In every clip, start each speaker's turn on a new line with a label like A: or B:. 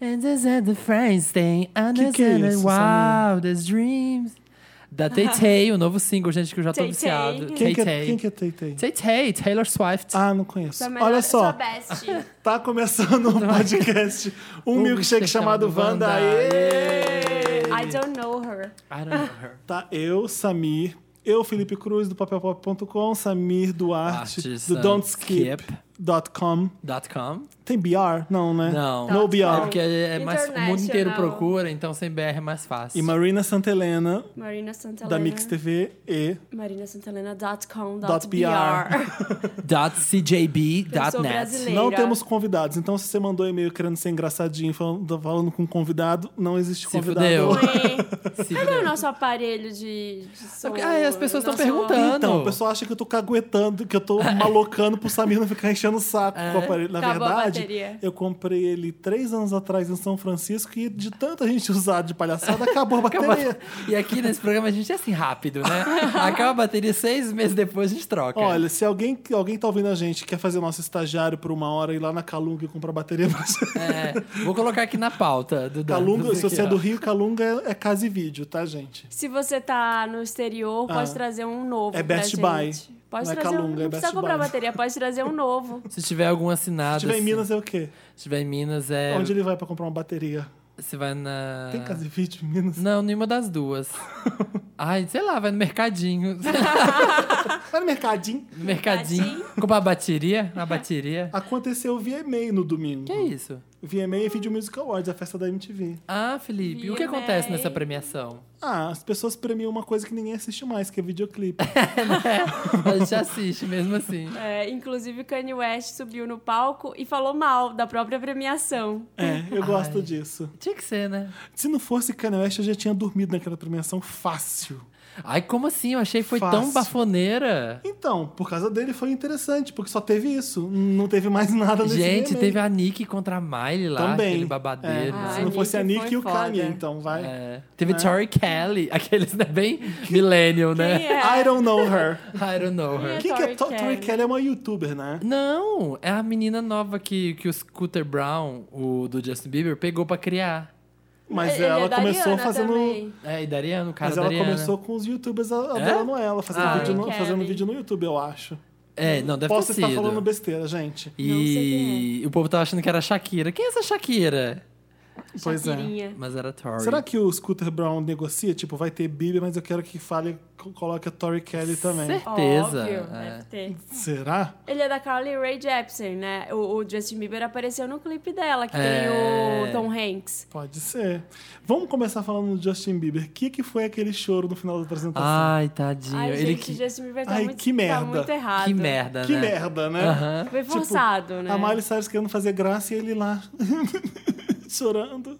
A: others and the friends tem others
B: que é
A: and the
B: isso, Samira?
A: wildest dreams. Da Tay Tay, o novo single, gente, que eu já tô
C: Tay Tay.
A: viciado. Tay
B: Quem que, é,
A: Tay.
B: quem que é Tay Tay?
A: Tay Tay, Taylor Swift.
B: Ah, não conheço.
C: Sou a melhor-
B: Olha
C: sou a
B: só,
C: best.
B: tá começando um podcast, um milkshake chamado Wanda. Aê!
C: I don't know her.
A: I don't know her.
B: Tá eu, Samir, eu, Felipe Cruz, do papelpop.com, Samir Duarte,
A: Artes,
B: do
A: uh,
B: don'tskip.com.
A: Dot .com.
B: Tem BR? Não, né?
A: Não.
B: No
A: É
B: BR.
A: porque é mais, o mundo inteiro
C: International.
A: procura, então sem BR é mais fácil.
B: E Marina Santelena,
C: Marina Santelena.
B: da Mix TV e
C: MarinaSantelena.com.br
A: Dot .cjb.net.
C: Eu sou brasileira.
B: Não temos convidados, então se você mandou e-mail querendo ser engraçadinho, falando, falando com um convidado, não existe
A: Se
B: convidado.
A: fudeu.
C: Ué.
A: Se
C: Cadê o
A: fudeu.
C: nosso aparelho de, de som?
A: Ah, as pessoas estão
C: Nosso-
A: perguntando.
B: Então, o pessoal acha que eu tô caguetando, que eu tô malocando pro Samir não ficar enchendo o saco
A: É.
B: com o aparelho. Na
C: Acabou a
B: verdade,
C: bateria.
B: eu comprei ele três anos atrás em São Francisco e de tanta gente usar de palhaçada, acabou a
A: Acaba-
B: bateria.
A: E aqui nesse programa a gente é assim rápido, né? Acaba a bateria seis meses depois a gente troca.
B: Olha, se alguém, alguém tá ouvindo a gente e quer fazer nosso estagiário por uma hora, ir lá na Calunga e comprar bateria pra você.
A: É, vou colocar aqui na pauta do Dan-
B: Calunga,
A: do-
B: se você
A: aqui,
B: é do
A: ó.
B: Rio, Calunga é, é casa e vídeo, tá, gente?
C: Se você tá no exterior,
B: Ah.
C: pode trazer um novo.
B: É
C: pra
B: Best
C: gente.
B: Buy.
C: Pode
B: Não é
C: trazer um.
B: Calunga, é
C: Não precisa
B: Best
C: comprar
B: Buy.
C: bateria, pode trazer um novo.
A: Se tiver algum
B: Se
A: assinado.
B: tiver em
A: assim-
B: Minas, é o quê?
A: Se tiver em Minas, é.
B: Onde ele vai pra comprar uma bateria?
A: Você vai na.
B: Tem casa e vídeo em Minas?
A: Não, nenhuma das duas. Ai, sei lá, vai no mercadinho.
B: Vai no mercadinho.
A: No mercadinho. Comprar a bateria? A bateria.
B: Ah. Aconteceu o VMA no domingo.
A: Que é isso?
B: VMA e Video Music Awards, a festa da MTV.
A: Ah, Felipe, o que
C: VMA.
A: acontece nessa premiação?
B: Ah, as pessoas premiam uma coisa que ninguém assiste mais, que é videoclipe.
A: A gente assiste mesmo assim.
C: É, inclusive, Kanye West subiu no palco e falou mal da própria premiação.
B: É, eu gosto
A: Ai.
B: disso.
A: Tinha que ser, né?
B: Se não fosse Kanye West, eu já tinha dormido naquela premiação fácil.
A: Ai, como assim? Eu achei que foi tão
B: Fácil.
A: bafoneira.
B: Então, por causa dele foi interessante, porque só teve isso. Não teve mais nada nesse
A: Gente,
B: VMA.
A: teve a Nick contra a Miley lá,
B: Também.
A: aquele
B: É,
A: babadeiro.
C: Ah,
B: se não fosse a
C: Nick
B: Nick e o
C: foi foda.
B: Kanye, então vai.
A: É. Teve Tori Kelly, aqueles, né? Bem millennial,
C: é? Quem
A: né?
C: é?
B: I don't know her.
A: I don't know her.
C: É
B: Quem que é?
C: Tori
B: To- Tori
C: Kelly.
B: Kelly é uma youtuber, né?
A: Não, é a menina nova que, que o Scooter Brown, o do Justin Bieber, pegou pra criar.
B: Mas
C: Ele é
B: ela
C: da
B: começou
C: Ariana
B: fazendo.
C: também.
A: É, e Dariana, o cara
B: Mas
A: da
B: ela
A: Ariana.
B: começou com os youtubers a-
A: É?
B: adorando ela, fazendo,
A: Ah.
B: vídeo no,
C: Tori
B: fazendo
C: Kelly.
B: vídeo no YouTube, eu acho.
A: É, não, deve
B: Posso
A: ter
B: estar
A: sido.
B: falando besteira, gente.
A: E
C: Não sei quem é.
A: o povo tava achando que era a Shakira. Quem é essa Shakira?
B: Pois é.
C: Shakirinha.
A: Mas era a Tori.
B: Será que o Scooter Brown negocia? Tipo, vai ter Bibi, mas eu quero que fale, co- coloque a Tori Kelly também.
A: Certeza.
C: Óbvio, né?
A: é.
C: deve ter.
B: Será?
C: Ele é da Carly Rae Jepsen, né? O, o Justin Bieber apareceu no clipe dela, que
A: É.
C: tem o Tom Hanks.
B: Pode ser. Vamos começar falando do Justin Bieber. O que, que foi aquele choro no final da apresentação?
A: Ai, tadinho.
C: Ai,
A: Ele
C: gente,
A: que...
C: o Justin Bieber tá,
B: Ai,
C: muito,
B: que
C: tá
B: merda.
C: muito errado.
A: que merda,
B: que
A: né?
B: merda, né?
A: Aham.
C: Foi
B: Tipo,
C: forçado, né?
B: A Miley Cyrus querendo fazer graça e ele lá chorando.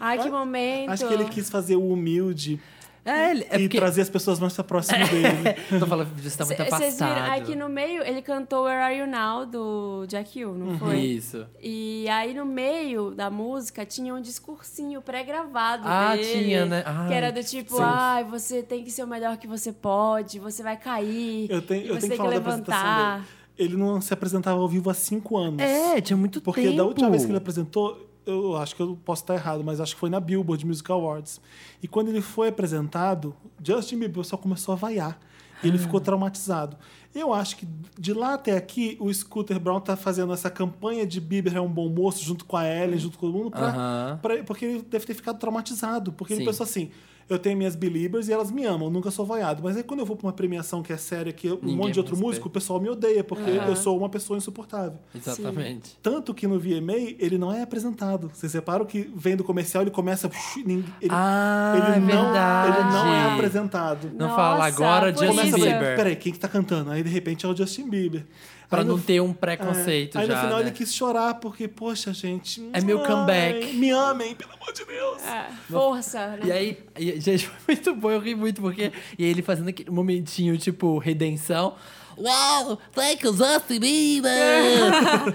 C: Ai, que momento.
B: Acho que ele quis fazer o humilde
A: É, ele... é
B: e
A: porque...
B: trazer as pessoas mais pra próximo dele.
A: Tô falando que isso tá muito
C: Cê-
A: afastado.
C: Vocês viram? Aí que no meio ele cantou Where Are You Now do Jack Hill,
B: Uhum.
C: não foi?
A: Isso.
C: E aí no meio da música tinha um discursinho pré-gravado
A: Ah,
C: dele.
A: tinha, né?
C: que
A: Ai,
C: era do
A: que
C: tipo,
A: fofo.
C: ai, você tem que ser o melhor que você pode, você vai cair,
B: Eu tenho,
C: e
B: eu tenho
C: você
B: que
C: tem
B: falar
C: que
B: da apresentação
C: levantar.
B: dele. Ele não se apresentava ao vivo há cinco anos.
A: É, tinha muito
B: Porque
A: tempo.
B: da última vez que ele apresentou, eu acho que eu posso estar errado, mas acho que foi na Billboard Music Awards. E quando ele foi apresentado, Justin Bieber só começou a vaiar. E
A: Ah.
B: ele ficou traumatizado. Eu acho que de lá até aqui, o Scooter Brown tá fazendo essa campanha de Bieber é um bom moço, junto com a Ellen, junto com todo mundo, pra,
A: Aham.
B: pra- porque ele deve ter ficado traumatizado. Porque ele
A: Sim.
B: pensou assim: eu tenho minhas Beliebers e elas me amam, eu nunca sou vaiado. Mas aí quando eu vou pra uma premiação que é séria, que um
A: Ninguém
B: monte de outro
A: respeita.
B: músico, o pessoal me odeia, porque eu sou uma pessoa insuportável.
A: Exatamente.
B: Tanto que no VMA ele não é apresentado. Vocês reparam que vem do comercial, ele começa. psh, ninguém- Ele,
A: Ah,
B: ele
A: é
B: não,
A: verdade.
B: ele não é apresentado.
A: Não fala
C: Nossa,
A: agora,
C: por
A: Justin
B: Começa
C: isso.
A: Bieber.
B: peraí, quem que tá cantando? Aí de repente é o Justin Bieber.
A: Pra
B: Aí no-
A: não ter um
B: é,
A: preconceito
B: Aí
A: já,
B: no final
A: né?
B: ele quis chorar, porque, poxa, gente.
A: É meu
B: ai,
A: comeback.
B: Me amem, pelo amor de Deus.
C: É, força, né?
A: E aí, e, gente, foi muito bom, eu ri muito, porque... E ele fazendo aquele momentinho, tipo, redenção.
D: Wow, thank you, Justin
A: É,
D: Bieber.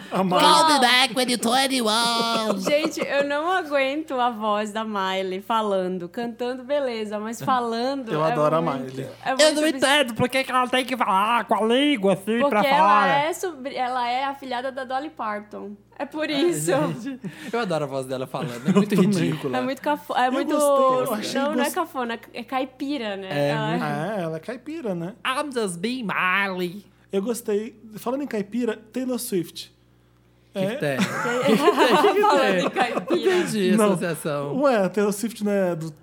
D: Call me back when you're 21.
C: Gente, eu não aguento a voz da Miley falando. Cantando, beleza, mas falando.
B: Eu
C: é
B: adoro a
C: muito-
B: Miley.
C: é muito
E: Eu não
C: absurdo.
E: entendo por que, que ela tem que falar com a língua assim
C: Porque
E: pra
C: ela
E: fora.
C: é, sobri- ela é a filhada da Dolly Parton. É por isso.
A: Eu adoro a voz dela falando, é muito ridícula.
C: É muito cafona. É muito.
B: gostei, eu achei
C: não, não é
B: gost-
C: cafona, é caipira, né?
A: É,
C: Ela-
B: Ah, é, ela é caipira, né?
E: I'm just being Miley.
B: Eu gostei. Falando em caipira, Taylor Swift. É,
A: O que tá que tem?
C: tá falando em caipira.
A: Entendi a
B: Não.
A: associação.
B: Ué, a Taylor Swift, né? Do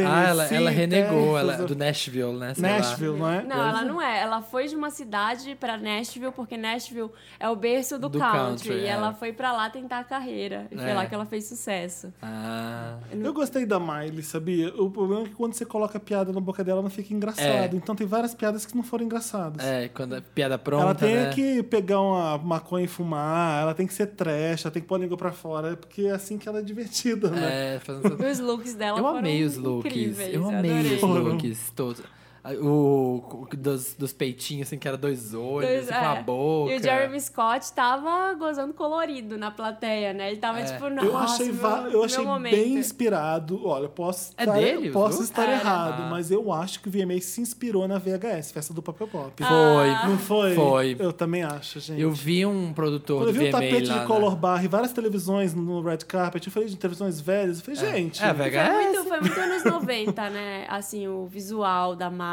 A: Ah, ela,
B: Tennessee,
A: ela renegou, ela
B: Texas,
A: do Nashville, né? sei lá.
B: Nashville, não é?
C: Não, ela não é. Ela foi de uma cidade pra Nashville, porque Nashville é o berço do,
A: Do
C: country.
A: country,
C: E
A: é.
C: ela foi pra lá tentar a carreira. E foi
A: É.
C: lá que ela fez sucesso.
A: Ah,
B: Eu gostei da Miley, sabia? O problema é que quando você coloca a piada na boca dela, não fica engraçado.
A: É.
B: Então tem várias piadas que não foram engraçadas.
A: é, quando é piada pronta,
B: Ela tem
A: né?
B: que pegar uma maconha e fumar, ela tem que ser trash, ela tem que pôr a língua pra fora, porque é assim que ela é divertida, né?
A: É, fazendo...
C: E os looks dela
A: Eu
C: foram
A: amei os looks.
C: incríveis.
A: eu amei
C: adorei.
A: os
B: Foram.
A: looks todos. Ah, O, o- dos, dos peitinhos, assim, que era dois olhos,
C: Dois-
A: assim, com a
C: é.
A: boca.
C: E o Jeremy Scott tava gozando colorido na plateia, né? Ele tava
A: É.
C: tipo, nossa,
B: Eu achei, va-
C: meu,
B: eu achei
C: meu momento.
B: bem inspirado. Olha, eu posso
A: É
B: estar,
A: dele, os
B: posso
A: dois?
B: estar
C: Ah,
B: errado,
A: tá.
B: mas eu acho que o VMA se inspirou na VHS, festa do papel pop.
A: Foi.
B: Não foi?
A: Ah. Foi.
B: Eu também acho, gente.
A: Eu vi um produtor
B: Quando eu
A: do
B: vi o
A: VMA
B: tapete
A: lá, né?
B: de color bar e várias televisões no red carpet, eu falei de televisões velhas, eu falei, gente.
A: Né? É,
C: Foi muito,
A: VHS.
C: foi muito anos 90, né? Assim, o visual da Miley.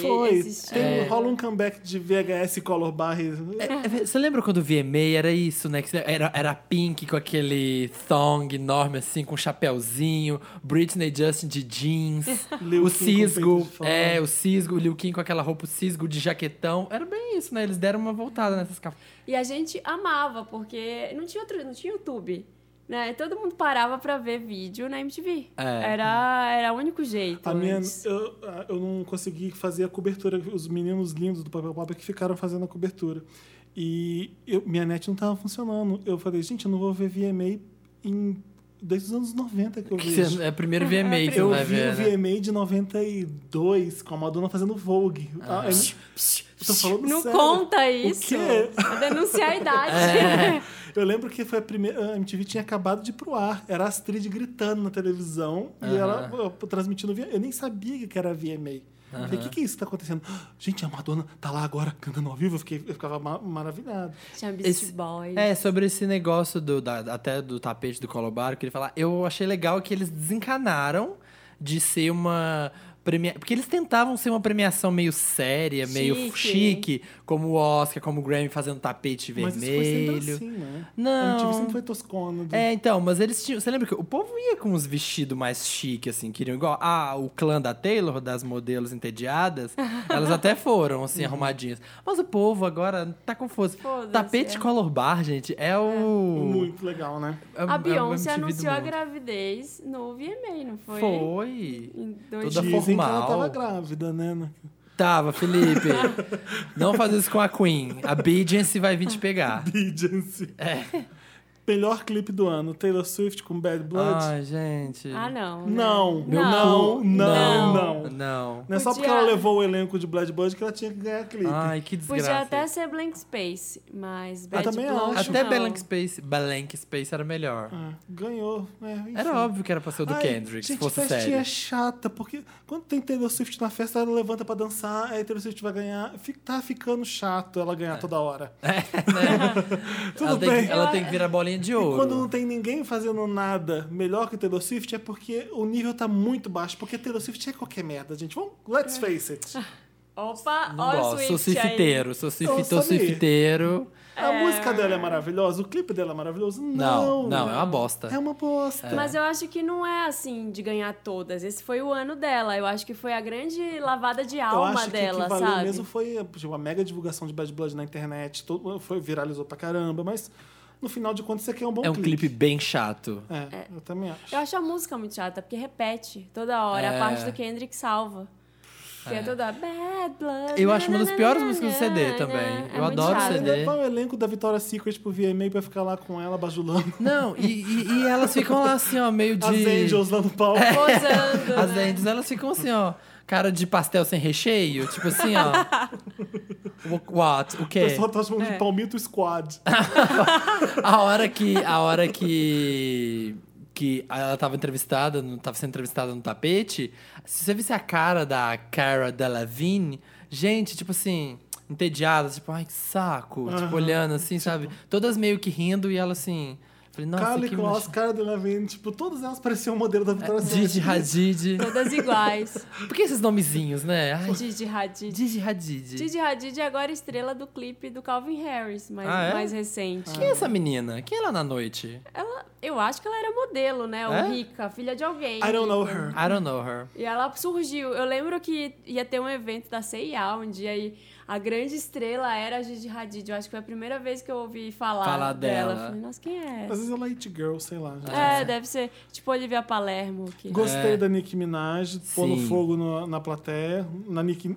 B: Foi.
C: esse estilo.
B: Tem, Rola um comeback de VHS e color bar. e-
A: É, é, Você lembra quando o VMA era isso, né? Que Era, era a Pink com aquele thong enorme, assim, com um chapéuzinho. Britney Justin de jeans.
B: Lil
A: o
B: Kim com peito
A: Cisgo.
B: de fora.
A: É, o Cisgo. O Liu Kim com aquela roupa, o Cisgo de jaquetão. Era bem isso, né? Eles deram uma voltada nessas capas.
C: E a gente amava, porque não tinha outro, não tinha YouTube. Né? Todo mundo parava pra ver vídeo na MTV.
A: É.
C: Era, era o único jeito.
B: A minha,
C: antes.
B: eu, eu não consegui fazer a cobertura. Os meninos lindos do Papel Pop é que ficaram fazendo a cobertura. E eu- minha net não estava funcionando. Eu falei, gente, eu não vou ver VMA em, desde os anos 90 que eu
A: Que
B: vejo.
A: cê- é o primeiro VMA que você
B: Eu
A: vai
B: vi
A: ver,
B: o
A: né?
B: VMA de 92 com a Madonna fazendo Vogue. Ah, eu- eu tô falando
C: Não
B: sério.
C: conta isso.
B: quê?
C: Denunciar a idade.
A: É.
B: Eu lembro que foi a primeira. A MTV tinha acabado de ir pro ar. Era a Astrid gritando na televisão e
A: Aham.
B: ela ó, transmitindo via. Eu nem sabia que era VMA. Eu Falei, o que, que é isso que tá acontecendo? Gente, a Madonna tá lá agora cantando ao vivo. Eu, fiquei, eu ficava ma- maravilhado.
C: Tinha Beast
A: Esse-
C: Boys.
A: É, sobre esse negócio do, da- até do tapete do Colobar, que ele falar, eu achei legal que eles desencanaram de ser uma premia... porque eles tentavam ser uma premiação meio séria, meio
C: Chique.
A: chique, como o Oscar, como o Grammy fazendo tapete vermelho.
B: Mas isso foi sempre assim, né?
A: Não.
B: A MTV sempre foi toscona. de-
A: É, então, mas eles tinham. Você lembra que o povo ia com uns vestidos mais chique, assim, queriam igual. Ah, o clã da Taylor, das modelos entediadas, elas até foram, assim, arrumadinhas. Mas o povo agora tá confuso.
C: Foda-se,
A: Tapete
C: é.
A: color bar, gente, é o.
B: Muito legal, né?
A: é o- é
C: A
A: o
C: Beyoncé
A: MTV do
C: anunciou a
A: mundo.
C: gravidez no VMA, não foi?
A: Foi.
C: Em dois
A: Toda
C: mil-
B: Dizem que ela
A: formal.
B: tava grávida, né?
A: Tava, Felipe. Não faz isso com a Queen. A Beyoncé vai vir te pegar.
B: Agency.
A: É.
B: Melhor clipe do ano: Taylor Swift com Bad Blood.
A: Ai, gente.
C: Ah, não. né?
B: Não,
C: Meu
B: não, não,
C: cu. Não.
B: não.
A: Não.
B: Não é só
C: Podia-
B: porque ela levou o elenco de Blood Blood que ela tinha que ganhar clipe.
A: Ai, que
C: Podia
A: desgraça.
C: até ser Blank Space, mas Bad
B: também
C: Blood,
B: acho.
A: Até
C: não.
A: Blank Space, Blank Space era melhor.
B: Ah, ganhou. né? Enfim.
A: Era óbvio que era pra ser o do
B: Ai,
A: Kendrick,
B: gente,
A: se fosse
B: festinha
A: sério.
B: chata, porque quando tem Taylor Swift na festa, ela levanta pra dançar, aí Taylor Swift vai ganhar. Fica- tá ficando chato ela ganhar toda hora. Tudo
A: É. Né? ela,
B: bem.
A: Tem que, ela tem que virar bolinha de
B: E
A: ouro.
B: quando não tem ninguém fazendo nada melhor que Taylor Swift, é porque o nível tá muito baixo. Porque Taylor Swift é qualquer merda, gente. Vamos, let's face it.
C: Opa,
A: Não
C: olha o
A: gosto, sou
C: Swift tá aí.
A: cifiteiro, sou
B: Eu
A: cif- tô
B: sabia.
A: cifiteiro.
B: A música dela é maravilhosa, o clipe dela é maravilhoso.
A: Não,
B: Não,
A: não, é uma bosta.
B: É uma bosta.
C: Mas eu acho que não é assim de ganhar todas. Esse foi o ano dela. Eu acho que foi a grande lavada de
B: Eu
C: alma
B: acho que o
C: dela,
B: que valeu
C: sabe?
B: mesmo foi tipo, uma mega divulgação de Bad Blood na internet, todo, foi, viralizou pra caramba, mas no final de contas isso aqui é um bom
A: É um
B: clipe.
A: clipe bem chato.
B: É, eu também acho.
C: Eu acho a música muito chata, porque repete toda hora. A
A: É.
C: parte do Kendrick salva. Que é, toda bad blood.
A: Eu acho uma das
C: nananana,
A: piores músicas do CD também.
C: É
A: Eu
C: muito
A: adoro
C: chato.
A: CD.
B: Levar o elenco da Vitória Secret pro VMA pra ficar lá com ela bajulando
A: Não, e, e- e elas ficam lá assim, ó, meio de. É.
B: as Angels lá no palco.
C: Posando,
A: As
C: né?
A: Angels, elas ficam assim, ó, cara de pastel sem recheio, tipo assim, ó. What? O
B: O
A: quê?
B: pessoal tá chamando
F: É.
B: de Palmito Squad.
A: A hora que. A hora que. Que ela tava entrevistada, no- tava sendo entrevistada no tapete. Se você visse a cara da Cara Delevingne, gente, tipo assim, entediada, tipo, ai que saco. Tipo, olhando assim, sabe?
B: Tipo
A: Todas meio que rindo e ela assim. Falei, nossa,
B: Kylie
A: que É,
B: Kloss,
A: macho-
B: Cara Delevingne, tipo, todas elas pareciam o modelo da Vitória
A: Gigi Hadid.
C: Todas iguais.
A: Por que esses nomezinhos, né? Ai,
C: Gigi Hadid.
A: Gigi Hadid.
C: Gigi Hadid é agora estrela do clipe do Calvin Harris, mais,
A: Ah, é?
C: mais recente.
A: Quem é essa menina? Quem é ela na noite?
C: Ela, eu acho que ela era modelo, né? Ou
A: É?
C: rica, filha de alguém.
B: I don't know
C: rico.
B: her.
A: I don't know her.
C: E ela surgiu. Eu lembro que ia ter um evento da CIA um dia e a grande estrela era a Gigi Hadid. Eu acho que foi a primeira vez que eu ouvi falar,
A: Falar
C: dela.
A: dela.
C: Falei, nossa, quem é?
B: Às vezes ela é it girl, sei lá. gente.
C: É, deve ser tipo Olivia Palermo. Que...
B: Gostei
A: É.
B: da Nicki Minaj, pondo
A: Sim.
B: fogo no- na plateia. Na Nicki...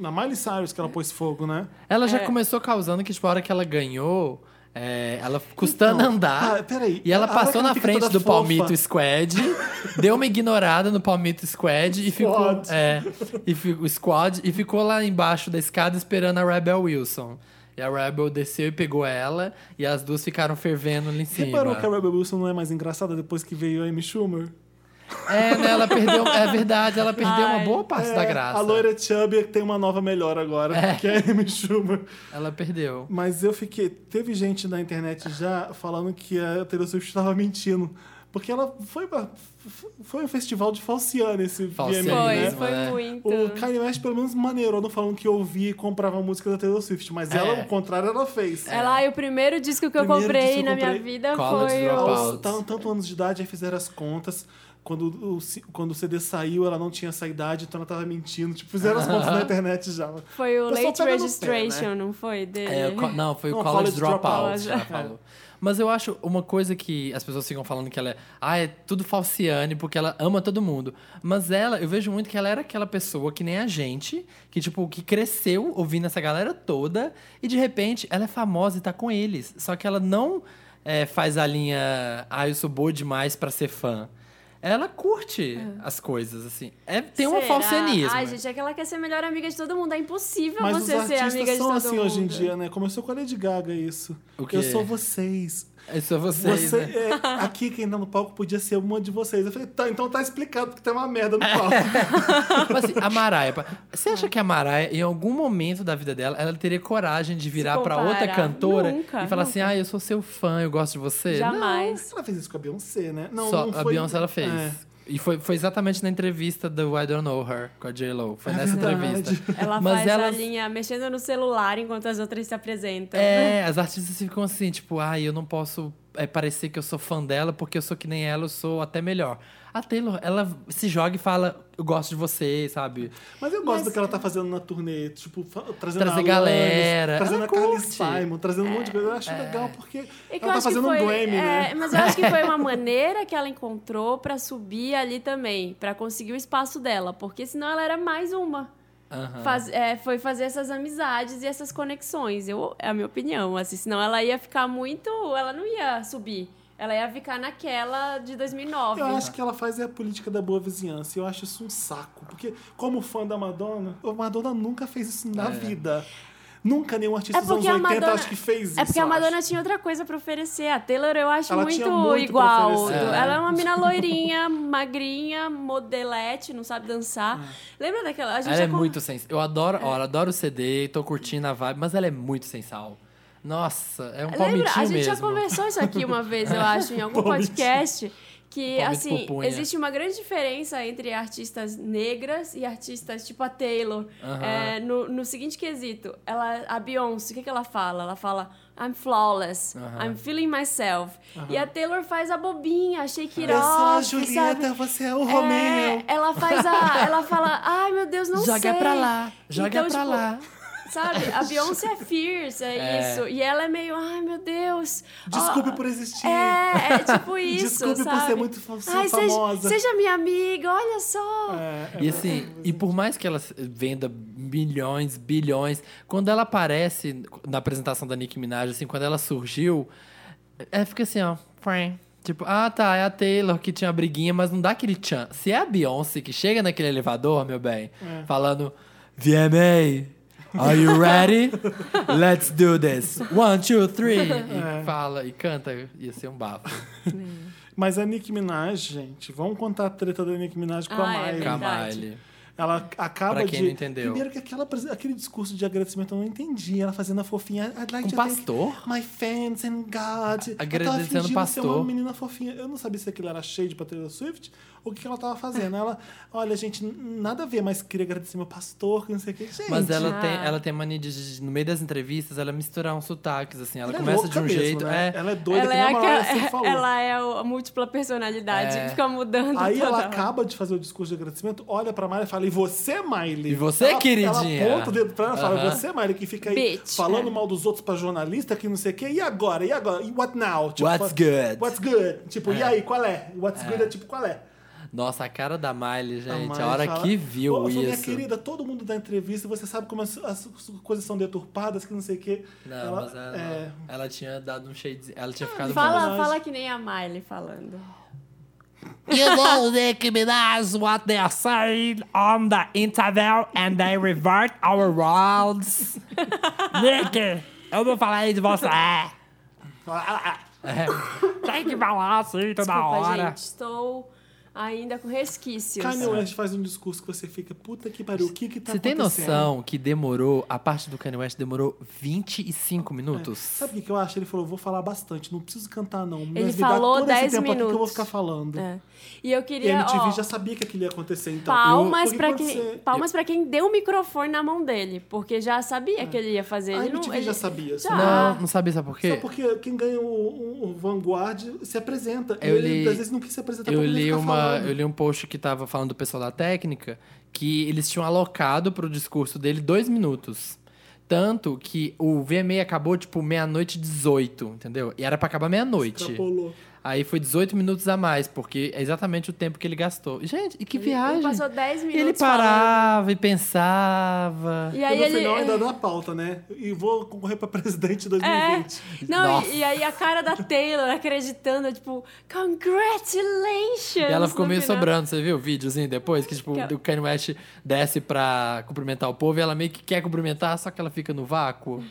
B: Na Miley Cyrus que ela pôs fogo, né?
A: Ela já
C: É.
A: começou causando que, tipo, a hora que ela ganhou, é, ela custando andar.
B: Ah, peraí.
A: E ela
B: A hora que
A: passou
B: ela
A: na
B: fica
A: frente
B: toda
A: do
B: fofa.
A: Palmito Squad, deu uma ignorada no Palmito Squad e ficou.
B: Squad.
A: É, e fi- o Squad e ficou lá embaixo da escada esperando a Rebel Wilson. E a Rebel desceu e pegou ela, e as duas ficaram fervendo ali em cima.
B: Reparou que a Rebel Wilson não é mais engraçada depois que veio a Amy Schumer?
A: É, né? Ela perdeu. É verdade, ela perdeu uma
C: Ai.
A: boa parte da
B: É,
A: graça.
B: A loira Chubby é tem uma nova melhor agora,
A: É.
B: que é a Amy Schumer.
A: Ela perdeu.
B: Mas eu fiquei... Teve gente na internet já falando que a Taylor Swift estava mentindo. Porque ela foi pra... Foi um festival de falsiane esse
A: Falciane,
B: VMA,
C: Foi,
B: né?
A: mesmo,
C: foi
A: né?
C: muito.
B: O Kanye West, pelo menos, maneirou não falando que ouvia e comprava música da Taylor Swift. Mas
A: É.
B: ela, o contrário, ela fez.
C: Ela, e o primeiro disco que eu
B: Primeiro
C: comprei
B: disco que eu
C: na minha
B: comprei,
C: vida
A: College
C: foi
A: Dropout.
C: o.
B: Aos tan- tá tanto anos de idade, aí fizeram as contas. Quando o, ci- quando o CD saiu, ela não tinha essa idade, então ela tava mentindo. Tipo, fizeram as contas na internet já.
C: Foi o
B: O pessoal
C: Late
B: pega no pé,
C: Registration,
B: né?
C: não foi? Dele.
A: É, o co- não, foi o
B: Não,
A: College,
B: College
A: Dropout,
B: Dropout, é.
A: já falou. Mas eu acho uma coisa que as pessoas ficam falando que ela é, ah, é tudo falciane, porque ela ama todo mundo. Mas ela, eu vejo muito que ela era aquela pessoa que nem a gente, que tipo, que cresceu ouvindo essa galera toda e de repente ela é famosa e tá com eles. Só que ela não é, faz a linha, ah, eu sou boa demais pra ser fã. Ela curte as coisas, assim. É, tem um
C: Será?
A: falcianismo.
C: Ai, gente, é que ela quer ser melhor amiga de todo mundo. É impossível
B: Mas os
C: você ser amiga
B: artistas
C: de
B: são
C: todo
B: assim
C: mundo.
B: hoje em dia, né? Começou com a Lady Gaga isso.
A: O quê?
B: Eu sou vocês.
A: É só vocês,
B: Você,
A: né?
B: é, aqui, quem tá no palco, podia ser uma de vocês. Eu falei, tá, então tá explicado porque tem uma merda no
A: É.
B: palco.
A: Mas assim, a Maraia, pa- você
B: Ah.
A: acha que a Maraia, em algum momento da vida dela, ela teria coragem de virar pra
C: comparar?
A: outra cantora
C: Nunca,
A: e falar
C: nunca.
A: assim: ah, eu sou seu fã, eu gosto de você?
C: Jamais.
B: Ela fez isso com a Beyoncé, né?
A: Não,
B: Não,
A: só
B: não
A: a
B: foi-
A: Beyoncé ela fez.
B: É.
A: E foi, foi exatamente na entrevista do I Don't Know Her com a J-Lo. Foi
B: É
A: nessa
B: verdade.
A: entrevista.
C: Ela
A: Mas
C: faz a
A: elas-
C: linha mexendo no celular enquanto as outras se
B: Então,
C: apresentam.
B: né?
A: É, as artistas ficam assim, tipo, ai, eu não posso é, parecer que eu sou fã dela, porque eu sou que nem ela, eu sou até melhor. A Taylor, ela se joga e fala, eu gosto de você, sabe?
B: Mas eu gosto do que ela tá fazendo na turnê, tipo, fa- trazendo
A: Trazer
B: a Alanis,
A: galera. Ela
B: trazendo a Carly
A: curte. é.
B: Simon, trazendo um monte de coisa. Eu acho legal porque
C: É que
B: ela
C: eu
B: tá
C: acho que
B: fazendo
C: foi-
B: um Grammy,
C: é,
B: né?
C: Mas eu acho que foi uma maneira que ela encontrou pra subir ali também, pra conseguir o espaço dela, porque senão ela era mais uma.
A: Aham.
C: Faz- é, foi fazer essas amizades e essas conexões. Eu, é a minha opinião. Assim, senão ela ia ficar muito. Ela não ia subir. Ela ia ficar naquela de 2009.
B: Eu acho que ela faz é a política da boa vizinhança. e Eu acho isso um saco. Porque, como fã da Madonna, a Madonna nunca fez isso
A: É.
B: na vida. Nunca nenhum artista
C: É
B: dos anos
C: porque a
B: 80
C: Madonna-
B: acho que fez isso.
C: É porque a
B: eu
C: Madonna
B: acho.
C: tinha outra coisa pra oferecer. A Taylor eu acho
B: Ela
C: muito,
B: tinha muito pra
C: igual.
B: oferecer,
A: né?
C: Ela é uma mina loirinha, magrinha, modelete, não sabe dançar. Lembra daquela? A gente
A: Ela
C: já É.
A: é
C: con-
A: muito sem Eu adoro, ó, eu adoro o CD, tô curtindo a vibe, mas ela é muito sem sal. Nossa, é um
C: Lembra? A
A: palmitinho
C: gente já
A: mesmo.
C: conversou isso aqui uma vez, eu acho, em algum
B: Palmitinho.
C: podcast. Que,
A: Palmito
C: assim,
A: pupunha.
C: existe uma grande diferença entre artistas negras e artistas tipo a Taylor.
A: Aham.
C: É, no, no seguinte quesito, ela, a Beyoncé, o que, que ela fala? Ela fala, I'm flawless,
A: Aham.
C: I'm feeling myself. E a Taylor faz a bobinha, shake it
B: Eu sou a
C: off,
B: Julieta,
C: é sabe?
B: você é o
C: É,
B: Romeu.
C: ela faz a... Ela fala, ai, meu Deus, não
A: Joga
C: sei.
A: pra lá, joga
C: Então,
A: pra
C: tipo,
A: lá.
C: Sabe? A Beyoncé é fierce, é,
A: É.
C: isso. E ela é meio, ai meu Deus.
B: Desculpe
C: Ah,
B: por existir.
C: É, é tipo isso.
B: Desculpe
C: sabe?
B: por ser muito fa- ser
C: Ai, seja-
B: famosa.
C: Seja, minha amiga, olha só.
B: É, é
A: E assim, e por mais que ela venda milhões, bilhões, quando ela aparece na apresentação da Nicki Minaj, assim, quando ela surgiu, é, fica assim, ó, prim. tipo, ah tá, é a Taylor que tinha a briguinha, mas não dá aquele tchan. Se é a Beyoncé que chega naquele elevador, meu bem, falando, VMA, Are you ready? Let's do this. One, two, three. E fala e canta. Ia ser um bafo.
B: Mas a Nicki Minaj, gente, vamos contar a treta da Nicki Minaj com a
C: Ah, é
B: Miley.
A: Com a
C: Verdade.
A: Miley.
B: Ela acaba
A: Pra quem
B: de.
A: não entendeu.
B: Primeiro que aquela, presen- aquele discurso de agradecimento eu não entendi. Ela fazendo a fofinha. I'd like
A: Com
B: to
A: pastor?
B: thank My fans and God.
A: A-
B: Ela tava
A: agradecendo
B: fingindo
A: pastor.
B: Ser uma menina fofinha. Eu não sabia se aquilo era cheio de Taylor Swift ou o que que ela tava fazendo. Ela, olha, gente, n- nada a ver, mas queria agradecer meu pastor, que não sei o que. Gente,
A: Mas ela
C: ah.
A: tem, ela tem mania de, de- no meio das entrevistas, ela misturar uns sotaques, assim. Ela,
B: ela é
A: começa
B: louca
A: de um
B: mesmo,
A: jeito.
B: Né?
A: É,
B: Ela é doida
C: Ela
B: que
C: é,
B: nem a Mariah sempre
C: aquela,
B: falou.
C: ela é o- a múltipla personalidade,
A: É.
C: fica mudando.
B: Aí
C: toda
B: ela
C: hora.
B: acaba de fazer o discurso de agradecimento, olha pra Miley e fala, e você, Miley?
A: E você,
B: ela,
A: queridinha?
B: Ela aponta o dedo pra ela e fala,
A: Aham.
B: você, Miley, que fica aí
C: Bitch,
B: falando
C: é.
B: mal dos outros pra jornalista, que não sei o quê, e agora? E agora? E what now? Tipo,
A: What's
B: fala,
A: good?
B: What's good? Tipo, e aí, qual é? What's good é tipo, qual é?
A: Nossa, a cara da Miley, gente.
B: A
A: A,
B: Miley
A: hora
B: fala,
A: que viu
B: "Ô, eu sou Minha
A: isso.
B: querida, todo mundo dá entrevista, você sabe como as, as coisas são deturpadas, que não sei o quê.
A: Não,
B: Ela-
A: mas ela,
B: é,
A: ela tinha dado um shadezinho. Ela tinha ficado boa.
C: Ah, Fala,
B: personagem.
C: fala que nem a Miley falando.
D: You know, Nicki
E: That's what they are saying on the internet and they revert our worlds. Nick, eu não falei de você.
A: É.
B: "Ah,
E: Tem que falar assim toda
C: Desculpa,
E: hora.
C: gente, estou ainda com resquícios.
B: Kanye West faz um discurso que você fica, puta que pariu, o que que
A: né?"
B: tá
A: Você tem
B: acontecendo?
A: noção que demorou, a parte do Kanye West demorou 25 minutos?
B: Sabe o que que eu acho? Ele falou, eu vou falar bastante, não preciso cantar, não. Mas
C: Ele
B: me dá
C: falou
B: todo esse
C: 10
B: tempo aqui que eu vou
C: minutos.
B: ficar falando.
C: É. E eu
B: E
C: queria.
B: a MTV
C: ó,
B: já sabia que aquilo ia acontecer, então.
C: Palmas
B: Porque
C: pra
B: quando
C: quem,
B: você-
C: palmas pra quem deu o microfone na mão dele, porque já sabia
B: É.
C: que ele ia fazer.
B: A
C: ele não,
B: MTV
C: ele-
B: já sabia.
C: Já.
B: sabe?
A: Não, não sabia, sabe por quê?
B: Só porque quem ganha o, o- o Vanguard se apresenta.
A: Eu
B: ele,
A: li-
B: às vezes, não quis se apresentar
A: Eu
B: pra poder
A: li,
B: ficar
A: uma,
B: tá falando.
A: eu li um post que tava falando do pessoal da técnica que eles tinham alocado pro discurso dele dois minutos. Tanto que o VMA acabou, tipo, meia-noite e 18, entendeu? E era pra acabar meia-noite.
B: Extrapolou.
A: Aí foi 18 minutos a mais, porque é exatamente o tempo que ele gastou. E, Gente, e que viagem!
C: Ele passou 10
A: E
C: minutos.
A: ele parava e pensava.
C: falando. E
B: E,
C: aí
B: no
C: ele. é.
B: final ainda dá a pauta, né? E vou concorrer pra presidente em 2020.
C: É. Não,
A: Nossa.
C: e, e aí a cara da Taylor acreditando, tipo, congratulations!
A: E ela ficou
C: no
A: meio
C: final.
A: sobrando, você viu o videozinho depois? Que, tipo,
C: Que ela-
A: o Kanye West desce pra cumprimentar o povo e ela meio que quer cumprimentar, só que ela fica no vácuo.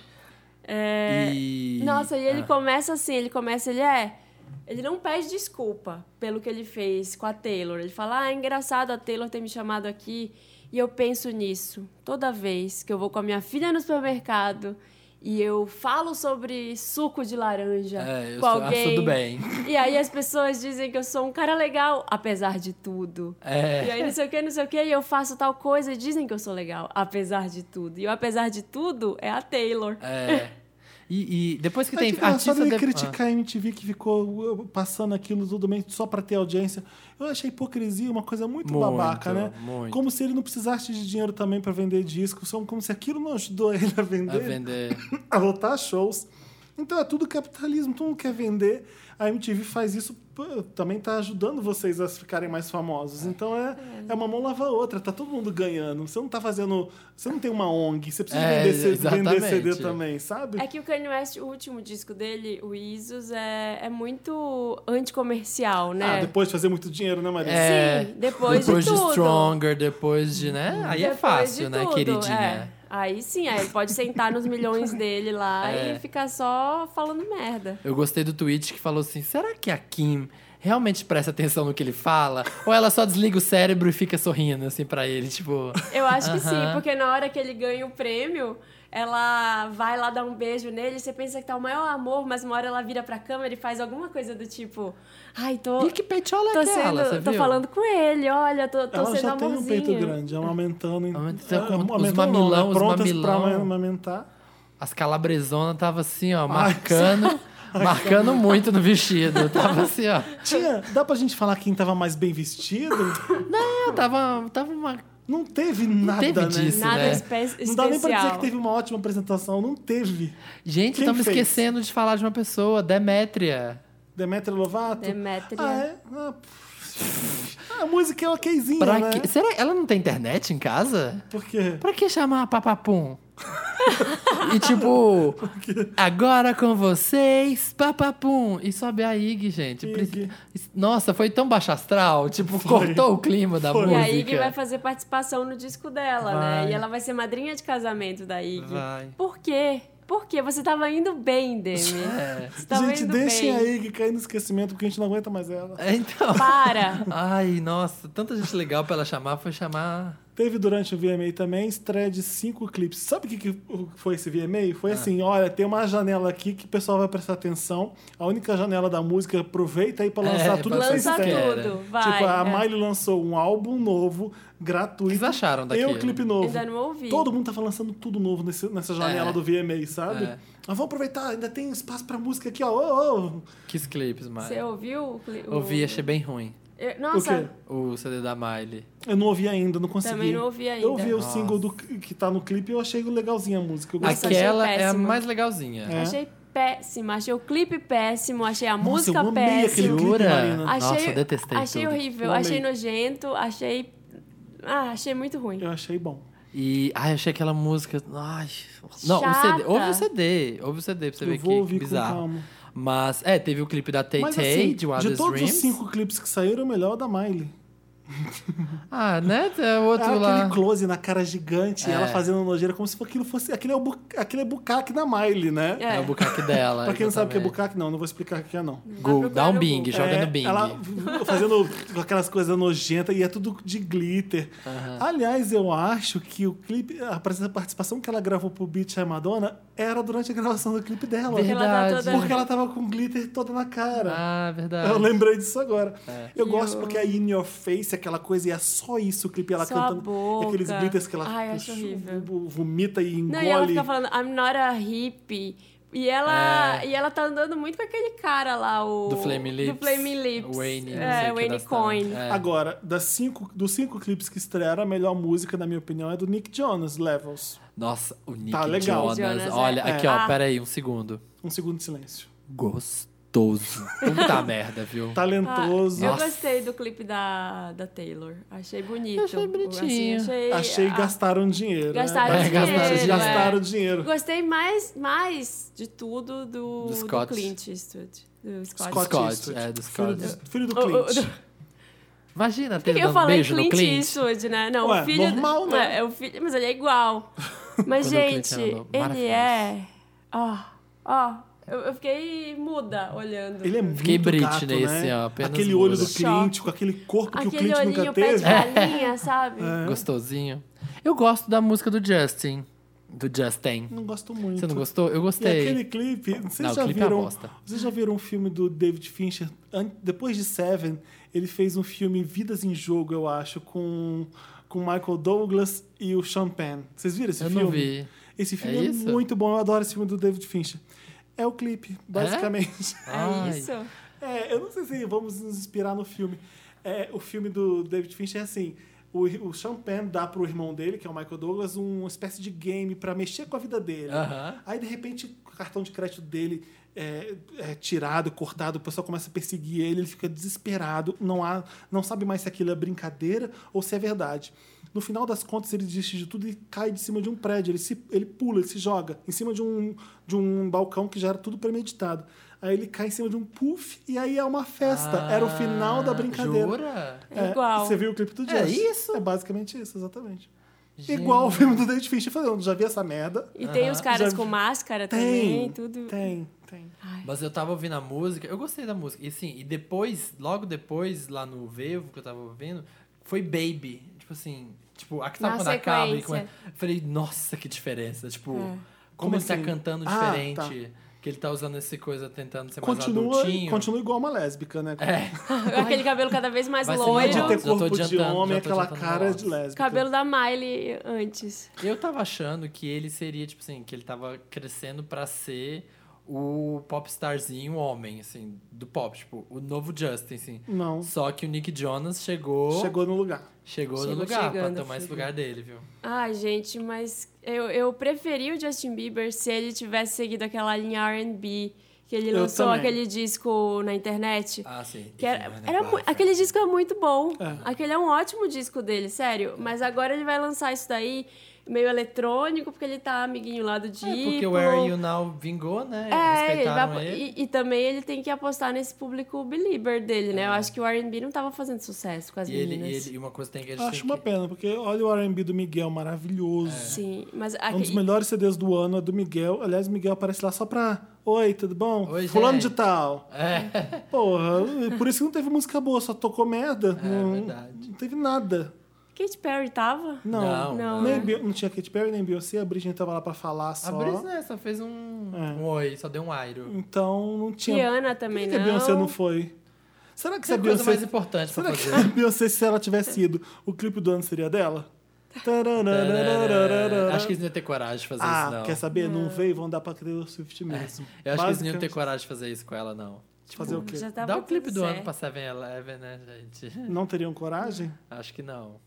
C: É,
A: E...
C: Nossa, e ele
A: Ah.
C: começa assim, ele começa, ele é. Ele não pede desculpa pelo que ele fez com a Taylor. Ele fala, ah, é engraçado a Taylor ter me chamado aqui. E eu penso nisso toda vez que eu vou com a minha filha no supermercado e eu falo sobre suco de laranja
A: É, eu
C: com
A: sou, ah,
C: alguém.
A: tudo bem.
C: E aí as pessoas dizem que eu sou um cara legal, apesar de tudo. E
A: É,
C: aí não sei o que, não sei o que, e eu faço tal coisa e dizem que eu sou legal, apesar de tudo. E o apesar de tudo é a Taylor.
A: é. E, e depois que
B: Aí
A: tem
B: que
A: artista...
B: engraçado ele
A: de- Ah.
B: criticar a MTV que ficou uh, passando aquilo tudo bem só pra ter audiência. Eu achei hipocrisia uma coisa muito,
A: Muito,
B: babaca, né?
A: Ah, muito.
B: Como se ele não precisasse de dinheiro também pra vender discos, são como se aquilo não ajudou ele a
A: Ah, a
B: vender,
A: vender.
B: a lotar shows. Então é tudo capitalismo, todo mundo quer vender. A MTV faz isso, pô, também tá ajudando vocês a ficarem mais famosos. Então é, é uma mão lava a outra, tá todo mundo ganhando. Você não tá fazendo. Você não tem uma ONG, você precisa
A: É,
B: vender, CD, vender CD
A: exatamente.
B: também, sabe?
C: É que o Kanye West, o último disco dele, o Isus, é, é muito anticomercial, né?
B: Ah, depois de fazer muito dinheiro, né, Marisa?
A: É,
C: Sim, depois,
A: depois
C: de tudo.
A: Stronger, depois de, né? Aí é
C: Depois
A: fácil,
C: de
A: né,
C: tudo, é.
A: queridinha?
C: Aí sim, aí ele pode sentar nos milhões dele lá
A: É.
C: e ficar só falando merda.
A: Eu gostei do tweet que falou assim: será que a Kim realmente presta atenção no que ele fala? Ou ela só desliga o cérebro e fica sorrindo, assim, pra ele? Tipo,
C: Eu acho que sim,
A: Aham.
C: porque na hora que ele ganha o prêmio, ela vai lá dar um beijo nele, você pensa que tá o maior amor, mas uma hora ela vira pra câmera e faz alguma coisa do tipo, ai, tô,
A: e que peitola é
C: tô
A: aquela? você
C: sendo, tô
A: viu?
C: falando com ele, olha, tô, tô
B: Ela
C: sendo
B: já tem um
C: amorzinho.
B: peito grande, é um aumentando, em-
A: Aumenta- então,
B: é,
A: com os
B: aumentando não,
A: mamilão,
B: né?
A: os
B: prontas
A: mamilão.
B: pra amamentar.
A: As calabresonas tava assim, ó, marcando. marcando muito no vestido. Tava assim, ó.
B: Tinha, dá pra gente falar quem tava mais bem vestido?
A: Não, tava, tava uma.
B: Não teve nada,
A: teve
B: né?
A: disso.
C: Nada
A: né?
C: espe- especial.
B: Não dá nem pra dizer que teve uma ótima apresentação, não teve.
A: Gente,
B: Quem
A: estamos
B: fez?
A: esquecendo de falar de uma pessoa, Demétria.
B: Demetria Lovato?
C: Demetria.
B: Ah, é? Ah, pff. Ah, a música é okzinha,
A: Pra
B: né?
A: que... Será ela não tem internet em casa?
B: Por quê?
A: Pra que chamar a Papapum? E tipo, agora com vocês, papapum. E sobe a Ig, gente. Pre-
B: Ig.
A: Nossa, foi tão baixo astral. Tipo, cortou o clima da
B: Foi.
C: E
A: música.
C: a Ig vai fazer participação no disco dela, né?
A: Vai.
C: E ela vai ser madrinha de casamento da Ig.
A: Vai.
C: Por quê? Por quê? Você tava indo bem, Demi.
A: É.
C: Você tava
B: gente,
C: indo
B: deixem
C: Tá bem.
B: aí que cair no esquecimento, porque a gente não aguenta mais ela.
A: Então.
C: Para!
A: Ai, nossa, tanta gente legal pra ela chamar, foi chamar.
B: Teve durante o VMA também estreia de cinco clipes. Sabe o que, que foi esse VMA?
A: Ah.
B: Foi assim, olha, tem uma janela aqui que o pessoal vai prestar atenção. A única janela da música, aproveita aí pra
A: É,
B: lançar tudo que
A: pra
B: vocês
C: Lança
A: Lança
B: têm.
A: tudo,
C: tudo, vai.
B: Tipo, a
C: é.
B: Miley lançou um álbum novo, gratuito.
A: Vocês acharam
B: Tem
A: daquilo?
B: um clipe novo.
C: Ainda não ouvi.
B: Todo mundo tava lançando tudo novo nesse- nessa janela
A: É.
B: do VMA, sabe?
A: É.
B: Ah, vamos aproveitar, ainda tem espaço pra música aqui, ó. Ô, ô.
A: Que clipes, mas
C: Você ouviu o cli- o-
A: Ouvi, achei bem ruim.
C: Eu- Nossa,
A: O CD da Miley.
B: Eu não ouvi ainda, não consegui.
C: Também não ouvi ainda.
B: Eu ouvi o single do, que tá no clipe e eu achei legalzinha a música. Eu
C: Nossa,
B: gostei.
C: achei
A: Aquela é a
C: péssimo.
A: mais legalzinha.
B: É.
C: achei péssimo. Achei o clipe péssimo, achei a
B: Nossa,
C: música
B: eu amei aquele
C: péssima.
B: É. clipe,
A: Jura?
B: Marina.
A: Nossa, eu detestei
C: Achei
A: tudo.
C: horrível,
B: Eu amei.
C: achei nojento, achei. Ah, achei muito ruim.
B: Eu achei bom.
A: E, ai, achei aquela música. Ai, não, o
C: Chata.
A: CD. Ouve o CD. Ouve o CD pra você
B: Eu
A: ver
B: vou
A: que
B: ouvir com
A: bizarro.
B: calma.
A: Mas, é, teve o clipe da Tay
B: Mas
A: Tay,
B: assim,
A: de
B: de
A: One
B: todos
A: Dreams.
B: os cinco clipes que saíram, o melhor é o da Miley.
A: Ah, né? É o
B: É
A: outro
B: aquele
A: lá.
B: close na cara gigante,
A: É.
B: ela fazendo nojeira como se aquilo fosse... Aquele é o, bu, aquele é bucaque da Miley, né?
A: É o bucaque dela.
B: Pra quem não sabe o que é
A: exatamente.
B: bucaque, não, não vou explicar o que é, não.
A: Gu- Dá um
C: Vai procurar no
A: Bing,
C: Google.
A: joga
B: É,
A: no Bing.
B: Ela fazendo aquelas coisas nojentas e é tudo de glitter. Aliás, eu acho que o clipe, a participação que ela gravou pro Beat a Madonna era durante a gravação do clipe dela.
C: Verdade.
A: Verdade.
C: tá toda-
B: Porque ela tava com glitter toda na cara.
A: Ah, verdade.
B: Eu lembrei disso agora. Eu
C: E
B: gosto
C: o-
B: porque é in your face, aquela coisa, e é só isso o clipe. Ela
C: Só a
B: cantando
C: boca.
B: aqueles glitters que ela
C: Ai, acho horrível.
B: vu- vomita e engole.
C: Não, e ela fica falando, I'm not a hippie. E ela,
A: É.
C: e ela tá andando muito com aquele cara lá, o.
A: Do Flame Lips.
C: Do Flame Lips.
A: Wayne, não sei
C: é,
A: o que
C: Wayne
A: das
C: Coin.
A: tantas. É.
B: Agora, das cinco, dos cinco clipes que estrearam, a melhor música, na minha opinião, é do Nick Jonas, Levels.
A: Nossa, o Nick
B: Tá legal.
A: Jonas.
C: Jonas, é.
A: Olha, aqui,
C: Ah.
A: ó, peraí, um segundo.
B: Um segundo de silêncio.
A: Gostoso. Puta merda, viu?
B: Tá. Talentoso.
C: eu
A: Nossa.
C: gostei do clipe da, da Taylor. Achei bonito.
A: Eu achei bonitinho.
C: Assim, achei,
B: Achei
C: ah,
B: que gastaram dinheiro.
C: Gastaram
B: né?
A: É, dinheiro, gastaram dinheiro.
B: Gastaram
C: é.
B: dinheiro.
C: Gostei mais, mais de tudo do,
A: Do Scott.
C: Clint Eastwood. Do Scott.
A: Scott
B: Scott
A: Eastwood,
B: Eastwood.
A: é, do
B: Filho
A: Scott.
B: do- Filho do
C: O- o-
B: Clint.
C: do-
A: Imagina ter
C: Porque eu
A: dado um
C: falei
A: beijo
C: Clint,
A: no Clint.
C: Eastwood, né? Não,
B: Ué,
C: o filho.
B: normal, né?
C: É, o filho, mas ele é igual. Mas,
A: Quando o Clint
C: gente,
A: era novo,
C: ele
A: maravilhoso.
C: é. Ó, ó. eu, eu fiquei muda olhando.
B: Ele é muito
A: Fiquei
B: gato,
A: Britney,
B: né?
A: assim, ó, apenas
B: Aquele olho do
A: muda.
B: Clint, com aquele corpo que o
C: Aquele
B: Clint nunca
C: olhinho pé de
B: teve. É.
C: galinha, sabe?
A: Gostosinho. Eu gosto da música do Justin. Do Justin.
B: Não gosto muito.
A: Você não gostou? Eu
B: E
A: gostei.
B: aquele clipe, vocês
A: Não, o
B: já
A: clipe é uma
B: viram?
A: bosta.
B: Vocês já viram um filme do David Fincher? An- Depois de Seven, ele fez um filme Vidas em Jogo, eu acho, com com Michael Douglas e o Sean Penn. Vocês viram esse
A: Eu
B: filme?
A: não vi.
B: Esse filme
A: É
B: é,
A: isso?
B: muito bom, eu adoro esse filme do David Fincher. É o clipe, basicamente.
A: Ai.
C: É isso.
B: É, eu não sei se vamos nos inspirar no filme. É, o filme do David Fincher é assim. O, ir- o Sean Penn dá pro irmão dele, que é o Michael Douglas, uma espécie de game pra mexer com a vida dele.
A: Aham.
B: Aí, de repente, o cartão de crédito dele é, é tirado, cortado, o pessoal começa a perseguir ele, ele fica desesperado, não, há, não sabe mais se aquilo é brincadeira ou se é verdade. No final das contas, ele desiste de tudo e cai de cima de um prédio. Ele, se, ele pula, ele se joga em cima de um, de um balcão que já era tudo premeditado. Aí ele cai em cima de um puff e aí é uma festa. Era o final da
A: Ah,
B: brincadeira.
A: Jura?
C: É igual.
B: Você viu o clipe do Just.
A: É isso?
B: É basicamente isso, exatamente.
A: Gente.
B: Igual o filme do David Fincher falando, já vi essa merda.
C: E tem os caras
B: Já-
C: com máscara
B: Tem,
C: também, tudo.
B: tem, tem.
A: Mas eu tava ouvindo a música, eu gostei da música. E assim, e depois, logo depois, lá no Vevo que eu tava ouvindo, foi Baby. Tipo assim, tipo, aqui
C: Na
A: tava quando acaba. e come-
C: sequência. É.
A: Eu falei, nossa, que diferença. Tipo, como,
B: Como
A: ele tá
B: assim?
A: cantando
B: Ah,
A: diferente.
B: tá.
A: Que ele tá usando essa coisa, tentando ser mais
B: Continua,
A: adultinho.
B: continua igual uma lésbica, né?
A: É,
C: Aquele cabelo cada vez mais
A: Vai ser
B: Pode
A: mais
B: ter
A: Já
C: loiro.
A: alto. tô
B: corpo de
A: adiantando,
B: homem,
A: já tô
B: aquela
A: adiantando
B: cara
A: logo.
B: de lésbica.
C: Cabelo da Miley antes.
A: eu tava achando que ele seria, tipo assim, que ele tava crescendo pra ser o popstarzinho homem, assim, do pop. Tipo, o novo Justin, assim.
B: Não.
A: Só que o Nick Jonas chegou.
B: Chegou no lugar.
A: Chegou
C: Chegou
A: no lugar
C: chegando,
A: pra tomar esse
C: filho.
A: lugar dele, viu?
C: Ai, gente, mas eu, eu preferi o Justin Bieber se ele tivesse seguido aquela linha RB que ele
B: Eu
C: lançou
B: também.
C: aquele disco na internet.
A: Ah, sim.
C: Que era, era mu- aquele
A: é
C: disco é muito bom.
B: É.
C: Aquele é um ótimo disco dele, sério. Mas agora ele vai lançar isso daí. meio eletrônico, porque ele tá amiguinho lá do Diplo.
A: É porque o Where You Now vingou, né?
C: tipo- É, ele
A: Respeitaram
C: vai-
A: ele.
C: E, e também ele tem que apostar nesse público belieber dele, né? Eu acho que o R&B não tava fazendo sucesso com as
A: É. E, ele,
C: meninas.
A: e ele- e uma coisa tem que a gente
B: Acho
A: tem
B: uma
A: que...
B: pena, porque olha o R&B do Miguel,
A: é.
B: maravilhoso.
C: Sim, mas
B: Um dos
C: aqui,
B: melhores CDs do ano é do Miguel. Aliás, o Miguel aparece lá só pra... Oi, tudo bom?
A: Oi,
B: Fulano
A: gente."
B: de tal.
A: É,
B: Porra, por isso que não teve música boa, só tocou merda.
A: É
B: não,
A: verdade.
B: não teve nada.
C: Katy Perry tava?
A: Não,
B: Não.
C: não.
B: Nem Bey- não tinha Katy Perry, nem Beyoncé. A Britney tava lá pra falar
A: a
B: só.
A: Brisa né, só fez um,
B: É.
A: um oi, só deu um airo.
B: Então não tinha...
C: Rihanna
B: Por
C: também
B: que, que a
C: não.
B: Beyoncé não foi? Será que se a
A: Tem coisa mais
B: Beyoncé...
A: importante pra
B: Será que
A: fazer.
B: a Beyoncé, se ela tivesse ido, o clipe do ano seria dela?
A: Tararara. É, Acho que eles não iam ter coragem de fazer
B: Ah,
A: isso, não. É,
B: quer saber? Não veio, vão dar pra Taylor Swift mesmo.
A: Eu acho que eles não iam ter
B: Basicamente,
A: coragem de fazer isso com ela, não.
B: Fazer o quê?
C: Já tava
A: Dá o
C: tudo
A: clipe do
C: Tá certo.
A: ano pra Seven Eleven, né, gente?
B: Não teriam coragem?
A: Acho que não.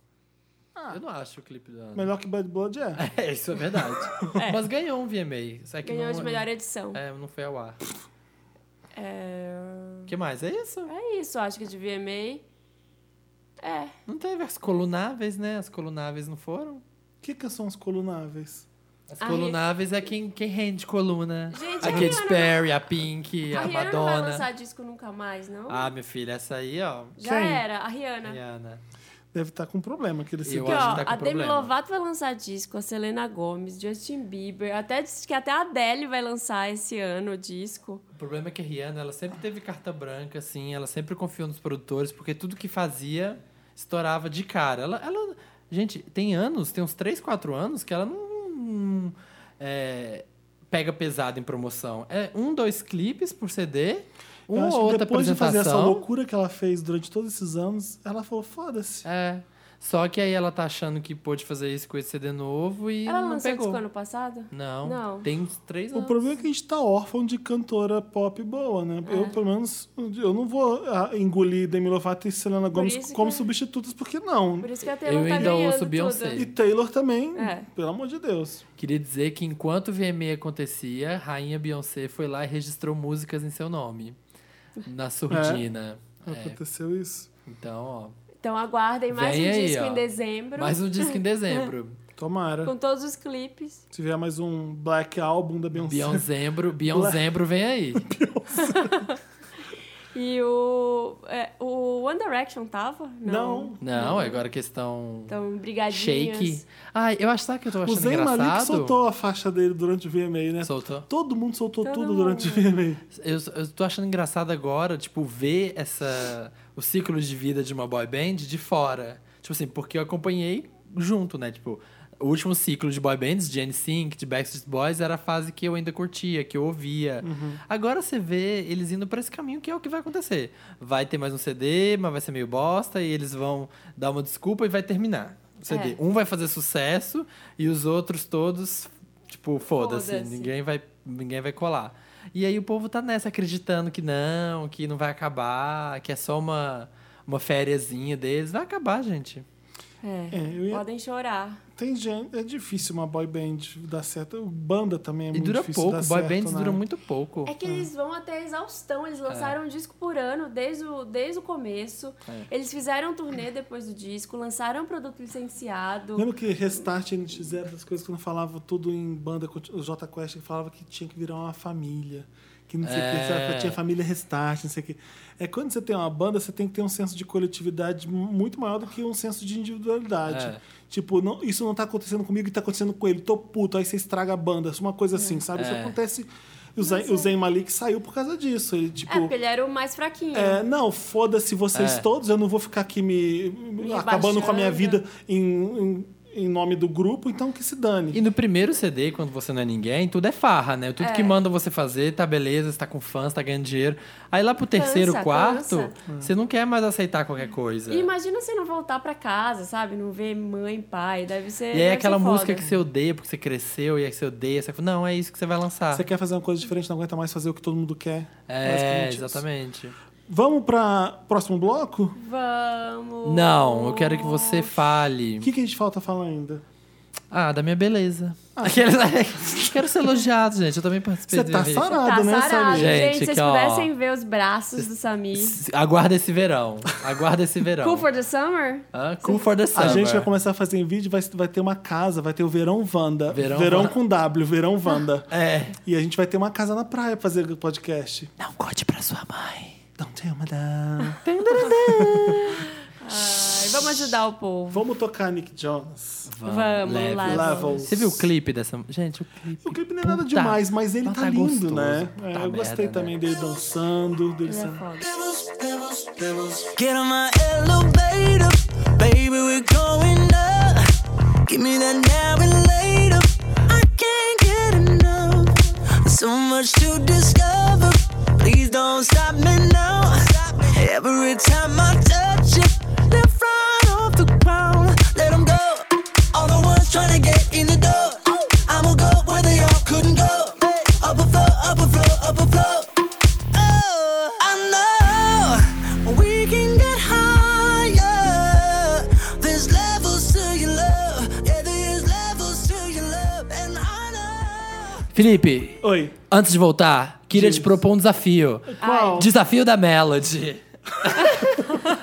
C: Ah.
A: Eu não acho o clipe do ano.
B: Melhor que Bad Blood é.
A: É, isso é verdade. Mas ganhou um VMA. Só que
C: Ganhou
A: não,
C: de melhor edição.
A: É, não foi ao ar.
C: É...
A: O que mais? É isso?
C: é isso, acho que de VMA. É,
A: Não teve as colunáveis, né? As colunáveis não foram?
B: O que, que são os colunáveis?
A: As
C: A
A: colunáveis é quem, quem rende coluna.
C: Ah, Gente,
A: a
C: a
A: Katy
C: Rihanna
A: Perry, a Pink, a,
C: a Rihanna não vai
A: Madonna.
C: lançar disco nunca mais, não?
A: Ah, minha filha, essa aí, ó.
C: Já
B: quem?
C: era, a Rihanna.
A: Rihanna.
B: Deve estar com problema aquele
A: Eu
B: CD.
C: Aqui,
A: acho
C: ó,
A: que tá com
C: a Demi
A: problema.
C: Lovato vai lançar disco, a Selena Gomez, Justin Bieber, até disse que até a Adele vai lançar esse ano o disco.
A: O problema é que a Rihanna, ela sempre teve carta branca, assim, ela sempre confiou nos produtores, porque tudo que fazia estourava de cara. Ela, ela- gente, tem anos, tem uns 3, 4 anos que ela não, não, é, pega pesado em promoção. É um, dois clipes por CD,
B: Eu
A: uma
B: acho
A: ou
B: que
A: outra
B: depois de
A: apresentação.
B: fazer essa loucura que ela fez durante todos esses anos, ela falou, foda-se.
A: É. Só que aí ela tá achando que pôde fazer isso com esse CD novo e
C: Ela
A: não
C: lançou
A: pegou. Hum?
C: disco ano passado?
A: Não,
C: Não.
A: tem uns três
B: O
A: anos.
B: problema é que a gente tá órfão de cantora pop boa, né?
C: É.
B: Eu, pelo menos, eu não vou ah, engolir Demi Lovato e Selena Gomez
C: isso
B: como
C: que-
B: substitutas, porque não.
C: Por isso que a
A: Eu
C: Taylor tá
A: ainda
C: ganhando
A: ouço
C: tudo.
A: Beyoncé.
B: E Taylor também,
C: É.
B: pelo amor de Deus.
A: Queria dizer que enquanto o VMA acontecia, Rainha Beyoncé foi lá e registrou músicas em seu nome. Na surdina. É,
B: Aconteceu isso.
A: Então, ó.
C: Então aguardem mais
A: Vem
C: um
A: aí,
C: disco
A: ó.
C: em dezembro,
A: Mais um disco em dezembro.
B: Tomara.
C: com todos os clipes.
B: Se vier mais um Black Album da Beyoncé.
A: Bionzembro, Bionzembro vem aí.
C: E o, é, o One Direction tava?
B: Não.
A: Não, é agora questão
C: Então, brigadinhos.
A: shake. Ah, eu acho sabe o que eu tô
B: O
A: achando
B: Zayn Malik
A: engraçado.
B: soltou a faixa dele durante o VMA, né?
A: Soltou.
B: Todo mundo soltou
C: Todo
B: tudo
C: mundo.
B: durante o VMA.
A: Eu, eu tô achando engraçado agora, tipo, ver essa, o ciclo de vida de uma boy band de fora. Tipo assim, porque eu acompanhei junto, né? Tipo, o último ciclo de boy bands, de NSYNC, de Backstreet Boys, era a fase que eu ainda curtia, que eu ouvia. Agora você vê eles indo pra esse caminho, que é o que vai acontecer. Vai ter mais um CD, mas vai ser meio bosta, e eles vão dar uma desculpa e vai terminar. o CD.
C: É.
A: Um vai fazer sucesso e os outros todos, tipo, foda-se,
C: Foda-se.
A: ninguém vai, ninguém vai colar. E aí o povo tá nessa acreditando que não, que não vai acabar, que é só uma uma fériazinha deles, vai acabar, gente.
C: É.
B: É, eu ia...
C: Podem chorar.
B: Tem gente... É difícil uma boy band dar certo. Banda também é
A: e
B: muito
A: dura
B: difícil
A: pouco,
B: dar
A: boy
B: certo,
A: bands
B: né?
A: duram muito pouco. né? É.
C: É que eles vão até a exaustão, eles lançaram um disco por ano desde o, desde o começo.
A: É.
C: Eles fizeram um turnê depois do disco, lançaram um produto licenciado.
B: Lembra que Restart eles fizeram as coisas quando falava tudo em banda, o Jota Quest que falava que tinha que virar uma família. Que não sei o
A: É.
B: que, sabe? tinha família Restart, não sei o que. É quando você tem uma banda, você tem que ter um senso de coletividade muito maior do que um senso de individualidade.
A: É.
B: Tipo, não- isso não tá acontecendo comigo e tá acontecendo com ele. Tô puto, aí você estraga a banda. Uma coisa assim, sabe? Isso
A: É.
B: acontece. O Zayn, o Zayn Malik saiu por causa disso. Ele, tipo.
C: É, porque ele era o mais fraquinho.
B: É, não, foda-se vocês
A: É.
B: todos, eu não vou ficar aqui me, acabando com a minha
C: rebaixando.
B: vida em, em, em nome do grupo, então que se dane.
A: E no primeiro CD, quando você não é ninguém, tudo é farra, né? Tudo
C: É.
A: que mandam você fazer, tá beleza, você tá com fãs, tá ganhando dinheiro. Aí lá pro terceiro,
C: Cansa,
A: quarto,
C: cansa.
A: você não quer mais aceitar qualquer coisa.
C: E imagina se não voltar pra casa, sabe? Não ver mãe, pai, deve ser.
A: E aí
C: deve
A: aquela
C: ser foda.
A: música que você odeia porque você cresceu e aí você odeia, você fala, não, é isso que você vai lançar.
B: Você quer fazer uma coisa diferente, não aguenta mais fazer o que todo mundo quer.
A: É,
B: Basicamente isso.
A: exatamente.
B: Vamos para próximo bloco?
C: Vamos.
A: Não, eu quero que você fale.
B: O que, que a gente falta falar ainda?
A: Ah, da minha beleza. Aquele lá. Quero ser elogiado, gente. Eu também participei
B: Você
A: do
B: tá
A: evento.
B: sarado,
C: Tá
B: né,
C: sarado,
B: Samir?
A: Gente,
C: gente. Se vocês
A: que, ó,
C: pudessem ver os braços do Samir.
A: Aguarda esse verão. Aguarda esse verão.
C: Cool for the summer?
A: Hã? Cool for the
B: A
A: summer.
B: gente vai começar a fazer em vídeo, vai, vai ter uma casa, vai ter o Verão Vanda.
A: Verão
B: Verão,
A: Wanda.
B: com W, Verão Vanda.
A: É.
B: E a gente vai ter uma casa na praia pra fazer podcast.
A: Não conte pra sua mãe.
B: Don't tell me that.
C: Ai, vamos ajudar o povo.
B: Vamos tocar Nick Jonas.
C: Vamos,
A: leve.
C: lá.
B: Levels.
A: Você viu o clipe dessa. Gente, o clipe.
B: O clipe não é nada
A: Puta.
B: demais, mas ele
A: Puta
B: tá lindo,
A: gostoso.
B: né?
A: Puta
B: É, eu
A: merda,
B: gostei
A: né?
B: também dele dançando, dele
C: Ele é
B: sendo...
C: foda.
F: Get on my elevator, baby, we're going up. Give me that now and later. I can't get enough. So much to discover. Please don't stop me now. Every time I touch you, lift right off the ground. Let 'em go. All the ones trying to get in the door. I'ma go where they all couldn't go. Up a floor, up a floor, up a floor. Oh, I know we can get higher. There's levels to your love. Yeah, there's levels to your love, and I know.
A: Felipe,
B: Oi.
A: antes de voltar, queria
B: Diz.
A: te propor um desafio.
B: Qual?
A: Desafio da Melody.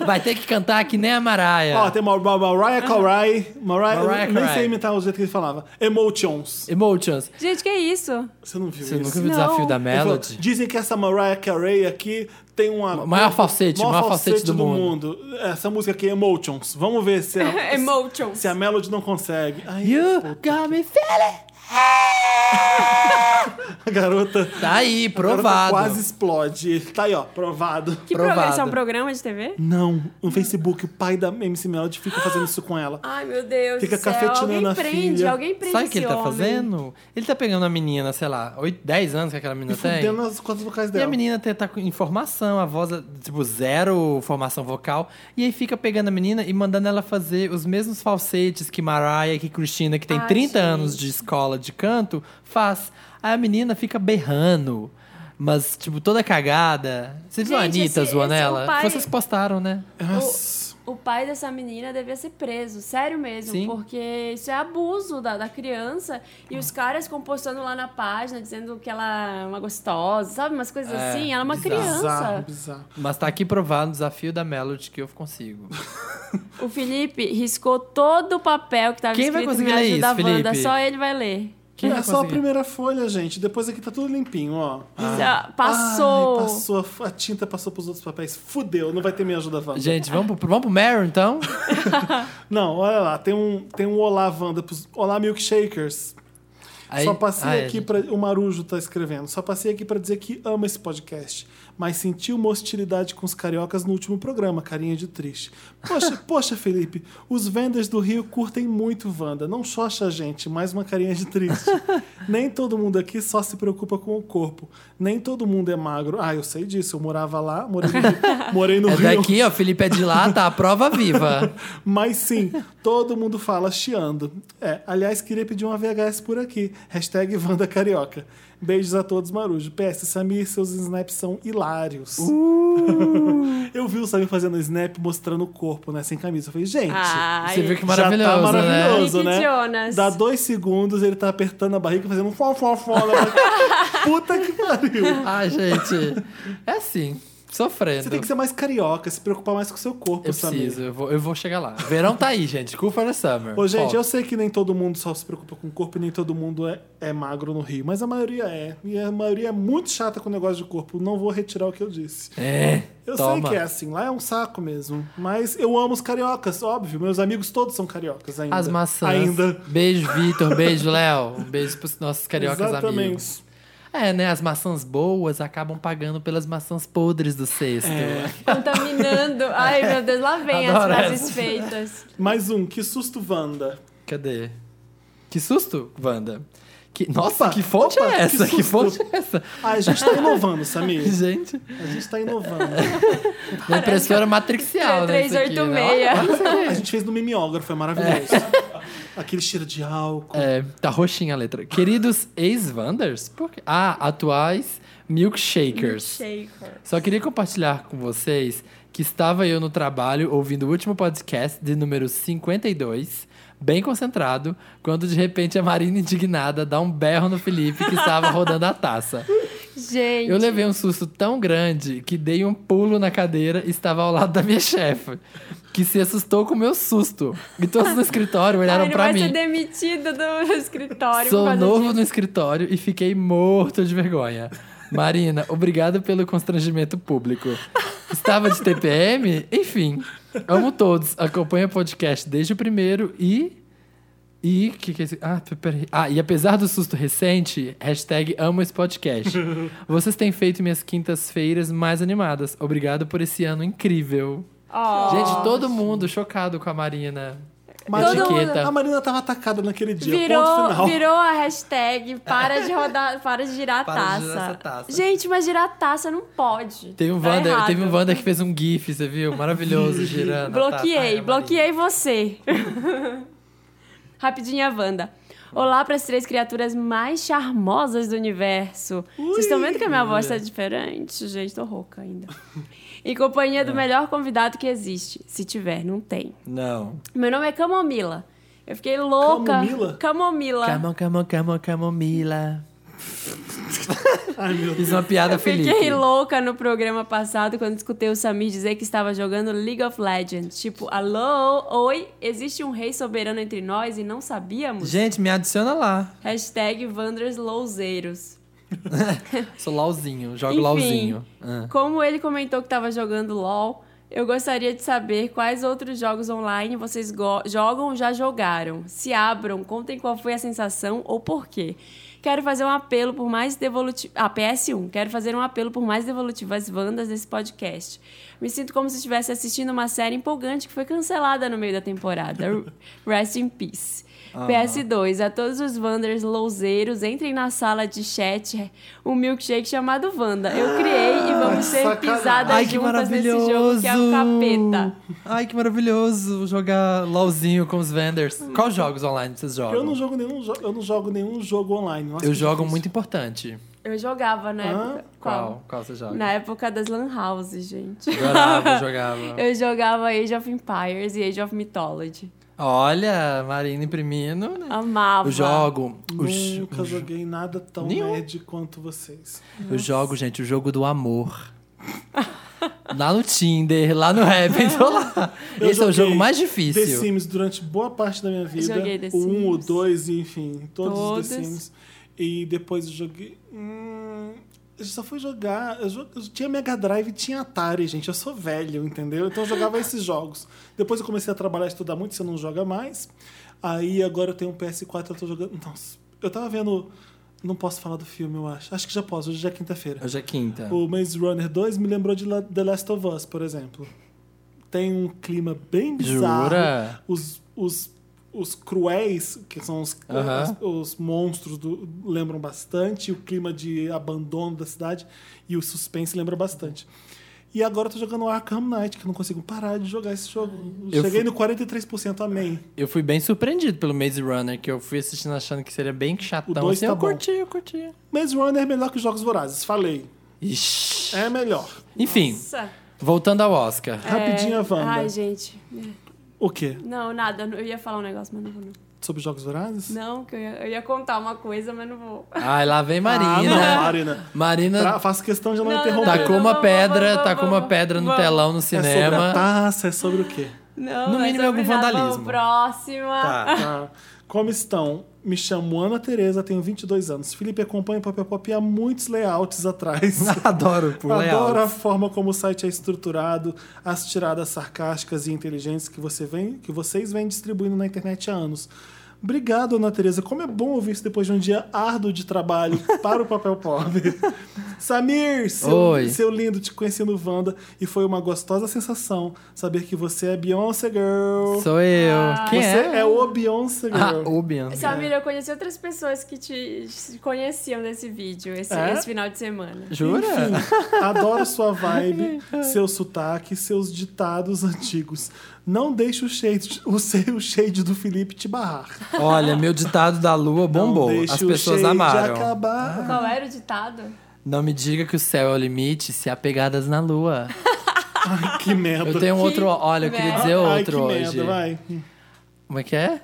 A: vai ter que cantar que nem a Maraia.
B: Ó, tem Mar Mar
C: Ah.
B: Mariah Carey. Mariah, eu
A: Mariah
B: nem
A: Carey.
B: sei imitar o jeito que ele falava. Emotions.
A: Emotions.
C: Gente, que isso?
B: Você não viu
A: Você
B: isso?
A: nunca viu o
C: Não.
A: desafio da
B: Ele falou,
A: Melody?
B: Dizem que essa Mariah Carey aqui tem uma.
A: Maior falsete, maior falsete do mundo.
B: mundo. Essa música aqui é Emotions. Vamos ver se a,
C: É Emotions.
A: é
B: se a Melody não consegue. Ai,
A: You got me feeling.
B: a garota.
A: Tá aí,
B: a garota
A: provado.
B: Quase explode. Tá aí, ó, provado.
C: Que programa? Isso é
A: Provado.
C: um programa de TV?
B: Não, no Facebook, o pai da MC Melody fica fazendo isso com ela.
C: Ai, meu Deus.
B: Fica
C: do céu.
B: cafetinando
C: Alguém
B: a
C: prende,
B: filha.
C: alguém prende
A: Sabe o que ele
C: esse
A: tá
C: homem.
A: fazendo? Ele tá pegando a menina, sei lá, 8, 10 anos que aquela menina tem.
B: Fudendo as quantas vocais
A: E
B: dela.
A: a menina tem, tá com informação, a voz, é, tipo, zero formação vocal. E aí fica pegando a menina e mandando ela fazer os mesmos falsetes que Mariah, que Cristina, que tem
C: Ai,
A: 30
C: gente.
A: anos de escola de canto, faz. Aí a menina fica berrando. Mas, tipo, toda cagada. Vocês viram a
C: Gente,
A: Anitta
C: esse-
A: zoando
C: esse é o
A: ela?
C: pai-
A: Vocês postaram, né?
B: Nossa.
C: O pai dessa menina devia ser preso, sério mesmo,
A: Sim.
C: porque isso é abuso da, da criança. E os caras compostando lá na página, dizendo que ela é uma gostosa, sabe? Umas coisas
A: É,
C: assim. Ela é uma
B: Bizarro,
C: criança.
B: bizarro.
A: Mas tá aqui provado o desafio da Melody que eu consigo.
C: O Felipe riscou todo o papel que tava
A: Quem vai
C: escrito
A: conseguir
C: Me
A: ler
C: Ajuda
A: isso,
C: Wanda,
A: Felipe?
C: só ele vai ler.
A: Quem
B: é
A: vai
B: só a
A: conseguir?
B: primeira folha, gente. Depois aqui tá tudo limpinho, ó.
C: Isso, ah, passou.
B: Ai, passou. a- A tinta passou pros outros papéis. Fudeu, não vai ter minha ajuda, Wanda.
A: Gente, vamos pro, vamos pro Meryl, então?
B: Não, olha lá, tem um, tem um olá, Wanda, pros olá, milkshakers.
A: Aí-
B: Só passei
A: Ah, é,
B: aqui pra. O Marujo tá escrevendo. Só passei aqui pra dizer que ama esse podcast, mas senti uma hostilidade com os cariocas no último programa, carinha de triste. Poxa, poxa, Felipe, os venders do Rio curtem muito Wanda. Não xoxa a gente, mais uma carinha de triste. Nem todo mundo aqui só se preocupa com o corpo. Nem todo mundo é magro. Ah, eu sei disso. Eu morava lá, morei no Rio. Morei no
A: É
B: Rio.
A: daqui, ó, Felipe é de lá, tá a prova viva.
B: Mas sim, todo mundo fala chiando. É, aliás, queria pedir uma VHS por aqui. Hashtag Wanda Carioca. Beijos a todos, Marujo. PS, Samir, seus snaps são hilários. eu vi o Samir fazendo snap mostrando o corpo, né? Sem camisa. Eu falei, gente.
C: Ai,
A: Você viu que
B: já
A: maravilhoso, né?
B: tá maravilhoso,
C: Nick
B: né?
C: Jonas.
B: Dá dois segundos, ele tá apertando a barriga e fazendo um fó, fó, fó. na barriga. Puta que pariu.
A: Ah, gente. É assim, sofrendo.
B: Você tem que ser mais carioca, se preocupar mais com o seu corpo,
A: eu
B: Samir.
A: preciso, eu vou, eu vou chegar lá. Verão tá aí, gente. Cool for the summer.
B: Ô, gente,
A: Ó,
B: eu sei que nem todo mundo só se preocupa com o corpo e nem todo mundo é, é magro no Rio, mas a maioria é. E a maioria é muito chata com o negócio de corpo. Não vou retirar o que eu disse.
A: É,
B: Eu
A: toma.
B: sei que é assim, lá é um saco mesmo. Mas eu amo os cariocas, óbvio. Meus amigos todos são cariocas ainda.
A: As maçãs.
B: Ainda.
A: Beijo, Vitor. Beijo, Léo. Um beijo pros nossos cariocas
B: Exatamente.
A: amigos. É, né? As maçãs boas acabam pagando pelas maçãs podres do cesto.
B: É.
C: contaminando. Ai, meu Deus, lá vem
A: Adoro
C: as frases feitas.
B: Mais um, que susto, Wanda.
A: Cadê? Que susto, Wanda. Que, nossa,
B: Opa,
A: que fonte
B: opa,
A: é
B: que
A: essa? Que,
B: susto.
A: fonte é essa?
B: Ah, a gente tá inovando, Samir.
A: Gente,
B: A gente tá inovando.
A: da impressora matricial, né? isso aqui, não?
C: 386.
B: A gente fez no mimeógrafo, é maravilhoso. Aquele cheiro de álcool.
A: É, tá roxinha a letra. Queridos ex-Wanders? Por quê? Ah, atuais milkshakers.
C: Shaker.
A: Só queria compartilhar com vocês que estava eu no trabalho ouvindo o último podcast de número 52, bem concentrado, quando de repente a Marina indignada dá um berro no Felipe que estava rodando a taça.
C: Gente.
A: Eu levei um susto tão grande que dei um pulo na cadeira e estava ao lado da minha chefe, que se assustou com o meu susto. E todos no escritório olharam
C: Ai,
A: pra
C: Ele
A: mim.
C: vai ser demitido do escritório. por
A: Sou
C: causa
A: novo
C: disso.
A: no escritório e fiquei morto de vergonha. Marina, obrigado pelo constrangimento público. Estava de TPM? Enfim, amo todos. Acompanho o podcast desde o primeiro e. E. Que que é esse? Ah, pe- peraí. Ah, e apesar do susto recente, hashtag amo esse podcast. Vocês têm feito minhas quintas-feiras mais animadas. Obrigado por esse ano incrível.
C: Ó.
A: Gente, é todo mundo chocado com a Marina.
B: Marina-
C: Todo
A: Etiqueta.
B: A Marina tava atacada naquele dia. ponto
C: Virou,
B: final.
C: virou a hashtag para de rodar, para de girar a
A: Para
C: taça.
A: de girar essa taça.
C: Gente, mas girar a taça não pode.
A: Teve um,
C: Tá
A: Wander,
C: errado.
A: teve um Wander que fez um GIF, você viu? Maravilhoso, girando.
C: Bloqueei,
A: a taça. Ai, a tá, é, Maria.
C: bloqueei você. Rapidinha, Wanda. Olá para as três criaturas mais charmosas do universo. Vocês estão vendo que a minha voz tá diferente? Gente, tô rouca ainda. Em companhia do melhor convidado que existe. Se tiver, não tem.
A: Não.
C: Meu nome é Camomila. Eu fiquei louca.
B: Camomila?
C: Camomila.
A: Camon, camon, camon, camomila.
B: Ai, meu Deus.
A: Fiz uma piada, Felipe.
C: Fiquei louca no programa passado quando escutei o Samir dizer que estava jogando League of Legends. Tipo, alô, oi, existe um rei soberano entre nós e não sabíamos?
A: Gente, me adiciona lá.
C: Hashtag Wanders Louzeiros.
A: Sou LOLzinho, jogo
C: Enfim,
A: LOLzinho. Ah.
C: Como ele comentou que estava jogando LOL, eu gostaria de saber quais outros jogos online vocês go- jogam ou já jogaram. Se abram, contem qual foi a sensação ou por quê. Quero fazer um apelo por mais devolutivas. Ah, PS1. Quero fazer um apelo por mais devolutivas bandas desse podcast. Me sinto como se estivesse assistindo uma série empolgante que foi cancelada no meio da temporada. Rest in peace. PS2, a todos os Wanders louzeiros, entrem na sala de chat um milkshake chamado Wanda. Eu criei e vamos ser
B: sacanagem.
C: pisadas
A: Ah, Ai, que
C: Tá juntas nesse jogo que é o
A: maravilhoso!
C: capeta.
A: Ai, que maravilhoso jogar LOLzinho com os vendors.
C: Hum.
A: Quais jogos online vocês jogam?
B: Eu não jogo nenhum, jo- eu não jogo nenhum jogo online. Nossa,
A: Eu
B: que
A: jogo
B: difícil.
A: muito importante.
C: Eu jogava na
B: Hã?
C: época.
A: Qual? Qual você joga?
C: Na época das Lan Houses, gente.
A: Jogava, jogava.
C: Eu jogava Age of Empires e Age of Mythology.
A: Olha, Marina imprimindo. né?
C: Amava.
A: Eu jogo. os-
B: Nunca
A: os-
B: joguei nada tão
A: Nenhum.
B: nerd quanto vocês.
A: Eu jogo, gente, o jogo do amor. lá no Tinder, lá no Happn, tô lá.
B: Eu
A: Esse é o
B: joguei
A: jogo mais
B: The
A: difícil.
B: Sims durante boa parte da minha vida.
C: Joguei The
B: o 1, o
C: Sims.
B: 2, enfim, todos, os The
C: Todos.
B: Sims. E depois eu joguei. Hum, eu só fui jogar. Eu, jo- eu tinha Mega Drive e tinha Atari, gente. Eu sou velho, entendeu? Então eu jogava esses jogos. Depois eu comecei a trabalhar, estudar muito, você não joga mais. Aí agora eu tenho um PS4, eu tô jogando. Nossa, eu tava vendo. Não posso falar do filme, eu acho. Acho que já posso, hoje já é quinta-feira.
A: Hoje é quinta.
B: O Maze Runner 2 me lembrou de La- The Last of Us, por exemplo. Tem um clima bem bizarro.
A: Jura?
B: Os, os, os cruéis, que são os,
A: Aham.
B: os, os monstros, do- lembram bastante. O clima de abandono da cidade e o suspense lembra bastante. E agora eu tô jogando Arkham Knight, que eu não consigo parar de jogar esse jogo.
A: Eu
B: Cheguei
A: fui-
B: no 43%, amém.
A: Eu fui bem surpreendido pelo Maze Runner, que eu fui assistindo achando que seria bem
B: O
A: chatão.
B: dois
A: assim,
B: tá
A: eu
B: bom.
A: curti, eu curti.
B: Maze Runner é melhor que os Jogos Vorazes, falei.
A: Ixi.
B: É melhor.
A: Enfim,
C: Nossa.
A: voltando ao Oscar.
B: Rapidinho, Wanda.
C: É. Ai, gente.
B: O quê?
C: Não, nada. Eu ia falar um negócio, mas não vou. Não,
B: Sobre Jogos Vorazes?
C: não que eu ia, eu ia contar uma coisa, mas não vou.
A: Ai, lá vem
B: Ah, não,
A: Marina.
B: Marina.
A: Marina
B: Tra- faço questão de não,
C: Não,
B: interromper.
C: não, não,
A: tacou
C: não,
A: uma
C: vamos,
A: pedra,
C: vamos,
A: tacou uma
C: vamos,
A: pedra no
C: vamos.
A: telão no
B: É sobre a
A: cinema.
B: taça, é sobre o quê?
C: Não,
A: No
C: é
A: mínimo,
C: sobre
A: algum
C: nada.
A: vandalismo.
C: Vamos, próxima.
B: Tá. Como estão? Me chamo Ana Tereza, tenho 22 anos. Felipe acompanha o Papel Pop há muitos layouts atrás.
A: Adoro por
B: Adoro a
A: layout.
B: forma como o site é estruturado, as tiradas sarcásticas e inteligentes que, você vem, que vocês vêm distribuindo na internet há anos. Obrigado, Ana Tereza. Como é bom ouvir isso depois de um dia árduo de trabalho para o papel pobre. Samir, seu,
A: Oi.
B: seu lindo, te conheci no Wanda e foi uma gostosa sensação saber que você é Beyoncé Girl.
A: Sou eu.
C: Ah.
A: Quem
B: você
A: é?
B: é? o Beyoncé Girl.
A: Ah, o Bian.
C: Samir, eu conheci outras pessoas que te te conheciam nesse vídeo, esse,
B: É?
C: esse final de semana.
A: Jura?
B: Enfim, adoro sua vibe, seu sotaque, seus ditados antigos. Não deixe o shade, o, seu shade do Felipe te barrar.
A: Olha, meu ditado da lua bombou.
B: Não deixe
A: As
B: o
A: pessoas
B: shade
A: amaram.
B: acabar.
C: Qual era o ditado?
A: Não me diga que o céu é o limite se há pegadas na lua.
B: Ai, que merda.
A: Eu tenho um
C: Que
A: outro. Olha, eu queria
C: merda.
A: dizer
B: Ai,
A: outro
B: que
A: hoje.
B: merda, vai.
A: Como é que é?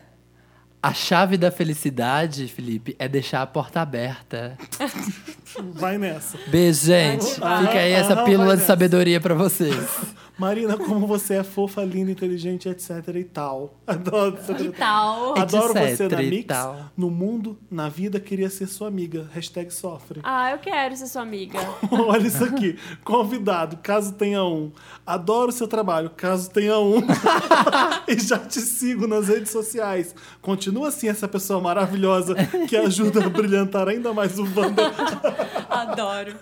A: A chave da felicidade, Felipe, é deixar a porta aberta.
B: Vai nessa.
A: Beijo, gente.
B: Aham,
A: Fica aí
B: aham,
A: essa
B: Ah, vai
A: pílula de
B: nessa.
A: sabedoria pra vocês.
B: Marina, como você é fofa, linda, inteligente, etc e tal. Adoro,
C: Que tal?
B: Adoro
A: Etc
B: você na
A: e
B: Mix.
A: tal.
B: No mundo, na vida, queria ser sua amiga. Hashtag sofre.
C: Ah, eu quero ser sua amiga.
B: Olha isso aqui. Convidado, caso tenha um. Adoro seu trabalho, caso tenha um. e já te sigo nas redes sociais. Continua assim essa pessoa maravilhosa que ajuda a brilhantar ainda mais o Wanda.
C: Adoro.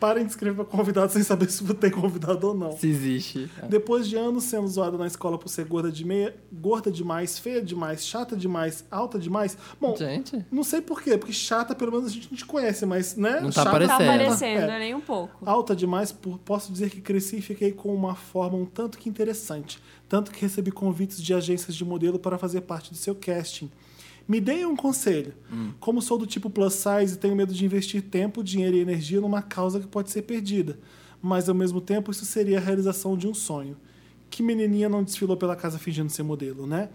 B: Para de escrever pra convidado sem saber se tem convidado ou não.
A: Se existe.
B: Depois de anos sendo zoada na escola por ser gorda de meia, gorda demais, feia demais, chata demais, alta demais. Bom,
A: Gente.
B: não sei por quê, porque chata pelo menos a gente não te conhece, mas né?
A: Não tá
B: Chata-
C: Tá
A: Aparecendo.
C: aparecendo,
B: É.
C: nem um pouco.
B: Alta demais, por- posso dizer que cresci e fiquei com uma forma um tanto que interessante. Tanto que recebi convites de agências de modelo para fazer parte do seu casting. Me deem um conselho. Como sou do tipo plus size e tenho medo de investir tempo, dinheiro e energia numa causa que pode ser perdida. Mas ao mesmo tempo, isso seria a realização de um sonho. Que menininha não desfilou pela casa fingindo ser modelo, né?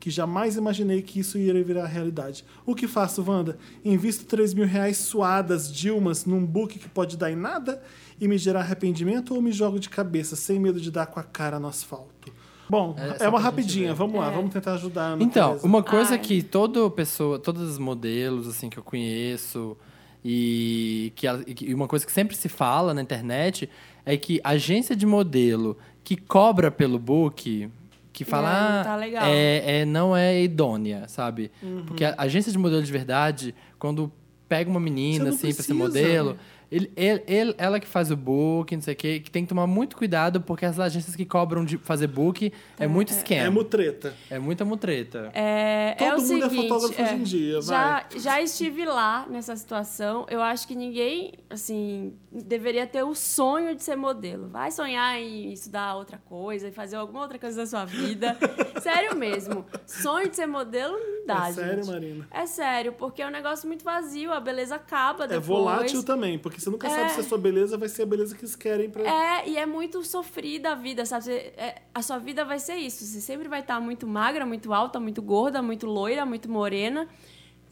B: Que jamais imaginei que isso iria virar realidade. O que faço, Wanda? Invisto 3 mil reais suadas, Dilmas, num book que pode dar em nada e me gerar arrependimento ou me jogo de cabeça, sem medo de dar com a cara no asfalto? Bom, é, uma rapidinha, vamos
C: É.
B: lá, vamos tentar ajudar. a Ana
A: Então,
B: Teresa.
A: uma coisa
C: Ai.
A: que toda pessoa, todos os modelos assim que eu conheço e que a- e que- e uma coisa que sempre se fala na internet é que agência de modelo que cobra pelo book que
C: É,
A: fala
C: não tá
A: "Ah,
C: legal." Uhum.
A: É, é- não é idônea, sabe? Porque a agência de modelo de verdade, quando pega uma
B: Você
A: menina
B: não
A: assim para ser
B: precisa.
A: modelo, ele, ele- ele- ela que faz o book, não sei o quê, que tem que tomar muito cuidado porque as agências que cobram de fazer book é, muito esquema.
B: é mutreta.
A: É muita mutreta.
C: É,
B: Todo
C: é o
B: mundo é
C: seguinte, é,
B: fotógrafo hoje em dia,
C: já, já estive lá nessa situação. Eu acho que ninguém, assim, deveria ter o sonho de ser modelo. Vai sonhar em estudar outra coisa, em fazer alguma outra coisa da sua vida. sério mesmo. Sonho de ser modelo não dá,
B: é sério,
C: gente.
B: Marina.
C: É sério, porque é um negócio muito vazio, a beleza acaba
B: É
C: depois.
B: volátil também, porque você nunca sabe
C: É.
B: se a sua beleza vai ser a beleza que eles querem pra.
C: É, e é muito sofrida a vida, sabe? Você- é, a sua vida vai ser isso. Você sempre vai estar muito magra, muito alta, muito gorda, muito loira, muito morena.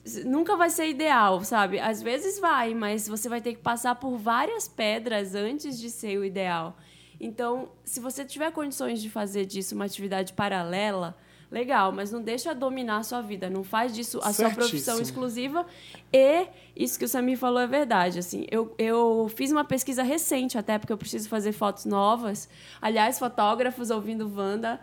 C: S- Nunca vai ser ideal, sabe? Às vezes vai, mas você vai ter que passar por várias pedras antes de ser o ideal. Então, se você tiver condições de fazer disso uma atividade paralela, legal, mas não deixa dominar a sua vida. Não faz disso a sua profissão
B: Certíssimo.
C: exclusiva. E isso que o Samir falou é verdade. Assim, eu, eu fiz uma pesquisa recente, até porque eu preciso fazer fotos novas. Aliás, fotógrafos ouvindo Wanda.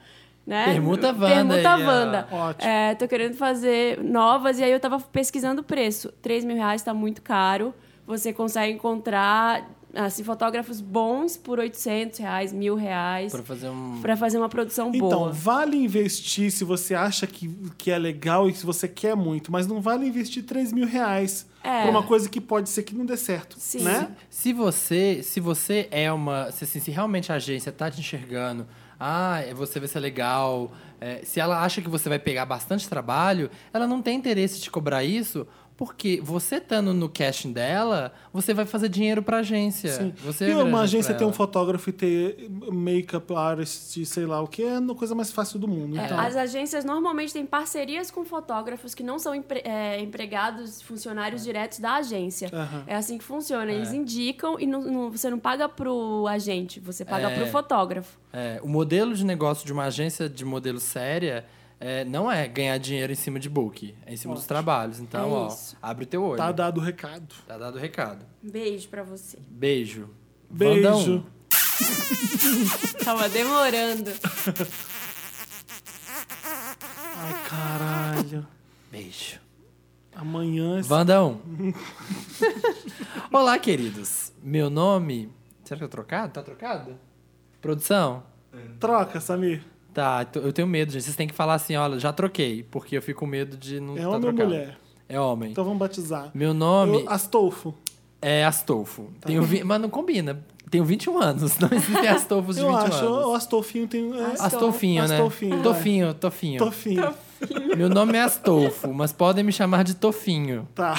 C: Né?
A: Permuta Wanda
C: Permuta
A: aí, ó.
C: Wanda.
B: Ótimo.
C: É, tô querendo fazer novas e aí eu tava pesquisando o preço. 3 mil reais tá muito caro. Você consegue encontrar assim, fotógrafos bons por 800 reais, mil reais.
A: Pra fazer um.
C: Pra fazer uma produção
B: Então,
C: boa.
B: vale investir se você acha que, que é legal e se você quer muito, mas não vale investir 3 mil reais
C: É.
B: pra uma coisa que pode ser que não dê certo.
C: Sim.
B: Né?
A: Se você, se você é uma. Se, assim, se realmente a agência tá te enxergando, ah, você vai ser legal. é, se ela acha que você vai pegar bastante trabalho, ela não tem interesse de cobrar isso, porque você estando no casting dela, você vai fazer dinheiro pra agência.
C: É,
B: Sim.
A: Você
B: e
A: vira
B: uma
A: pra
B: agência
A: ela.
B: ter um fotógrafo e ter make-up artist, sei lá o que, é a coisa mais fácil do mundo.
C: É,
B: Então,
C: As agências normalmente têm parcerias com fotógrafos que não são empre- é, empregados, funcionários
A: É.
C: diretos da agência.
B: Aham.
C: É assim que funciona. Eles indicam e não- não- você não paga pro agente, você paga pro fotógrafo.
A: É, o modelo de negócio de uma agência de modelo séria é, não é ganhar dinheiro em cima de book, é em cima dos trabalhos. Então,
C: É
A: ó,
C: isso.
A: abre o teu olho.
B: tá dado o recado.
A: Tá dado o recado.
C: Um Beijo pra você.
A: Beijo.
B: Beijo.
A: Vandão.
C: Tava demorando.
B: Ai, caralho.
A: Beijo.
B: Amanhã. é
A: Vandão. um. Olá, queridos. Meu nome. Será que tá trocado? Tá trocado? Produção?
B: Troca, Samir.
A: Tá, t- eu tenho medo, gente. Vocês têm que falar assim: olha, já troquei, porque eu fico com medo de não
B: É
A: tá
B: homem ou
A: trocado.
B: mulher?
A: É homem.
B: Então vamos batizar.
A: Meu nome
B: Eu- Tá. Astolfo.
A: é Astolfo. Tenho vi- Mas não combina. Tenho 21 anos. Não existem Astolfos de
B: Eu
A: 21
B: acho, o
A: anos.
B: Astolfinho tem. É,
A: Astolfinho, né?
B: Astolfinho, é.
A: Tofinho, Tofinho.
B: Tofinho.
A: Meu nome é Astolfo, mas podem me chamar de Tofinho.
B: Tá.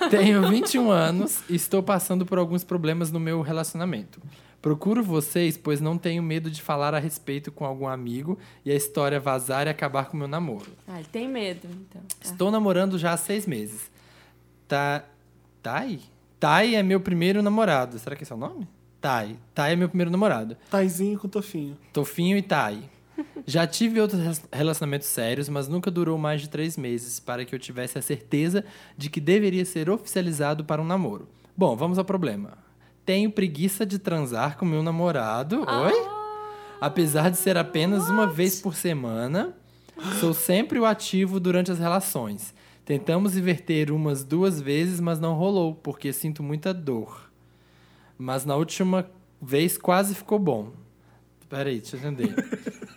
A: um Tenho 21 anos e estou passando por alguns problemas no meu relacionamento. Procuro vocês, pois não tenho medo de falar a respeito com algum amigo e a história vazar e acabar com meu namoro.
C: Ah, ele tem medo, então. Ah.
A: Estou namorando já há seis meses. Ta... Tai? Tai é meu primeiro namorado. Será que esse é o nome? Tai. Tai é meu primeiro namorado.
B: Taizinho com Tofinho.
A: Tofinho e Tai. Já tive outros res- relacionamentos sérios, mas nunca durou mais de três meses para que eu tivesse a certeza de que deveria ser oficializado para um namoro. Bom, vamos ao problema. Tenho preguiça de transar com meu namorado. Oi? Apesar de ser apenas uma vez por semana, sou sempre o ativo durante as relações. Tentamos inverter umas duas vezes, mas não rolou, porque sinto muita dor. Mas na última vez quase ficou bom. Peraí, deixa eu entender.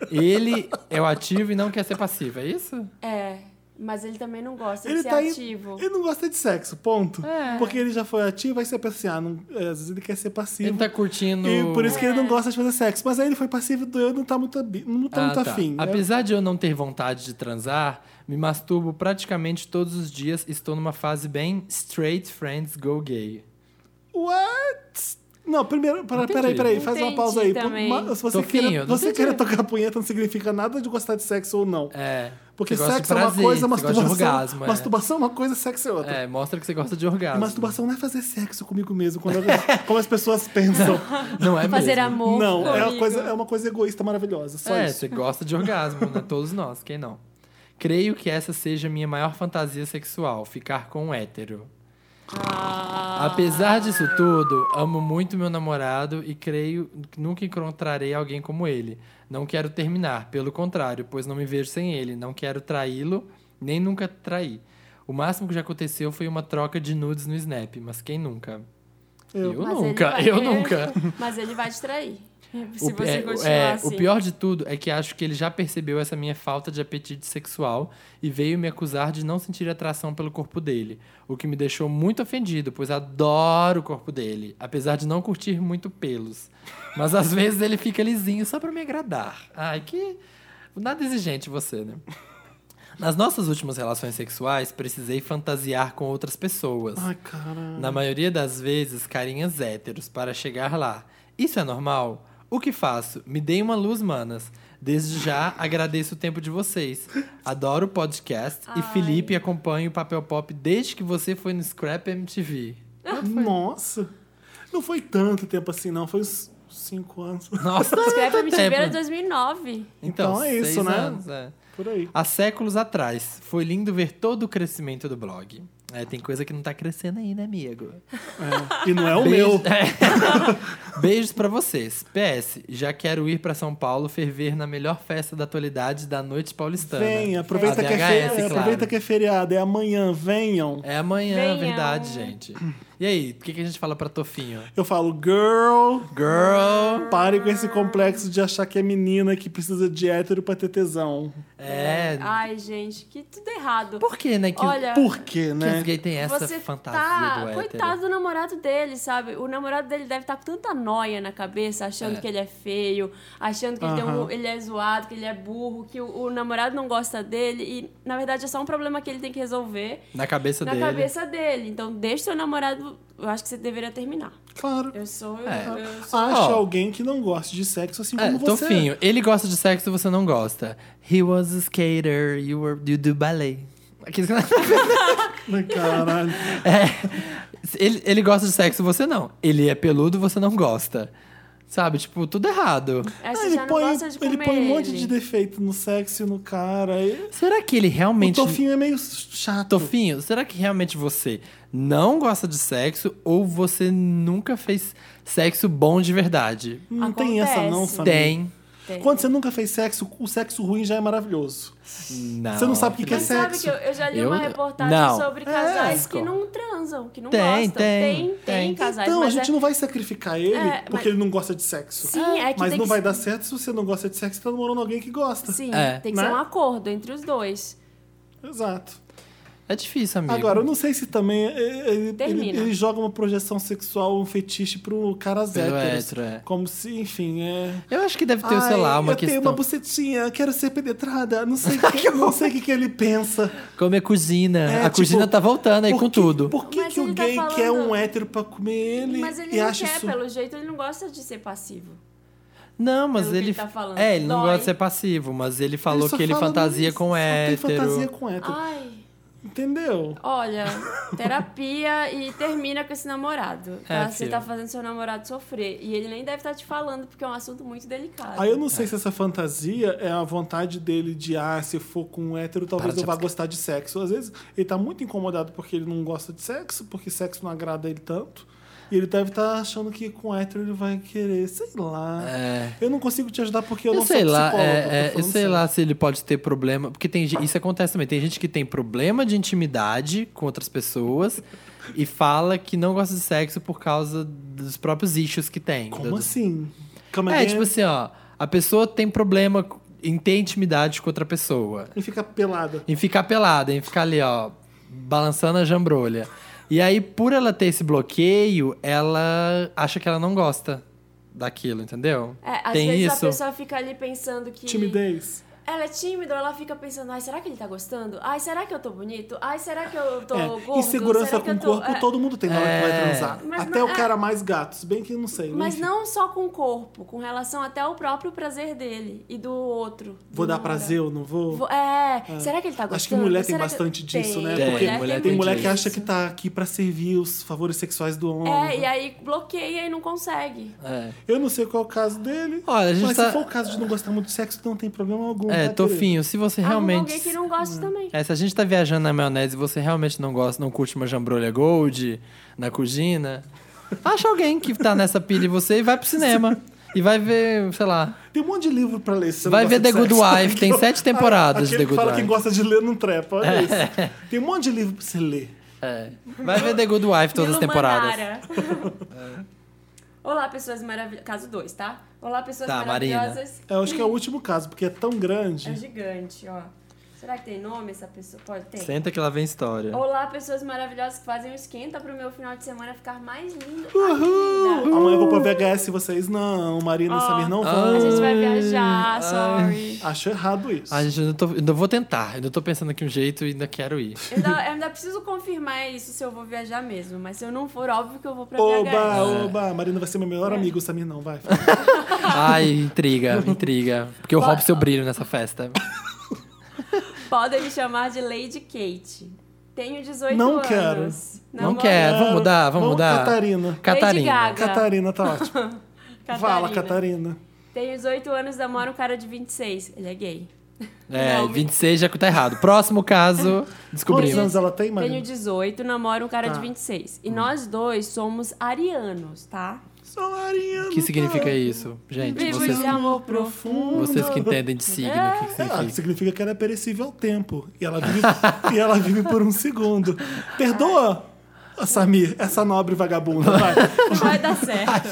A: Ele é o ativo e não quer ser passivo, é isso?
C: É, mas ele também não gosta de
B: Ele
C: ser
B: tá aí-
C: ativo.
B: Ele não gosta de sexo, ponto.
C: É.
B: Porque ele já foi ativo, aí você pensa assim, ah, não- é, às vezes ele quer ser passivo.
A: Ele tá curtindo.
B: E por isso que ele
C: É.
B: não gosta de fazer sexo. Mas aí ele foi passivo e doeu, não tá muito, abi- não tá
A: Ah,
B: muito
A: tá.
B: afim. né?
A: Apesar de eu não ter vontade de transar, me masturbo praticamente todos os dias. Estou numa fase bem straight friends go gay.
B: What? Não, primeiro, pera-
A: Entendi.
B: peraí, peraí, faz uma
C: Entendi
B: pausa aí.
C: também.
B: Ma- Se você,
A: Tofinho,
B: queira,
A: não
B: você
A: entendi.
B: queira tocar punheta, não significa nada de gostar de sexo ou não.
A: É.
B: Porque
A: você gosta de
B: sexo é uma
A: prazer,
B: coisa,
A: você gosta
B: masturbação.
A: de orgasmo, é.
B: masturbação é uma coisa, sexo é outra.
A: É, mostra que você gosta de
B: E
A: orgasmo.
B: masturbação não é fazer sexo comigo mesmo, quando eu- como as pessoas pensam.
A: Não é
C: Fazer
A: mesmo.
C: amor.
B: não, é uma,
C: comigo.
B: coisa, é uma coisa egoísta maravilhosa, só
A: é,
B: isso.
A: você gosta de orgasmo, né? Todos nós, quem não? Creio que essa seja a minha maior fantasia sexual, ficar com um hétero.
C: Ah.
A: Apesar disso tudo, amo muito meu namorado e creio que nunca encontrarei alguém como ele. Não quero terminar, pelo contrário, pois não me vejo sem ele. Não quero traí-lo, nem nunca traí. O máximo que já aconteceu foi uma troca de nudes no Snap, mas quem nunca? Eu,
C: Mas ele
A: nunca,
C: vai-
A: eu nunca.
C: Mas ele vai te trair. Se
A: O pi-
C: você
A: é,
C: continuar
A: é,
C: assim.
A: O pior de tudo é que acho que ele já percebeu essa minha falta de apetite sexual e veio me acusar de não sentir atração pelo corpo dele, o que me deixou muito ofendido, pois adoro o corpo dele, apesar de não curtir muito pelos. Mas às vezes ele fica lisinho só pra me agradar. Ai, que nada exigente você, né? Nas nossas últimas relações sexuais, precisei fantasiar com outras pessoas.
B: Ai, caralho.
A: Na maioria das vezes, carinhas héteros para chegar lá. Isso é normal? O que faço? Me deem uma luz, manas. Desde já, agradeço o tempo de vocês. Adoro o podcast e Felipe acompanha o Papel Pop desde que você foi no Scrap MTV.
B: Nossa. Não foi tanto tempo assim, não. Foi uns cinco anos.
A: Nossa,
C: Escreve pra
A: muito
C: mim
A: tempo.
C: de 2009.
A: Então,
B: Então é isso,
A: seis
B: né?
A: anos, é.
B: Por aí.
A: Há séculos atrás, foi lindo ver todo o crescimento do blog. É, tem coisa que não tá crescendo aí, né, amigo?
B: E não é o
A: Beijo-
B: meu.
A: É. Beijos pra vocês. PS, já quero ir pra São Paulo ferver na melhor festa da atualidade da noite paulistana.
B: Vem, aproveita,
A: então, né? A
B: que é,
A: VHS,
B: feri-
A: claro.
B: aproveita que é feriado. É amanhã, venham.
A: É amanhã,
C: Venham.
A: verdade, gente. E aí, o que, que a gente fala pra Tofinho?
B: Eu falo, girl,
A: Girl!
B: pare com esse complexo de achar que é menina que precisa de hétero pra ter tesão.
A: É.
C: Ai, gente, que tudo errado.
A: Por que, né? Que,
C: Ah. Olha,
B: Por quê,
A: que
B: né?
A: os gays têm essa
C: você
A: fantasia
C: tá...
A: do hétero?
C: Coitado do namorado dele, sabe? O namorado dele deve estar com tanta noia na cabeça, achando
A: É.
C: que ele é feio, achando que ele, tem um-
B: Aham.
C: ele é zoado, que ele é burro, que o, o namorado não gosta dele. E, na verdade, é só um problema que ele tem que resolver
A: Na cabeça
C: na
A: dele.
C: cabeça dele. Então, deixa o seu namorado... Eu acho que você deveria terminar.
B: Claro.
C: Eu sou... eu-
A: É.
C: eu sou
B: Acha
A: Ó.
B: alguém que não goste de sexo assim
A: É,
B: como você.
A: Tofinho, ele gosta de sexo e você não gosta. He was a skater, you, were, you do ballet. Aqueles que-
B: Ai, Caralho.
A: É. Ele, ele gosta de sexo, você não. Ele é peludo, você não gosta. Sabe, tipo, tudo errado.
C: É, você já
B: ele,
C: não
B: põe,
C: gosta de
B: ele
C: comer
B: põe um monte de
C: ele.
B: defeito no sexo e no cara. aí-
A: Será que ele
B: O
A: realmente.
B: Tofinho é meio chato.
A: Tofinho, será que realmente você não gosta de sexo ou você nunca fez sexo bom de verdade?
B: Não tem essa, não,
C: Acontece.
B: Samir.
A: Tem.
C: Tem.
B: Quando você nunca fez sexo, o sexo ruim já é maravilhoso.
A: Não.
B: Você não sabe o que que é
C: Mas sabe
B: sexo.
C: que eu, eu já li
A: Eu-
C: uma reportagem
A: não.
C: sobre
A: É.
C: casais que não transam, que não
A: Tem,
C: gostam.
A: tem,
C: tem,
A: tem.
C: casais,
B: Então, a
C: mas
B: gente
C: é...
B: não vai sacrificar ele
C: É,
B: porque
C: mas-
B: ele não gosta de sexo.
C: Sim, é que
B: mas
C: tem
B: não
C: que
B: vai
C: ser-
B: dar certo se você não gosta de sexo e tá namorando alguém que gosta.
C: Sim,
A: É.
C: tem que
B: Né?
C: ser um acordo entre os dois.
B: Exato.
A: É difícil, amigo.
B: Agora, eu não sei se também é, é, ele,
C: Termina.
B: ele joga uma projeção sexual, um fetiche pro caras
A: Pelo
B: héteros.
A: hétero, é.
B: Como se, enfim, é...
A: Eu acho que deve ter, sei
B: Ai,
A: lá, uma
B: eu
A: questão.
B: tenho uma bucetinha, quero ser penetrada. Não sei o que, não sei o que, que ele pensa.
A: Comer cozinha.
B: É,
A: a
B: tipo,
A: cozinha tá voltando aí
B: por
A: com
B: que-
A: tudo.
B: Por que,
C: Mas
B: que o
C: ele tá
B: gay quer
C: falando-
B: um hétero pra comer ele
C: Mas ele
B: e
C: não
B: acha
C: quer,
B: isso...
C: pelo jeito, ele não gosta de ser passivo.
A: Não, mas
C: Pelo que
A: ele.
C: ele tá falando.
A: é, ele não
C: Dói.
A: gosta de ser passivo, mas ele falou
B: só
A: que ele
B: fala
A: fantasia
B: nisso,
A: com
B: só tem
A: hétero.
B: fantasia com hétero.
C: Ai,
B: Entendeu?
C: olha, terapia e termina com esse namorado.
A: É,
C: tá? Você
A: filho.
C: tá fazendo seu namorado sofrer. E ele nem deve estar te falando, porque é um assunto muito delicado.
B: Aí eu não sei se essa fantasia é a vontade dele de, ah, se eu for com um hétero, talvez
A: Para de
B: eu vá
A: buscar.
B: gostar de sexo. Às vezes ele tá muito incomodado porque ele não gosta de sexo, porque sexo não agrada ele tanto. E ele deve estar achando que com hétero ele vai querer, sei lá.
A: É.
B: Eu não consigo te ajudar porque eu,
A: Eu,
B: não
A: sei
B: sou
A: lá,
B: psicóloga.
A: é,
B: tô
A: é, eu
B: falando
A: sei
B: sério.
A: lá se ele pode ter problema. Porque tem, ge- isso acontece também. Tem gente que tem problema de intimidade com outras pessoas e fala que não gosta de sexo por causa dos próprios issues que tem.
B: Como
A: Do- do-
B: assim? Calma
A: É,
B: aí.
A: tipo assim, ó. A pessoa tem problema em ter intimidade com outra pessoa.
B: E fica pelada.
A: Em ficar pelada, em ficar ali, ó, balançando a jambrolha. E aí, por ela ter esse bloqueio, ela acha que ela não gosta daquilo, entendeu?
C: É, às
A: Tem
C: vezes
A: isso.
C: a pessoa fica ali pensando que.
B: Timidez.
C: Ela é tímida, ela fica pensando, ai, será que ele tá gostando? Ai, será que eu tô bonito? Ai, será que eu tô
B: É,
C: gordo?
B: insegurança
C: será que
B: com
C: eu
B: o
C: tô...
B: corpo
C: É,
B: todo mundo tem na hora que vai
A: É.
B: transar.
C: Mas
B: Até
C: não-
B: o
C: é.
B: cara mais gato, se bem que não sei.
C: Mas
B: enfim.
C: não só com o corpo, com relação até ao próprio prazer dele e do outro.
B: Vou
C: do
B: dar
C: namorado.
B: prazer ou não vou?
C: Vou- É, será que ele tá gostando?
B: Acho que mulher tem
C: Será que-
B: bastante disso,
C: Tem,
B: né?
A: Tem,
B: Porque
A: mulher
B: tem
A: tem
B: mulher que
A: disso.
B: acha que né? tá aqui pra servir os favores sexuais do homem.
C: É, e aí bloqueia e não consegue.
A: É.
B: Eu não sei qual é o caso dele,
A: Olha, a gente
B: mas se
A: tá-
B: for o caso de não gostar muito de sexo, não tem problema algum.
A: É,
B: tá, querido?
A: Tofinho, se você
C: Arruma
A: realmente.
C: alguém que não gosta também.
A: É, se a gente tá viajando na maionese e você realmente não gosta, não curte uma jambrolha gold na cugina, acha alguém que tá nessa pilha e você e vai pro cinema. E vai ver, sei lá.
B: Tem um monte de livro pra ler. se você
A: Vai
B: não gosta
A: ver The
B: de
A: Good
B: sexo.
A: Wife, tem sete temporadas de The
B: Aquele que
A: Good
B: fala
A: Wife.
B: que gosta de ler não trepa, olha isso. Tem um monte de livro pra você ler.
A: É. Vai ver The Good Wife todas as
C: Milo
A: temporadas.
C: Manara. Olá, pessoas maravilhosas. Caso 2, tá? Olá, pessoas
A: Tá, Marina.
C: maravilhosas.
B: É, Eu acho que é o último caso, porque é tão grande.
C: É gigante, ó. Será que tem nome essa pessoa? Pode ter.
A: Senta que lá vem história.
C: Olá, pessoas maravilhosas que fazem o esquenta pro meu final de semana ficar mais lindo ainda.
B: Amanhã eu vou
A: Uh.
B: pra VHS e vocês não, Marina e
C: Ó.
B: Samir
A: Ah.
B: não
C: A
B: vão.
C: gente vai
B: Ah.
C: viajar, sorry.
B: Acho errado isso.
A: Ai, Ah. gente, eu ainda, tô, ainda vou tentar. Ainda tô pensando aqui um jeito e ainda quero ir.
C: Eu ainda, eu ainda preciso confirmar isso se eu vou viajar mesmo. Mas se eu não for, óbvio que eu vou pra
B: Oba,
A: É.
C: VHS.
B: oba, Marina vai ser meu
C: É.
B: melhor amigo, Samir não, vai.
A: Ai, intriga, intriga. Porque eu
C: Bora.
A: roubo seu brilho nessa festa.
C: Podem me chamar de Lady Kate. Tenho 18
B: Não
C: anos.
B: quero.
A: Não
C: Namoro-
A: quero. É, vamos mudar, vamos mudar.
B: Catarina.
A: Catarina.
C: Gaga.
B: Catarina tá ótimo. Fala, Catarina.
C: Tenho 18 anos, namoro um cara de 26. Ele é gay.
A: É,
C: Não, me-
A: 26 já tá errado. Próximo caso,
B: Quantos
A: descobrimos.
B: anos ela tem,
C: Tenho
B: Marina?
C: 18, namoro um cara
B: Tá.
C: de 26. E nós dois somos arianos, tá?
B: Sou ariano.
A: O que significa isso? Gente,
C: Vivo
A: vocês,
C: de amor profundo.
A: vocês que entendem de signo, o que, que
B: Ah,
A: significa?
B: significa que ela é perecível ao tempo. E ela vive, e ela vive por um segundo. Perdoa, Samir, essa nobre vagabunda. Vai.
C: Vai dar certo.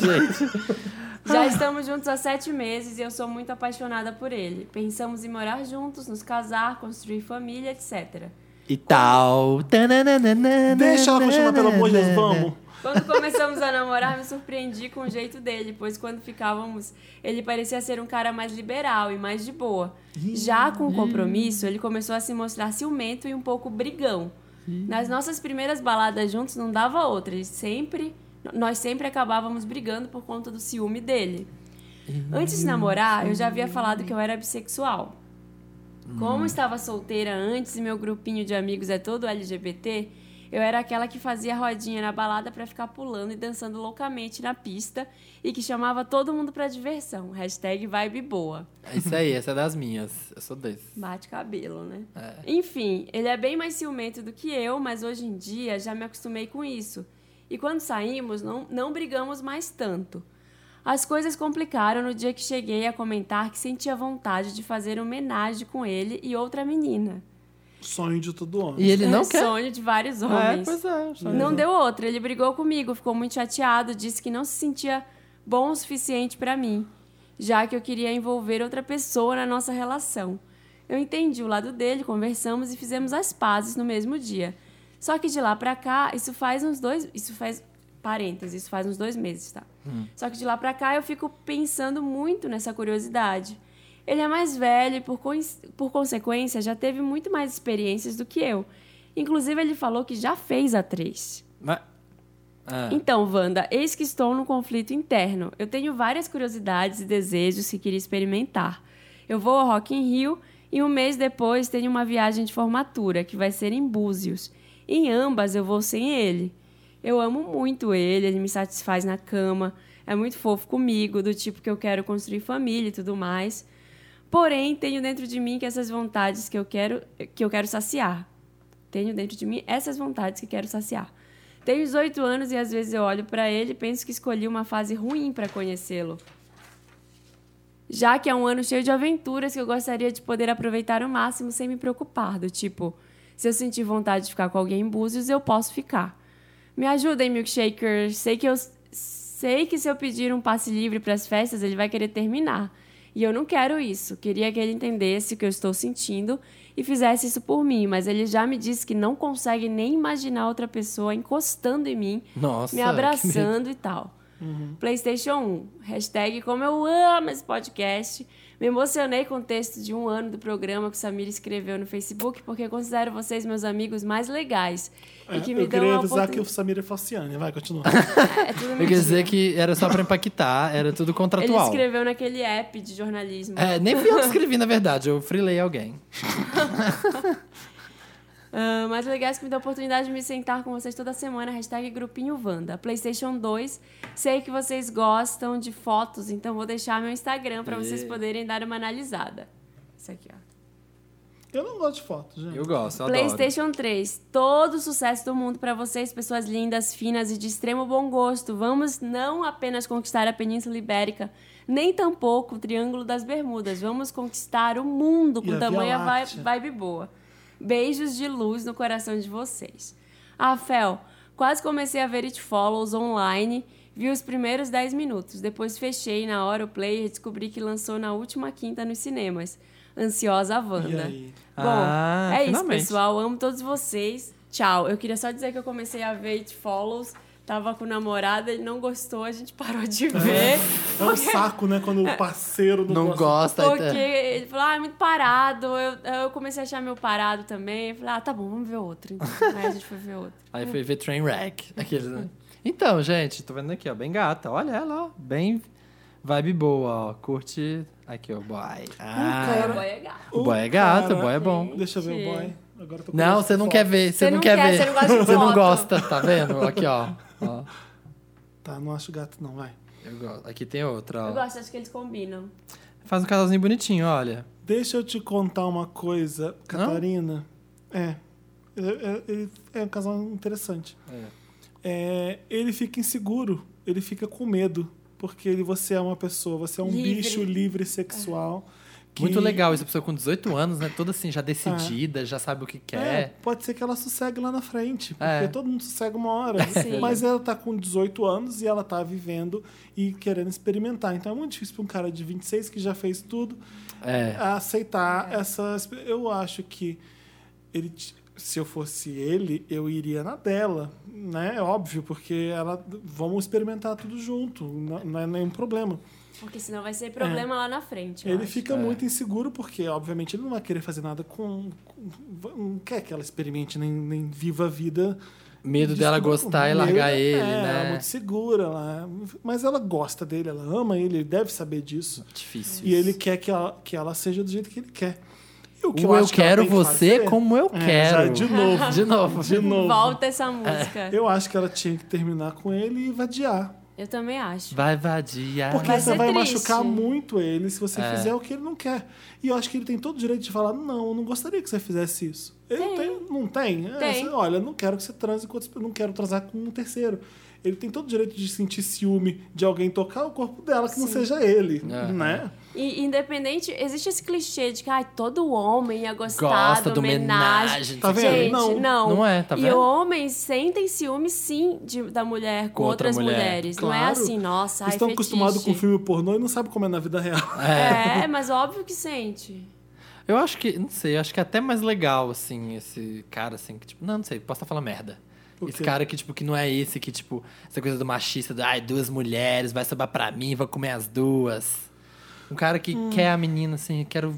C: Já estamos juntos há sete meses e eu sou muito apaixonada por ele. Pensamos em morar juntos, nos casar, construir família, etc.
A: E tal. Tananana,
B: Deixa ela continuar, pelo amor de Deus, vamos.
C: Quando começamos a namorar, me surpreendi com o jeito dele, pois quando ficávamos, ele parecia ser um cara mais liberal e mais de boa. Já com o compromisso, ele começou a se mostrar ciumento e um pouco brigão. Nas nossas primeiras baladas juntos, não dava outra. Ele sempre, nós sempre acabávamos brigando por conta do ciúme dele. Antes de namorar, eu já havia falado que eu era bissexual. Como estava solteira antes e meu grupinho de amigos é todo LGBT, eu era aquela que fazia rodinha na balada pra ficar pulando e dançando loucamente na pista e que chamava todo mundo pra diversão. Hashtag vibe boa.
A: É Isso aí, essa é das minhas. Eu sou desse.
C: Bate cabelo, né? Enfim, ele é bem mais ciumento do que eu, mas hoje em dia já me acostumei com isso. E quando saímos, não, não brigamos mais tanto. As coisas complicaram no dia que cheguei a comentar que sentia vontade de fazer homenagem com ele e outra menina.
B: Sonho de todo homem.
A: E ele não
C: É um
A: quer.
C: sonho de vários
A: É,
C: homens.
A: pois é. só-
C: não deu outra. Ele brigou comigo, ficou muito chateado, disse que não se sentia bom o suficiente pra mim, já que eu queria envolver outra pessoa na nossa relação. Eu entendi o lado dele, conversamos e fizemos as pazes no mesmo dia. Só que de lá pra cá, isso faz uns dois. Isso faz. Parênteses, isso faz uns dois meses, tá? Só que de lá pra cá eu fico pensando muito nessa curiosidade. Ele é mais velho e, por, coinc- por consequência, já teve muito mais experiências do que eu. Inclusive, ele falou que já fez a três.
A: Mas- Ah.
C: Então, Wanda, eis que estou num conflito interno. Eu tenho várias curiosidades e desejos que queria experimentar. Eu vou ao Rock in Rio e um mês depois tenho uma viagem de formatura, que vai ser em Búzios. Em ambas eu vou sem ele. Eu amo muito ele, ele me satisfaz na cama, é muito fofo comigo, do tipo que eu quero construir família e tudo mais. Porém, tenho dentro de mim que essas vontades que eu quero, que eu quero saciar. Tenho dentro de mim essas vontades que quero saciar. Tenho 18 anos e às vezes eu olho pra ele e penso que escolhi uma fase ruim pra conhecê-lo. Já que é um ano cheio de aventuras que eu gostaria de poder aproveitar o máximo sem me preocupar, do tipo, se eu sentir vontade de ficar com alguém em Búzios, eu posso ficar. Me ajudem, milkshaker. Sei que eu sei que se eu pedir um passe livre pras festas, ele vai querer terminar. E eu não quero isso. Queria que ele entendesse o que eu estou sentindo e fizesse isso por mim, mas ele já me disse que não consegue nem imaginar outra pessoa encostando em mim
A: Nossa.
C: me
A: que medo.
C: abraçando e tal. PlayStation 1. Hashtag como eu amo esse podcast. Me emocionei com o texto de um ano do programa que o Samir escreveu no Facebook, porque considero vocês meus amigos mais legais. E que me
B: É, eu
C: dão
B: queria
C: a
B: avisar que o
C: oportunidade.
B: Samir é falciane. Vai, continua.
C: É tudo
A: Eu quis
C: mentira.
A: dizer que era só pra empaquitar, era tudo
C: Ele
A: contratual.
C: escreveu naquele app de jornalismo.
A: É, nem fui eu que escrevi, na verdade, eu freelei alguém.
C: Ah, mas legais que me deu a oportunidade de me sentar com vocês toda semana. Hashtag Grupinho Wanda. Playstation 2. Sei que vocês gostam de fotos, então vou deixar meu Instagram pra vocês poderem dar uma analisada. Isso aqui, ó.
B: Eu não gosto de foto, gente.
A: Eu gosto, eu adoro.
C: PlayStation 3. Todo o sucesso do mundo pra vocês, pessoas lindas, finas e de extremo bom gosto. Vamos não apenas conquistar a Península Ibérica, nem tampouco o Triângulo das Bermudas. Vamos conquistar o
B: E
C: mundo
B: a
C: com
B: Via
C: tamanha vi-
B: Láctea.
C: vibe boa. Beijos de luz no coração de vocês. Ah, Fel, quase comecei a ver It Follows online. Vi os primeiros 10 minutos, depois fechei na hora o player e descobri que lançou na última quinta nos cinemas. Ansiosa a Wanda.
A: né?
B: E aí?
C: Bom,
A: Ah,
C: é
A: finalmente.
C: isso, pessoal. Amo todos vocês. Tchau. Eu queria só dizer que eu comecei a ver It Follows. Tava com o namorado, ele não gostou, a gente parou de ver.
B: É um saco, né? Quando o parceiro não,
A: É. Não gosta,
C: Porque
A: então.
C: ele falou, ah, é muito parado. Eu, eu comecei a achar meu parado também. Eu falei, ah, tá bom, vamos ver outro. Então. Aí a gente foi ver outro.
A: Aí fui ver Trainwreck. Aqueles, né? Então, gente, tô vendo aqui, ó, bem gata. Olha ela, ó, bem vibe boa, ó. Curte. Aqui, ó, o
C: Um
A: boy. Ah,
C: Aí o boy é gato.
A: o boy é gato, o
B: cara-
A: boy é bom.
B: Deixa eu ver o boy. Agora eu tô com
A: Não,
B: gosto
A: você
B: de
A: não
B: foto.
A: quer ver, você não quer
C: Você
A: ver.
C: não gosta de
A: Você não
C: foto.
A: gosta, tá vendo? Aqui, ó. ó.
B: Tá, não acho gato, não, vai.
A: Eu gosto. Aqui tem outra,
C: Eu
A: ó.
C: gosto, acho que eles combinam.
A: Faz um casalzinho bonitinho, olha.
B: Deixa eu te contar uma coisa, Catarina. É. É, é- é um casal interessante. É, ele fica inseguro, ele fica com medo. Porque ele, você é uma pessoa, você é um
C: Livre.
B: bicho livre sexual. que-
A: Muito legal isso, a pessoa com 18 anos, né? Toda
C: Ah.
A: assim, já decidida, já sabe o que
B: É,
A: quer.
B: pode ser que ela sossegue lá na frente, porque
A: É.
B: todo mundo sossega uma hora.
C: Sim.
B: Mas ela tá com 18 anos e ela tá vivendo e querendo experimentar. Então é muito difícil pra um cara de 26 que já fez tudo
A: É.
B: a aceitar essa. Eu acho que ele. t- Se eu fosse ele, eu iria na dela, né? É óbvio, porque ela. Vamos experimentar tudo junto, não, não é nenhum problema.
C: Porque senão vai ser problema lá na frente. eu
B: Ele
C: acho.
B: fica
A: é.
B: muito inseguro, porque, obviamente, ele não vai querer fazer nada com. com- não quer que ela experimente, nem, nem viva a vida.
A: Medo dela
B: Desculpa,
A: gostar e
B: medo-
A: largar ele,
B: é, Ela é
A: né?
B: muito segura, ela, é, mas ela gosta dele, ela ama ele, ele deve saber disso.
A: Difícil.
B: E
A: isso.
B: ele quer que ela, que ela seja do jeito que ele quer. E o
A: O eu,
B: acho que ela
A: quero
B: tem que
A: você
B: fazer-
A: como eu
B: É, já
A: quero.
B: de novo.
A: De novo.
B: De novo.
C: Volta essa música. Eu,
B: Eu acho que ela tinha que terminar com ele e vadiar.
C: também acho.
A: Vai vadiar.
B: Porque
C: Vai
B: você
C: ser
B: vai
C: é triste.
B: machucar muito ele se você
A: É.
B: fizer o que ele não quer. E eu acho que ele tem todo o direito de falar: não, eu não gostaria que você fizesse isso. Ele
C: Tem.
B: tem, não tem? É,
C: Tem.
B: você, Olha, eu não quero que você transe enquanto eu não quero transar com um terceiro. Ele tem todo o direito de sentir ciúme de alguém tocar o corpo dela que não seja ele,
A: É.
B: né?
C: E independente, existe esse clichê de que ai, todo homem ia gostar
A: Gosta
C: do
A: do
C: homenagem.
A: homenagem.
B: Tá vendo?
C: Gente,
B: Não.
C: não.
A: Não é, tá
C: E
A: vendo?
C: homens sentem ciúme, sim, de- da mulher
A: Com
C: com,
A: outra
C: outras
A: mulher.
C: mulheres. Não é
B: Claro.
C: assim, nossa, ai,
B: Estão acostumados com
C: fetiche.
A: É.
B: filme pornô e não sabem como é na vida real.
C: É, mas óbvio que sente.
A: Eu acho que, não sei, eu acho que é até mais legal, assim, esse cara, assim, que, tipo, não, não sei, posso estar falando merda.
B: Por
A: Esse
B: quê?
A: cara que, tipo, que não é esse, que, tipo, essa coisa do machista, do, ai, duas mulheres, vai sobrar pra mim, vou comer as duas. Um cara que quer a menina, assim, eu quero,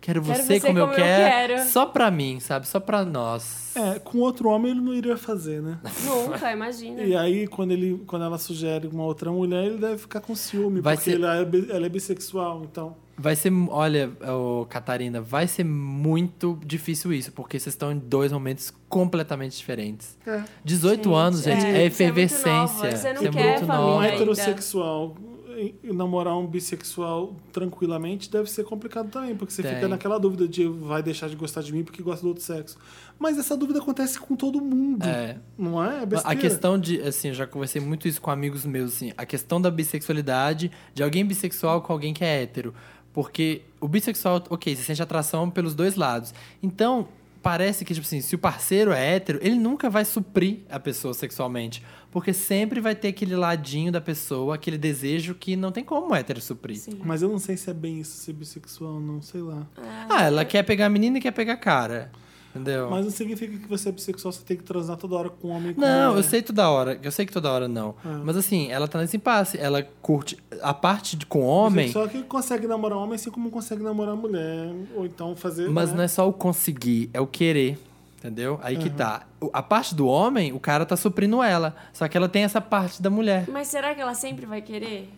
A: quero, você como, eu, quero, só pra mim, sabe? Só pra nós.
B: É, com outro homem ele não iria fazer, né?
C: Nunca, imagina.
B: E é aí, quando, ele, quando ela sugere uma outra mulher, ele deve ficar com ciúme,
A: Vai
B: porque
A: ser-
B: ele é bi- ela é bissexual, então.
A: Vai ser, olha, ô, Catarina, vai ser muito difícil isso, porque vocês estão em dois momentos completamente diferentes.
B: É.
A: 18 anos, gente, é,
C: é, você é muito
A: efervescência.
C: nova, você não
A: Você é
C: quer
A: muito
B: Um
C: família.
A: nova.
C: ainda.
B: heterossexual e- e namorar um bissexual tranquilamente deve ser complicado também, porque você
A: Tem.
B: fica naquela dúvida de vai deixar de gostar de mim porque gosta do outro sexo. Mas essa dúvida acontece com todo mundo,
A: É.
B: não é? É
A: A
B: besteira.
A: questão de, assim, eu já conversei muito isso com amigos meus, assim, a questão da bissexualidade, de alguém bissexual com alguém que é hétero. Porque o bissexual, ok, você sente atração pelos dois lados. Então, parece que, tipo assim, se o parceiro é hétero, ele nunca vai suprir a pessoa sexualmente. Porque sempre vai ter aquele ladinho da pessoa, aquele desejo que não tem como o hétero suprir.
B: Mas eu não sei se é bem isso ser bissexual, não, sei lá.
A: Ah, ela quer pegar a menina e quer pegar a cara. Entendeu?
B: Mas não significa que você é bissexual, você tem que transar toda hora com um homem e com
A: Não, eu
B: mulher.
A: sei toda hora. Eu sei que toda hora não. Mas assim, ela tá nesse impasse. Ela curte a parte de, com é homem,
B: Só é que consegue namorar homem assim como consegue namorar mulher. Ou então fazer.
A: mas
B: né?
A: não é só o conseguir, é o querer. Entendeu? Aí que tá. O- A parte do homem, o cara tá suprindo ela. Só que ela tem essa parte da mulher.
C: Mas será que ela sempre vai querer?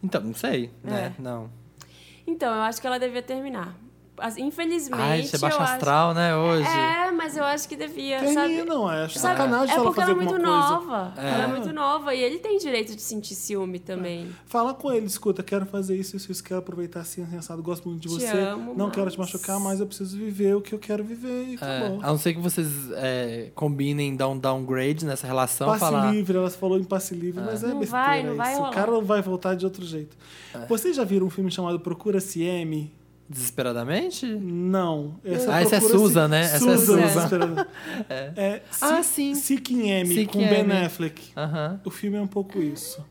A: Então, não sei, né? Não.
C: Então, eu acho que ela devia terminar. As- Infelizmente,
A: Ai, você é baixo
C: eu acho-
A: astral, né, hoje?
C: É, mas eu acho que devia,
B: Termina,
C: sabe?
B: não, é
C: Sabe,
B: sacanagem
C: é
B: ela
C: porque
B: fazer
C: ela é
B: alguma
C: muito
B: coisa.
C: nova. Ela é muito nova e ele tem direito de sentir ciúme também.
B: Fala com ele, escuta, quero fazer isso, isso, isso, quero aproveitar assim, assado, gosto muito de
C: Te
B: você.
C: amo,
B: não quero te
C: mas-
B: machucar, mas eu preciso viver o que eu quero viver e
A: É,
B: acabou.
A: a não ser que vocês é, combinem dar um downgrade nessa relação.
B: Passe
A: falar,
B: livre, ela falou em passe livre, mas é
C: Não
B: besteira
C: vai, não
B: isso.
C: vai rolar.
B: O cara não vai voltar de outro jeito.
A: É.
B: Vocês já viram um filme chamado Procura-se M?
A: desesperadamente?
B: Não.
A: Ah, essa é
B: Procura-se-
A: Susan, né? Essa é
B: Susan.
C: Susan.
B: desesperada. É,
A: Ah,
B: Se-
A: sim.
B: Seeking M, com
A: Seeking
B: Ben
A: M. Ah.
B: Affleck.
A: Aham.
B: O filme é um pouco isso.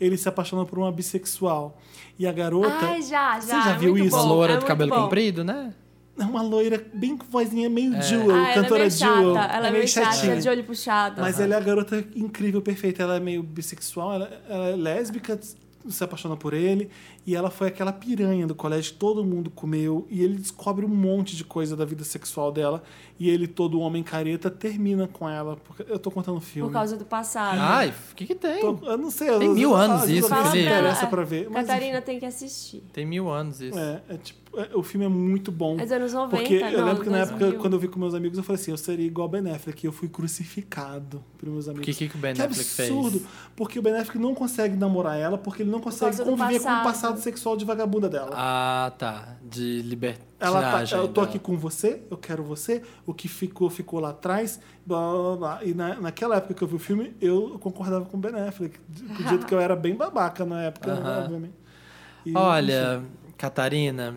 B: Ele se apaixona por uma bissexual. E a garota
C: Ai, já, já.
B: Você já
C: é
B: viu
C: muito
B: isso?
A: Uma
C: bom,
A: loura
C: é
A: de
C: muito
A: cabelo
C: bom.
A: comprido, né?
B: é uma loira bem com vozinha meio
C: Ah,
B: Jewel,
C: ela
B: cantora
C: é meio chata.
B: Jewel.
C: Ela é meio chata, de olho puxado.
B: Mas ela é a garota incrível, perfeita. Ela é meio bissexual, ela, ela é lésbica, se apaixona por ele. E ela foi aquela piranha do colégio que todo mundo comeu. E ele descobre um monte de coisa da vida sexual dela. E ele, todo homem careta, termina com ela. Porque eu tô contando o filme.
C: Por causa do passado.
A: Ai, o que que tem?
B: Tô- eu não sei.
A: Tem mil
B: às vezes-
A: anos
B: às vezes
A: isso,
B: alguém se
A: Felipe.
B: interessa pra ver. Mas,
C: Catarina tem que assistir.
A: Tem mil anos isso.
B: É, é tipo, é, o filme é muito bom.
C: É dos anos 90,
B: Porque eu
C: não,
B: lembro que na
C: 2000.
B: época, quando eu vi com meus amigos, eu falei assim, eu seria igual Ben Affleck, e eu fui crucificado pelos meus amigos.
A: Que- que que o Ben Affleck fez?
B: absurdo, porque o Ben Affleck não consegue namorar ela, porque ele não consegue
C: causa do
B: conviver com o
C: passado.
B: passado sexual de vagabunda dela.
A: Ah, né? tá. De
B: Ela tá,
A: libertinagem.
B: eu tô
A: da-
B: aqui com você, eu quero você, o que ficou, ficou lá atrás, blá blá blá, blá. E na, naquela época que eu vi o filme, eu concordava com o Ben Affleck, do jeito que eu era bem babaca na época, né,
A: Aham.
B: obviamente. E-
A: Olha, Catarina,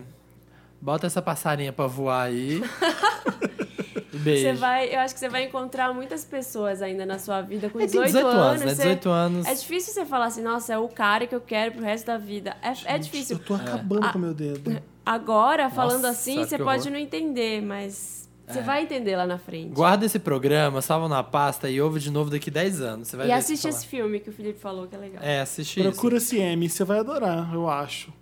A: bota essa passarinha pra voar aí. E
C: Você
A: Beijo.
C: vai, eu acho que você vai encontrar muitas pessoas ainda na sua vida com
A: É, tem
C: 18,
A: 18 anos,
C: anos.
A: né?
C: você-
A: 18 anos.
C: É difícil você falar assim, nossa, é o cara que eu quero pro resto da vida. É, é difícil. É. Ah.
B: Eu tô acabando com o meu dedo.
C: Agora, falando
A: Nossa,
C: assim,
A: que
C: você
A: horror. É.
C: pode não entender, mas você vai entender lá na frente.
A: Guarda esse programa, salva na pasta e ouve de novo daqui 10 anos. Você vai
C: e
A: ver o que
C: assiste
A: falar.
C: esse filme que o Felipe falou, que é legal.
A: É, assiste
B: Procura-se M, você vai adorar, eu acho.
A: isso.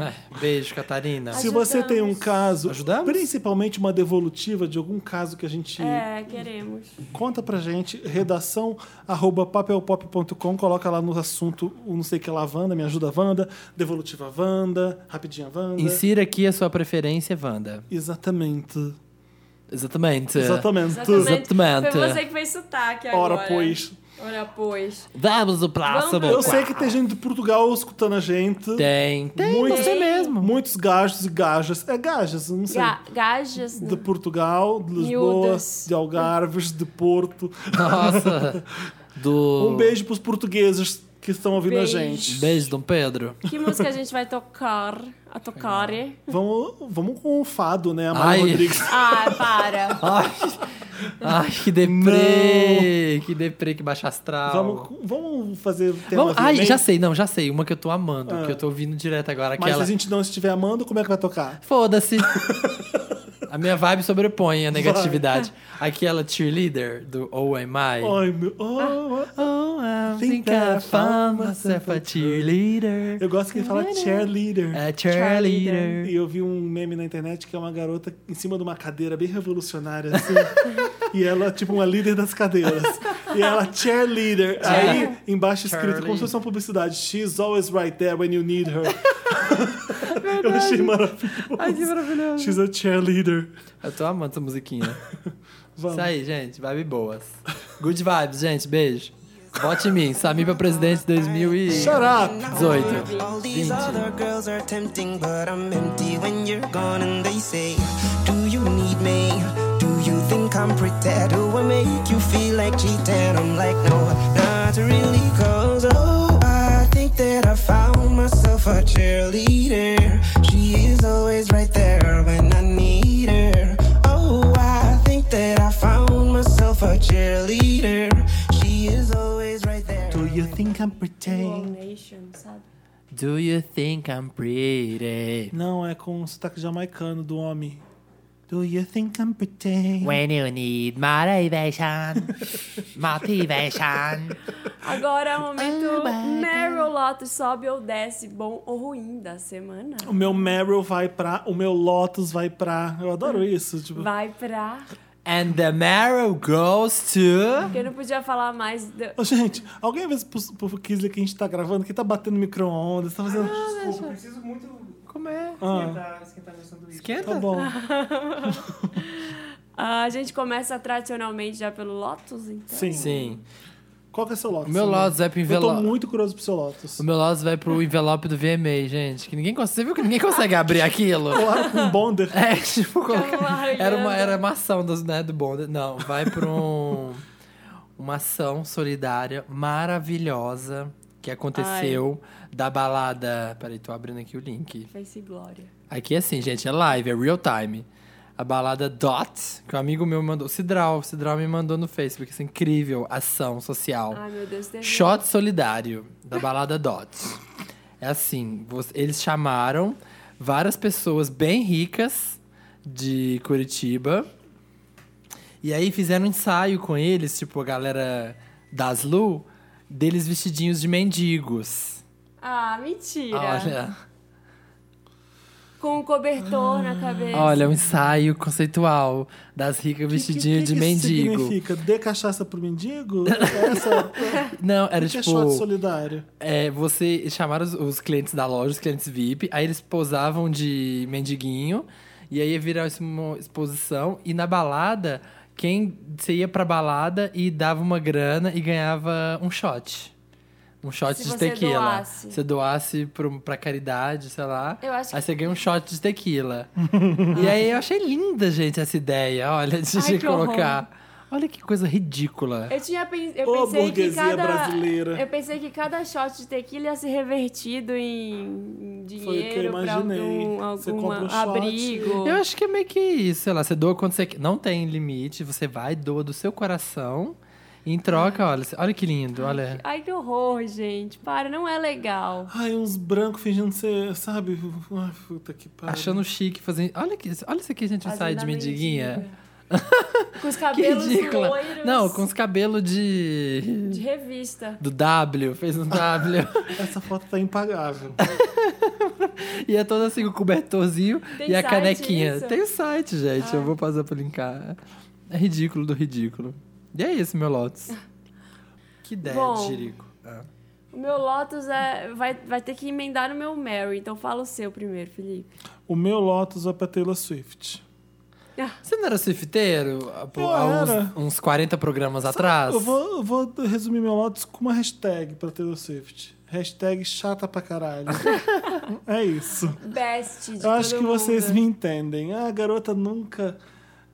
A: É, Beijo, Catarina.
B: Se você tem um
C: Ajudamos.
B: caso,
A: Ajudamos?
B: principalmente uma devolutiva de algum caso que a gente
C: É, queremos.
B: conta pra gente, redação arroba papelpop.com, coloca lá no assunto o não sei o que lá, Wanda, me ajuda Wanda, devolutiva Wanda, rapidinha Wanda.
A: Insira aqui a sua preferência, Wanda.
B: Exatamente.
A: Exatamente.
B: Exatamente.
A: Exatamente.
C: Foi você que fez sotaque agora.
B: Ora, pois.
C: Ora, pois.
A: Vamos ao próximo.
C: Vamos.
B: Eu sei que tem gente de Portugal escutando a gente.
A: Tem, tem,
B: Muitos-
A: você mesmo.
B: Muitos gajos e gajas. É gajas, eu não sei.
C: Ga gajas.
B: de Portugal, de Lisboa,
C: Miúdas.
B: de Algarves, de Porto.
A: Nossa. Do...
B: Um beijo pros portugueses que estão ouvindo
C: Beijo.
B: a gente.
A: Beijo, Dom Pedro.
C: Que música a gente vai tocar? A tocar?
B: Vamos, vamos com o fado, né, Amara
A: Ai.
B: Rodrigues?
C: Ah, para.
A: Ai, Ai, que deprê! Que deprê, que baixa astral.
B: Vamos, vamos fazer o tema
A: Vamos- Ai,
B: violento?
A: já sei, não, já sei. Uma que eu tô amando, que eu tô ouvindo direto agora.
B: Mas se
A: Aquela.
B: a gente não estiver amando, como é que vai tocar?
A: Foda-se. a minha vibe sobrepõe a negatividade. Aquela cheerleader do Oh Am I.
B: Ai, meu. oh, oh.
A: Oh, I
B: Think
A: think I
B: I
A: found
B: found
A: myself a
B: myself a
A: cheerleader.
B: Eu gosto que ele fala cheerleader.
A: A cheerleader.
B: E eu vi um meme na internet que é uma garota em cima de uma cadeira bem revolucionária, assim. e ela, tipo, uma líder das cadeiras. E ela, cheerleader. Aí, embaixo escrito, como se fosse uma publicidade, She's always right there when you need her. eu achei maravilhoso.
A: Ai, que maravilhoso.
B: She's a cheerleader.
A: Eu tô amando essa musiquinha.
B: Vamos.
A: Isso aí, gente. Vibe boas. Good vibes, gente. Beijo. Vote em mim. Samir pra presidente 2018.
B: Shut up!
F: All these other girls are tempting, but I'm empty when you're gone. And they say, Do you need me? Do you think I'm pretend? Do I make you feel like cheating? I'm like, No, not really. Cause, oh, I think that I found myself a cheerleader. She is always right there when I need her. Oh, I think that I found myself a cheerleader. She is always right there.
B: Do you think I'm
C: Wrong
B: pretend?
C: Nation, sabe?
A: Do you think I'm pretty?
B: Não, é com o sotaque jamaicano do homem. Do you think I'm pretend?
E: When you need motivation, motivation.
C: Agora é o momento Meryl Lotus sobe ou desce, bom ou ruim da semana.
A: Uhum.
B: O meu Meryl vai pra. O meu Lotus vai pra. Eu
A: É.
B: adoro isso. Tipo,
C: Vai pra...
A: And the marrow goes to.
C: Porque eu não podia falar mais... do-
B: Ô, gente, alguém avisa pro, pro Kisley que a gente tá gravando, que tá batendo micro-ondas, tá fazendo.
G: Eu preciso muito
A: Como é?
B: Ah,
G: esquentar, esquentar meu sanduíche.
A: Esquenta?
B: tá bom.
C: Ah, A gente começa tradicionalmente já pelo Lotus, então.
B: Sim.
A: Sim.
B: Qual que é o seu Lotus?
A: O meu
B: Samir?
A: Lotus é pro
B: Eu tô
A: envelope.
B: muito curioso pro seu Lotus.
A: O meu Lotus vai pro envelope do VMA, gente. Que ninguém consegue. Você viu que ninguém consegue abrir aquilo?
B: Claro, com um Bonder.
A: É, tipo, colocar.
C: largando.
A: Era uma, era uma ação dos, né, do Bond. Não, vai pra um, uma ação solidária maravilhosa que aconteceu da balada. Peraí, tô abrindo aqui o link.
C: Face Glória.
A: Aqui é assim, gente, é live, é real time. A balada Dot, que um amigo meu mandou. o Cidral, o Cidral me mandou no Facebook. Essa incrível ação social.
C: Ai, meu Deus, teve...
A: Shot solidário da balada Dot. É assim, você- eles chamaram várias pessoas bem ricas de Curitiba. E aí fizeram um ensaio com eles, tipo a galera das Lu, deles vestidinhos de mendigos.
C: Ah, mentira.
A: Olha,
C: Com um cobertor na cabeça.
A: olha, um ensaio conceitual das ricas vestidinhas de
B: que
A: mendigo.
B: Isso significa? Dê cachaça pro mendigo? É Essa
A: Não, era
B: que
A: tipo.
B: é shot solidário.
A: É, você chamaram os, os clientes da loja, os clientes VIP, aí eles posavam de mendiguinho, e aí virou isso uma exposição, e na balada, quem você ia pra balada e dava uma grana e ganhava um shot. Um shot
C: Se
A: de
C: você
A: tequila.
C: doasse.
A: Você doasse pro, pra caridade, sei lá.
C: Eu acho
A: Aí
C: que-
A: você ganha um shot de tequila. e aí eu achei linda, gente, essa ideia, olha, de
C: Ai,
A: de
C: que horror.
A: colocar. Olha que coisa ridícula.
C: Eu tinha pen... eu
B: Ô,
C: pensei que
B: burguesia
C: cada
B: brasileira.
C: eu pensei que cada shot de tequila ia ser revertido em em
B: Foi o que eu
C: dinheiro pra
B: imaginei.
C: algum
B: Você compra
C: alguma
B: um shot.
C: abrigo.
A: Eu acho que é meio que isso, sei lá, você doa quando você quer. Não tem limite, você vai, doa do seu coração. e Em troca, olha, você- olha que lindo, olha.
C: É. Ai que horror, gente. Para, não é legal.
B: Ai, uns brancos fingindo ser, sabe? Ai, puta que pariu.
A: Achando chique fazendo. Olha, que, olha isso aqui, gente, um
C: Fazendo
A: sair de
C: a
A: mendiguinha.
C: mendiga. Com os cabelos
A: que ridícula.
C: loiros.
A: Não, com os cabelos de.
C: de revista.
A: Do W, fez um W.
B: Essa foto tá impagável.
A: e é todo assim, com o cobertorzinho
C: Tem
A: e a
C: site Ah.
A: canequinha.
C: isso?
A: Tem o site, gente, eu vou passar pra linkar. É ridículo do ridículo. E é isso, meu Lotus. Que ideia de
C: Bom.
A: Jerico. Ah.
C: O meu Lotus é... vai, vai ter que emendar no meu Mary, então fala o seu primeiro, Felipe.
B: O meu Lotus vai pra Taylor Swift.
A: Você não era swifteiro há, pô,
B: Eu
A: há uns,
B: era.
A: uns 40 programas atrás?
B: Eu vou, eu vou resumir meu Lotus com uma hashtag pra Taylor Swift. Hashtag chata pra caralho. é isso.
C: Best de
B: Eu acho
C: todo
B: que vocês
C: mundo.
B: me entendem. Ah, A garota nunca.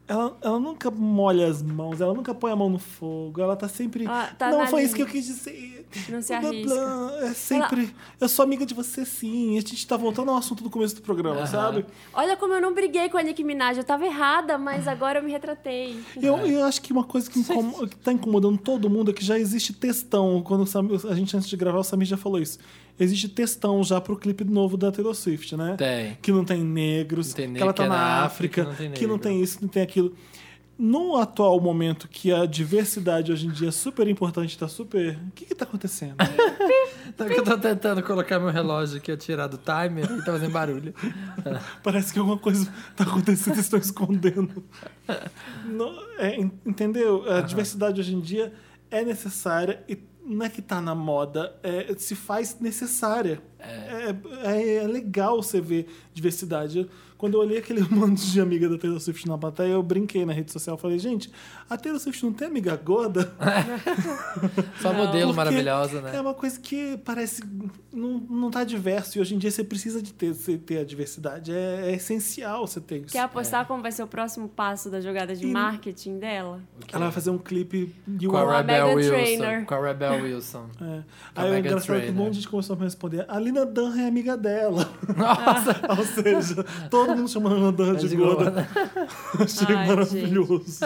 B: Ela, ela nunca molha as mãos, ela nunca põe a mão no fogo, ela tá sempre.
C: Ah, tá
B: não
C: na
B: foi isso que
C: linha.
B: eu quis dizer.
C: Não se
B: Blá, blá,
C: arrisca.
B: blá. É sempre. Eu sou amiga de você, sim. A gente tá voltando ao assunto do começo do programa, sabe?
C: Olha como eu não briguei com a Nicki Minaj. Eu tava errada, mas agora eu me retratei.
B: E
A: É.
B: Eu, eu acho que uma coisa que, incomo- que tá incomodando todo mundo é que já existe textão. Quando o Samir- a gente, antes de gravar, o Samir já falou isso. Existe textão já pro clipe novo da Taylor Swift, né?
A: Tem.
B: Que não tem negros,
A: Não tem
B: que ela
A: negro,
B: tá
A: que é
B: na África, que não, tem
A: negro.
B: isso, não tem aquilo. No atual momento que a diversidade hoje em dia é super importante, tá super. O que que tá acontecendo? Então,
A: Tá que eu tô tentando colocar meu relógio aqui, eu tirar do timer e tá fazendo barulho.
B: Parece que alguma coisa tá acontecendo, eles estão escondendo. Não, é, en- entendeu? A diversidade hoje em dia é necessária e não é que tá na moda, é, se faz necessária. É. é- é legal você ver diversidade. Quando eu olhei aquele monte de amiga da Taylor Swift na plateia, eu brinquei na rede social. Falei, gente, a Taylor Swift não tem amiga gorda?
A: Só modelo
B: Porque
A: maravilhosa,
B: É
A: né?
B: uma coisa que parece. Não, não tá diverso. E hoje em dia você precisa de ter, você ter a diversidade. É, é essencial você ter isso.
C: Quer apostar como vai ser o próximo passo da jogada de
B: é. E-
C: marketing dela?
B: Ela vai fazer um clipe de
A: Com a
C: a
A: Rebel
C: Meghan
A: Wilson.
C: Trainor.
A: Com a Rebel Wilson.
B: É.
A: a
B: Aí o
A: Meghan
B: engraçado é que um
A: Trainor.
B: monte de gente começou a me responder. A Lina Dunham é amiga dela.
C: Ah.
A: Nossa, tá
B: Ou seja, todo mundo chamando a Lina Dunham Tá de gorda.
A: né?
B: Achei
C: Ai,
B: maravilhoso.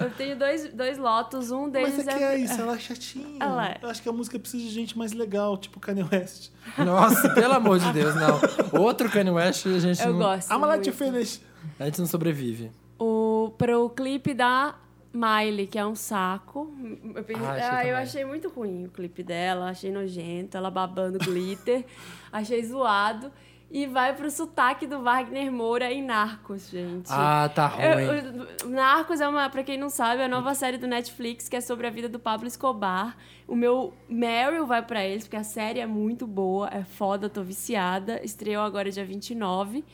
C: Eu tenho dois, dois lotos, um deles
B: Mas é que
C: é...
B: é isso, ela é chatinha.
C: Ela é.
B: Eu acho que a música precisa de gente mais legal, tipo Kanye West.
A: Nossa, pelo amor de Deus, não. Outro Kanye West a gente,
C: Eu
A: não,
C: gosto.
B: I'm allowed to
C: Assim, muito.
B: finish.
A: a gente não sobrevive.
C: o, pro clipe da Miley, que é um saco. Eu, pe-
A: Ah, achei
C: Ah,
A: também.
C: eu achei muito ruim o clipe dela, achei nojento, ela babando glitter, achei zoado. E vai pro sotaque do Wagner Moura em Narcos, gente.
A: Ah, tá ruim.
C: Eu- o- Narcos é uma, pra quem não sabe, é a nova série do Netflix que é sobre a vida do Pablo Escobar. O meu Meryl vai pra eles, porque a série é muito boa, é foda, tô viciada. Estreou agora dia 29.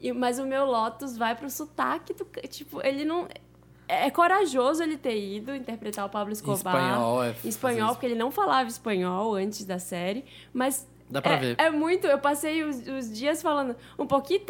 C: E, mas o meu Lotus vai pro sotaque do. ca- Tipo, ele não. É corajoso ele ter ido interpretar o Pablo
A: Em
C: Escobar.
A: espanhol, é.
C: Em espanhol,
A: fazer
C: porque ele não falava espanhol antes da série, mas.
A: isso. Dá pra
C: é,
A: ver.
C: é muito, eu passei os, os dias falando um pouquinho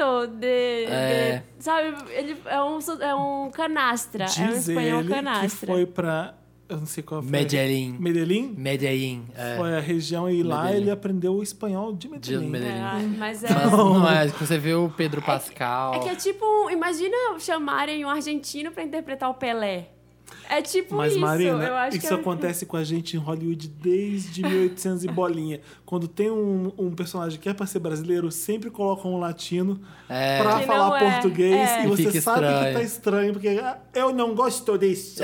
C: de,
A: É.
C: de- Sabe, ele é um, so- é um canastra. é um
B: Diz
C: espanhol
B: ele que
C: canastra. É,
B: foi pra. Eu não sei qual foi.
A: Medellín.
B: Medellín?
A: Medellín. É.
B: Foi a região e lá
A: Medellín.
B: ele aprendeu o espanhol de
A: De
B: Medellín.
A: Medellín.
C: É, mas é.
A: Mas não é. Você vê o Pedro Pascal.
C: É que é tipo. um- Imagina chamarem um argentino pra interpretar o Pelé. É tipo
B: Mas,
C: isso.
B: Marina,
C: eu acho
B: isso
C: que é-
B: acontece com a gente em Hollywood desde 1800 e bolinha. Quando tem um, um personagem que é pra ser brasileiro, sempre colocam um latino
A: É.
B: pra
C: Que
B: falar
C: não é,
B: português
C: é.
B: e
A: E
B: você
A: fica
B: sabe que
A: estranho.
B: tá estranho, porque ah, eu não gosto disso.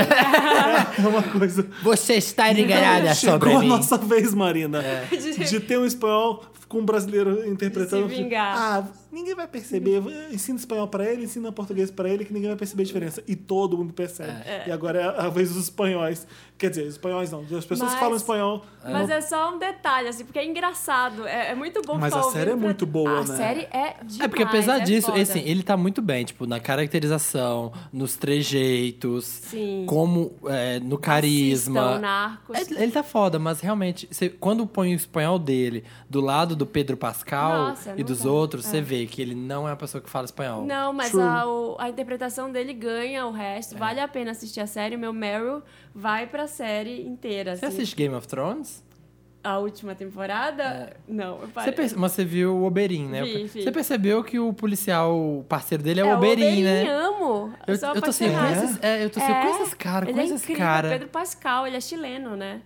B: é uma coisa.
A: Você está enganada sobre
B: Chegou a
A: mim.
B: nossa vez, Marina,
C: De-
B: de ter um espanhol com um brasileiro interpretando.
C: De se vingar.
B: Ah, ninguém vai perceber. Ensina espanhol pra ele, ensina português pra ele, que ninguém vai perceber a diferença. E todo mundo percebe. E agora é a vez dos espanhóis. Quer dizer, os espanhóis não. As pessoas
C: Mas-
B: falam espanhol.
C: Mas é só um detalhe, assim, porque é engraçado. É, é muito bom
B: Mas
C: ficar
B: a série
C: ouvindo
B: é muito boa,
C: a
B: né?
C: série é demais,
A: É porque apesar
C: é
A: disso,
C: foda.
A: assim, ele tá muito bem, tipo, na caracterização, nos trejeitos,
C: Sim.
A: como é, no carisma.
C: Assistam, Narcos.
A: É, Ele tá foda, mas realmente, você- quando põe o espanhol dele do lado do Pedro Pascal
C: Nossa,
A: e
C: não
A: dos
C: dá.
A: outros, você vê que ele não é uma pessoa que fala espanhol.
C: Não, mas
B: True.
C: a, o- a interpretação dele ganha o
A: É.
C: resto. Vale a pena assistir a série. O meu Meryl vai pra série inteira.
A: Você
C: assim.
A: assiste Game of Thrones?
C: A última temporada? Não, eu
A: É. Você perce- Mas você viu o Oberyn, né?
C: Vi, vi.
A: Você percebeu que o policial, o parceiro dele é,
C: o
A: o Oberyn, né?
C: amo.
A: Eu,
C: sou
A: eu tô assim,
C: apaixonada.
A: com esses, é, eu tô assim,
C: É,
A: com esses caras,
C: Ele
A: com
C: é
A: esses
C: incrível,
A: caras.
C: Pedro Pascal, ele é chileno, né?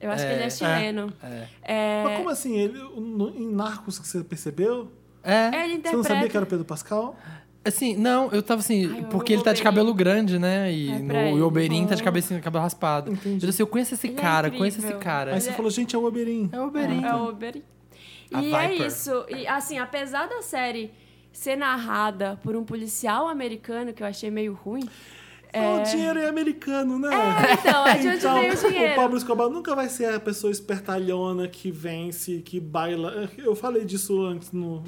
C: Eu acho
A: É,
C: que ele
A: é,
C: é chileno.
A: é.
C: É,
B: Mas como assim? Ele, no- em Narcos que você percebeu?
A: É.
C: ele interpreta...
B: Você não sabia que era o Pedro Pascal?
A: Assim, não, eu tava assim,
C: Ai, eu
A: porque
C: amo
A: ele tá de
C: Oberyn.
A: cabelo grande, né? E
C: É, pra
A: no
C: ele.
A: e o Oberyn tá de cabecinha, cabelo raspado.
B: Entendi.
A: Eu disse, eu conheço esse
C: Ele é
A: cara, conheço esse
C: incrível.
A: cara.
B: Aí você falou, gente, é o Oberin.
A: É o Oberyn.
C: É o Oberyn.
A: A
C: E é
A: Viper.
C: isso. E, assim, apesar da série ser narrada por um policial americano, que eu achei meio ruim...
B: O dinheiro é americano, né?
C: Então, é de onde
B: Então,
C: veio o dinheiro.
B: o Pablo Escobar nunca vai ser a pessoa espertalhona que vence, que baila. Eu falei disso antes no,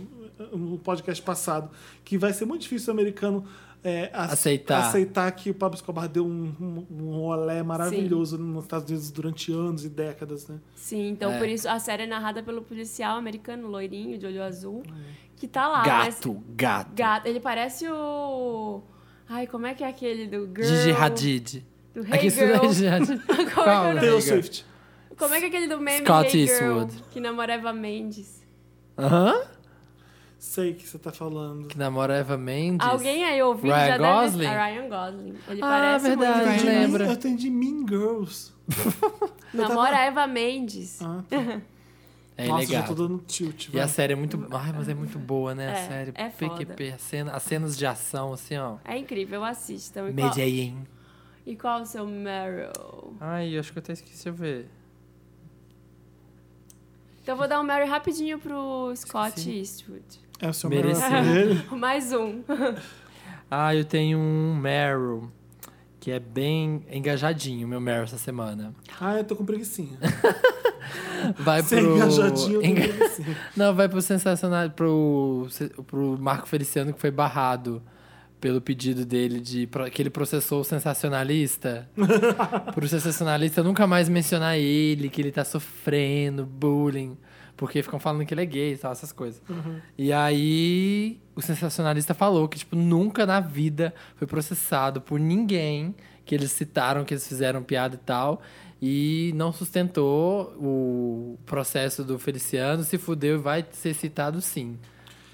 B: no podcast passado, que vai ser muito difícil o americano é, ac-
A: Aceitar.
B: aceitar que o Pablo Escobar deu um, um, um olé maravilhoso nos Estados Unidos durante anos e décadas, né?
C: Sim, então
A: É.
C: por isso a série é narrada pelo policial americano, loirinho, de olho azul, que tá lá.
A: É. Gato, gato.
C: mas- gato. Ele parece o... Ai, como é que é aquele do Girl?
A: Gigi Hadid.
C: Do Hey
A: Aqui isso não é
C: Girl.
A: Gigi Hadid.
C: Como é que é o
A: Qual,
C: nome?
A: né,
B: Taylor
A: Igor?
B: Swift.
C: Como é que é aquele do meme
A: Scott
C: Gay Girl,
A: Eastwood.
C: que namora Eva Mendes?
A: Hã?
B: Sei o que você tá falando.
A: Que namora Eva Mendes.
C: Alguém é- aí ouvindo
A: Ryan
C: já
A: Gosling?
C: deve... Ah, Ryan Gosling. Ele
A: Ah,
C: parece
A: verdade,
C: muito...
B: Eu
A: Não
B: entendi
C: Ryan
A: lembra.
B: Mean- Eu entendi Mean Girls.
C: Gosling. Namora Eva Mendes.
B: Ah, tá.
A: É
B: Nossa,
A: legal.
B: já tô dando tilt.
A: E
B: vai.
A: a série é muito. Ai, mas é muito boa, né?
C: É,
A: a série.
C: é foda.
A: PQP, a cena- as cenas de ação, assim, ó.
C: É incrível, assistam. E qual,
A: Medellín.
C: e qual o seu Meryl?
A: Ai, eu acho que eu até esqueci de ver.
C: Então eu vou dar um Meryl rapidinho pro Scott
A: Esqueci.
C: Eastwood.
B: É o seu
A: Merecido.
B: melhor dele.
C: Mais um.
A: Ah, eu tenho um Meryl, que é bem engajadinho, meu Meryl essa semana.
B: Ah, eu tô com preguiçinha.
A: Vai
B: Você é
A: pro.
B: engajadinho, eu tô com
A: Enga-
B: preguiçinha.
A: Não, vai pro sensacional. Pro, pro Marco Feliciano, que foi barrado pelo pedido dele de. pro- que ele processou o sensacionalista. pro sensacionalista nunca mais mencionar ele, que ele tá sofrendo bullying. Porque ficam falando que ele é gay e tal, essas coisas.
B: Uhum.
A: E aí, o sensacionalista falou que, tipo, nunca na vida foi processado por ninguém que eles citaram, que eles fizeram piada e tal. E não sustentou o processo do Feliciano, se fudeu e vai ser citado sim.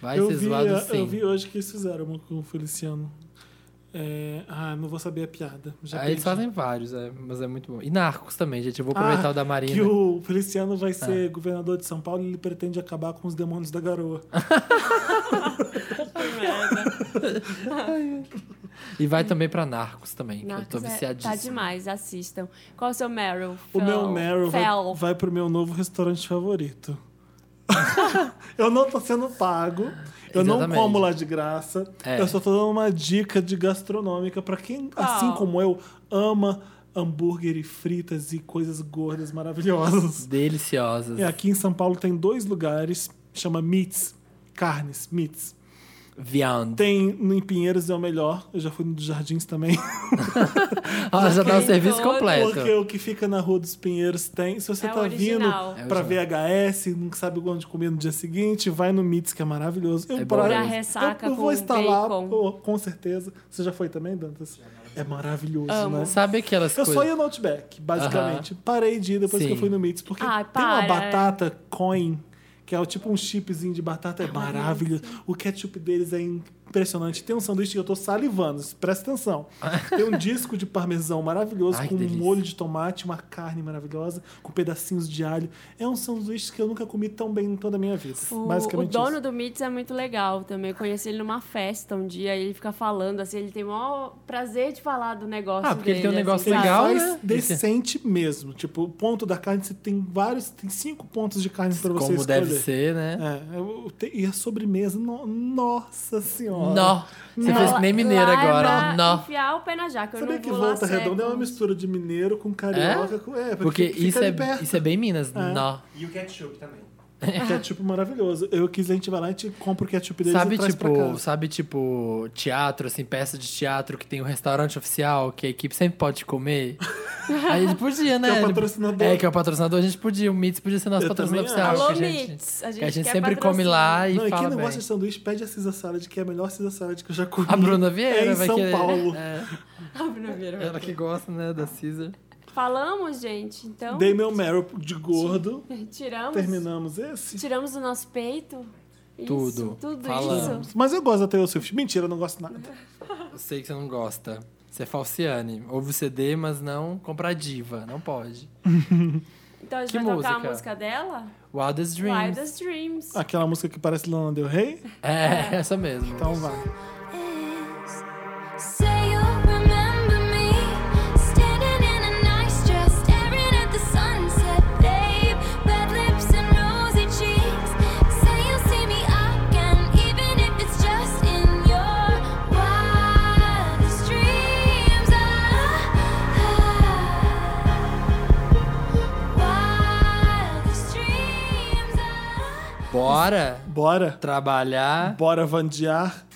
A: Vai
B: Eu
A: ser
B: vi,
A: zoado sim.
B: eu vi hoje que eles fizeram uma com o Feliciano. É, Ah, não vou saber a piada.
A: Aí
B: Já
A: Ah, eles
B: perdi.
A: fazem vários, é, mas é muito bom. E Narcos também, gente. Eu vou
B: Ah,
A: aproveitar o da Marina.
B: Que o Feliciano
A: Ah.
B: vai ser governador de São Paulo e ele pretende acabar com os demônios da garoa.
A: E vai também pra Narcos também, que eu
C: Narcos
A: tô
C: é-
A: viciadíssimo.
C: tá demais, assistam. Qual o seu Meryl?
B: O
C: Fel-
B: meu Meryl vai,
C: Fel.
B: vai pro meu novo restaurante favorito. eu não tô sendo pago. Eu
A: Exatamente.
B: não como lá de graça.
A: É.
B: Eu só tô dando uma dica de gastronômica pra quem, assim como eu, ama hambúrguer e fritas e coisas gordas maravilhosas.
A: Deliciosas.
B: É, aqui em São Paulo tem dois lugares, chama Meats, carnes, Meats.
A: Viand.
B: Tem no em Pinheiros é o melhor, eu já fui no dos Jardins também.
A: Ah, já dá o
C: Porque-
A: serviço completo.
B: Porque o que fica na Rua dos Pinheiros tem. Se você
C: É o
B: tá
C: original.
A: É o
B: vindo pra
A: original.
B: VHS, não sabe onde comer no dia seguinte, vai no Mits, que é maravilhoso. Eu,
A: É
B: pra-
A: bom. Pra
B: eu-
C: ressaca
B: eu,
C: com
B: vou estar lá,
C: bacon.
B: pô, com certeza. Você já foi também, Dantas? É maravilhoso,
C: Amo.
B: né?
A: Sabe aquelas
B: Eu
A: coisas.
B: só ia no Outback, basicamente. Parei de ir depois
A: Sim.
B: que eu fui no Mits, porque
C: Ai,
B: tem uma
C: para.
B: batata coin, que é o tipo um chipzinho de batata, é maravilhoso. O ketchup deles é impressionante. Tem um sanduíche que eu tô salivando, presta atenção. Tem um disco de parmesão maravilhoso,
A: Ai, que
B: com um
A: delícia.
B: molho de tomate, uma carne maravilhosa, com pedacinhos de alho. É um sanduíche que eu nunca comi tão bem em toda a minha vida.
C: O, o
B: basicamente
C: dono
B: isso.
C: do Mitz é muito legal também. Eu conheci ele numa festa um dia e ele fica falando, assim, ele tem o maior prazer de falar do negócio.
A: Ah, porque ele tem um
C: dele,
A: negócio
C: assim,
B: Ele
C: sabe?
A: legal,
B: faz
A: né?
B: decente mesmo. Tipo, o ponto da carne, você tem vários, tem cinco pontos de carne pra você
A: Como
B: escolher.
A: deve ser, né?
B: É, eu- te- e a sobremesa, no- nossa senhora.
A: Nó. Você
B: Não.
A: fez que nem mineiro
C: Lá é
A: agora.
C: pra
A: Nó.
C: Enfiar o pé na jaca. Eu
B: Sabia
C: não
B: que
C: vou lá
B: Volta Redonda é uma
C: séculos.
B: mistura de mineiro com carioca? com- É,
A: Porque
B: fica
A: isso
B: ali
A: é,
B: perto.
A: isso é bem Minas.
B: É.
A: Nó.
G: E o ketchup também.
B: Que é tipo maravilhoso. Eu quis, a gente vai lá, a gente compra o ketchup deles
A: Sabe
B: e traz pra
A: tipo,
B: casa.
A: sabe tipo teatro, assim, peça de teatro que tem um restaurante oficial que a equipe sempre pode comer? a gente podia, né?
B: Que é o patrocinador.
A: É, que é o patrocinador, a gente podia. O Mitz podia ser nosso
B: Eu
A: patrocinador
B: também acho.
A: oficial.
C: Alô,
A: que a gente,
C: Mitz, a gente
A: que a gente
C: quer
A: sempre come
C: patrocínio.
A: lá e
B: Não, e quem
A: fala
B: não
A: bem.
B: gosta de sanduíche, pede a Cisa Salad, que é a melhor Cisa Salad que eu já comi.
A: A Bruna
B: é
A: Vieira
B: em
A: vai
B: São
A: querer.
B: Paulo.
A: É,
C: Ah, Bruno Vieira.
A: ela que gosta, né, da Caesar.
C: Falamos, gente, então.
B: Dei meu Meryl de gordo.
C: Tiramos.
B: Terminamos esse.
C: Tiramos do nosso peito. Isso,
A: Tudo.
C: Tudo
A: Falamos.
C: isso.
B: Mas eu gosto da Taylor Swift. Mentira, eu não gosto nada.
A: Eu sei que você não gosta. Você é falciane. Ouve o CD, mas não compra a diva. Não pode.
C: Então a gente
A: Que
C: vai tocar
A: música?
C: a música dela?
A: Wildest Dreams.
C: Wildest Dreams.
B: Aquela música que parece Lana Del Rey?
A: É, essa mesmo.
B: Então vai.
H: Say you'll remember me standing in a nice dress, staring at the sunset, babe. Red lips and rosy cheeks. Say you'll see me again, even if it's just in your wildest dreams. Ah, ah. Wildest dreams. ah.
A: Bora
B: Bora.
A: trabalhar.
B: Bora vandear.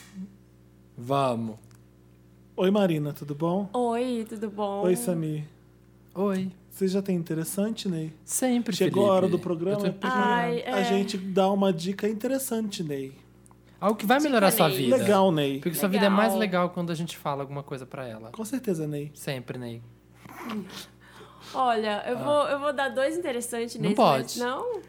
A: Vamos.
B: Oi, Marina, tudo bom?
C: Oi, tudo bom?
B: Oi, Samir.
A: Oi.
B: Você já tem interessante, Ney?
A: Sempre,
B: Chegou a
A: Felipe.
B: hora do programa,
A: Eu tô-
C: Ai,
B: a
C: é.
B: gente dá uma dica interessante, Ney.
A: Algo que vai melhorar sua
C: Ney.
A: vida.
B: Legal, Ney.
A: Porque sua
C: Legal.
A: vida é mais legal quando a gente fala alguma coisa pra ela.
B: Com certeza, Ney.
A: Sempre, Ney.
C: Olha,
B: Ah.
C: eu, vou, eu vou dar dois interessantes
A: Não
C: nesse.
A: pode.
C: mas Não?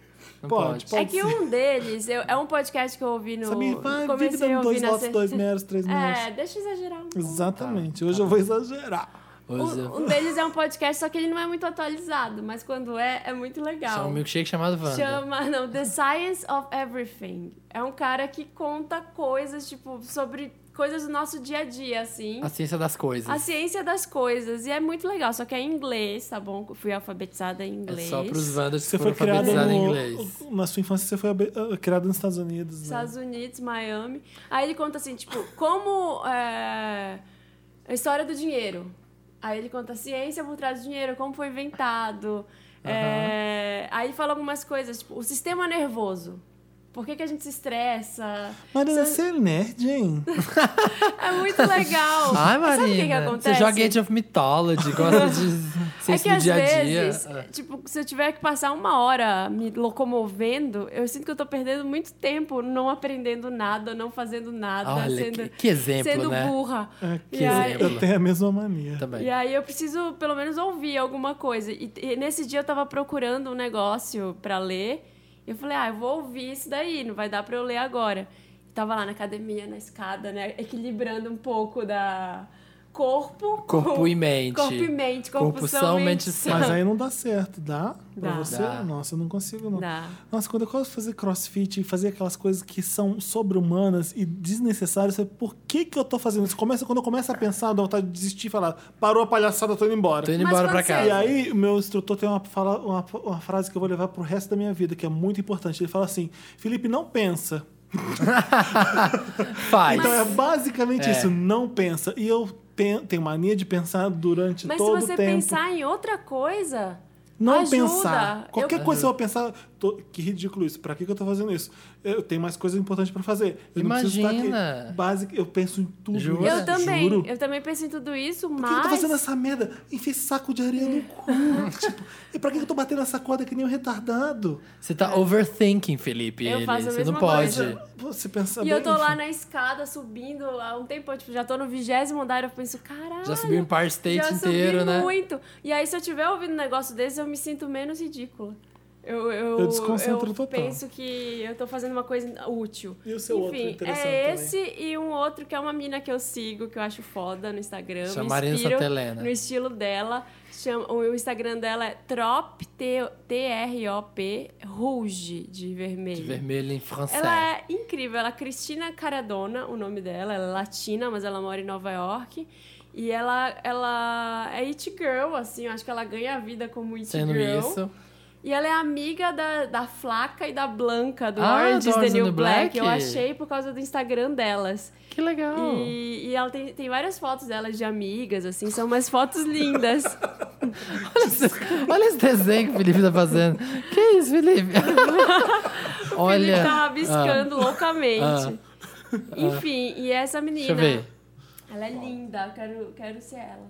A: Não pode.
B: Pode, pode.
C: é que um deles, eu- é um podcast que eu ouvi no.
B: Samir, vai, vive
C: comecei a
B: dando
C: ouvir
B: dois
C: na
B: votos,
C: sexta-
B: dois meros, três meros.
C: É, deixa eu exagerar um pouco.
A: Tá,
B: Exatamente. Hoje eu vou exagerar.
A: Hoje eu-
C: Um, um deles é um podcast, só que ele não é muito atualizado, mas quando é, é muito legal.
A: Chama um milkshake chamado Wanda.
C: Chama, não, The Science of Everything. É um cara que conta coisas, tipo, sobre coisas do nosso dia a dia, assim.
A: A ciência das coisas.
C: A ciência das coisas. E é muito legal, só que é em inglês, tá bom? Fui alfabetizada em
A: É
C: inglês.
A: só pros Wanders que
B: Você foi
A: foram
B: criada
A: alfabetizados em
B: no-
A: inglês.
B: na sua infância, você foi abe- ah, criada nos Estados Unidos. né?
C: Estados Unidos, Miami. Aí ele conta assim, tipo, como é, a história do dinheiro. Aí ele conta a ciência por trás do dinheiro, como foi inventado. É, aí ele fala algumas coisas, tipo, o sistema nervoso. Por que, que a gente se estressa?
B: Marina, você é nerd, hein?
C: É muito
A: Ai,
C: legal. Sabe
A: Marina.
C: o que que, acontece?
A: Você joga Age of Mythology, gosta de
C: É
A: ciência
C: que
A: do
C: às
A: dia a dia. Ah.
C: vezes, tipo, se eu tiver que passar uma hora me locomovendo, eu sinto que eu tô perdendo muito tempo não aprendendo nada, não fazendo nada,
A: Olha,
C: tá sendo,
A: que, que exemplo,
C: sendo
A: né?
C: burra.
B: Aqui,
C: E aí-
B: É eu tenho a mesma mania.
A: Também.
C: E aí eu preciso, pelo menos, ouvir alguma coisa. E, e nesse dia eu tava procurando um negócio pra ler. E eu falei, ah, eu vou ouvir isso daí, não vai dar pra eu ler agora. Tava lá na academia, na escada, né? Equilibrando um pouco da corpo.
A: Corpo
C: com-
A: e mente.
C: Corpo e mente. Corpo,
A: Corpo,
C: são,
A: são,
C: mente
A: mente
C: são.
B: Mas aí não dá certo, dá? Pra
C: Dá.
B: você?
A: Dá.
B: Nossa, eu não consigo, não.
C: Dá.
B: Nossa, quando eu gosto de fazer crossfit e fazer aquelas coisas que são sobre-humanas e desnecessárias, eu falei, por que que eu tô fazendo isso? Começa, quando eu começo a pensar, dá vontade de desistir e falar, parou a palhaçada, eu tô indo embora.
A: Tô Então indo
C: Mas
A: embora pra
C: quando você-
A: casa.
B: E aí, o meu instrutor tem uma, fala, uma, uma frase que eu vou levar pro resto da minha vida, que é muito importante. Ele fala assim: Felipe, não pensa.
A: Faz.
B: Então é basicamente
A: É.
B: isso, não pensa. E eu pen- tenho mania de pensar durante
C: Mas se
B: todo o
C: você
B: tempo.
C: pensar em outra coisa,
B: Não
C: ajuda.
B: pensar. Qualquer
C: Eu-
B: coisa eu vou pensar. tô- que ridículo isso. Pra que, que eu tô fazendo isso? Eu tenho mais coisas importantes pra fazer. Eu não preciso estar aqui.
A: Imagina.
B: Basic, eu penso em tudo.
A: Jura?
C: Eu também.
B: Juro.
C: Eu também penso em tudo isso,
B: Por que eu tô
C: mas...
B: fazendo essa merda? Enfia esse saco de areia
C: É.
B: no cu. tipo, e pra que eu tô batendo essa corda que nem um retardado?
A: Você tá overthinking, Felipe.
C: Eu
A: ele.
C: faço a
A: você
C: mesma
A: não
C: coisa.
A: pode.
B: Você pensa
C: E
B: Tá bem,
C: eu tô lá
B: enfim.
C: na escada subindo há um tempo, eu, tipo, já tô no vigésimo andar, eu penso, caralho.
A: Já
B: um
A: subiu o Empire State
C: já subi
A: inteiro, né?
C: muito. E aí, se eu tiver ouvindo um negócio desse, eu me sinto menos ridícula. Eu, eu,
B: Eu desconcentro
C: eu
B: total.
C: penso que eu tô fazendo uma coisa útil.
B: E o seu outro
C: Enfim,
B: interessante
C: é
B: também?
C: esse e um outro que é uma mina que eu sigo, que eu acho foda no Instagram.
A: Chama
C: me
A: Marina
C: inspiro
A: Santelena.
C: No estilo dela. Chama, o Instagram dela é Trop, T- T-R-O-P, Rouge, de vermelho.
A: De vermelho em francês.
C: Ela é incrível, ela é Cristina Caradona, o nome dela, ela é latina, mas ela mora em Nova York. E ela, ela é it girl, assim, eu acho que ela ganha a vida como it
A: Sendo
C: girl.
A: isso.
C: E ela é amiga da, da Flaca e da Blanca, do
A: Ah,
C: Orange is
A: do
C: the
A: Orange
C: New
A: is the
C: Black.
A: Black? Oh.
C: Eu achei por causa do Instagram delas.
A: Que legal.
C: E, e ela tem, tem várias fotos delas de amigas, assim, são umas fotos lindas.
A: Olha, esse, olha esse desenho que o Felipe tá fazendo. Que isso, Felipe?
C: Ele
A: olha. Ah.
C: tá rabiscando loucamente. Enfim, e
A: Deixa
C: essa menina,
A: eu ver.
C: ela é linda, eu quero, quero ser ela.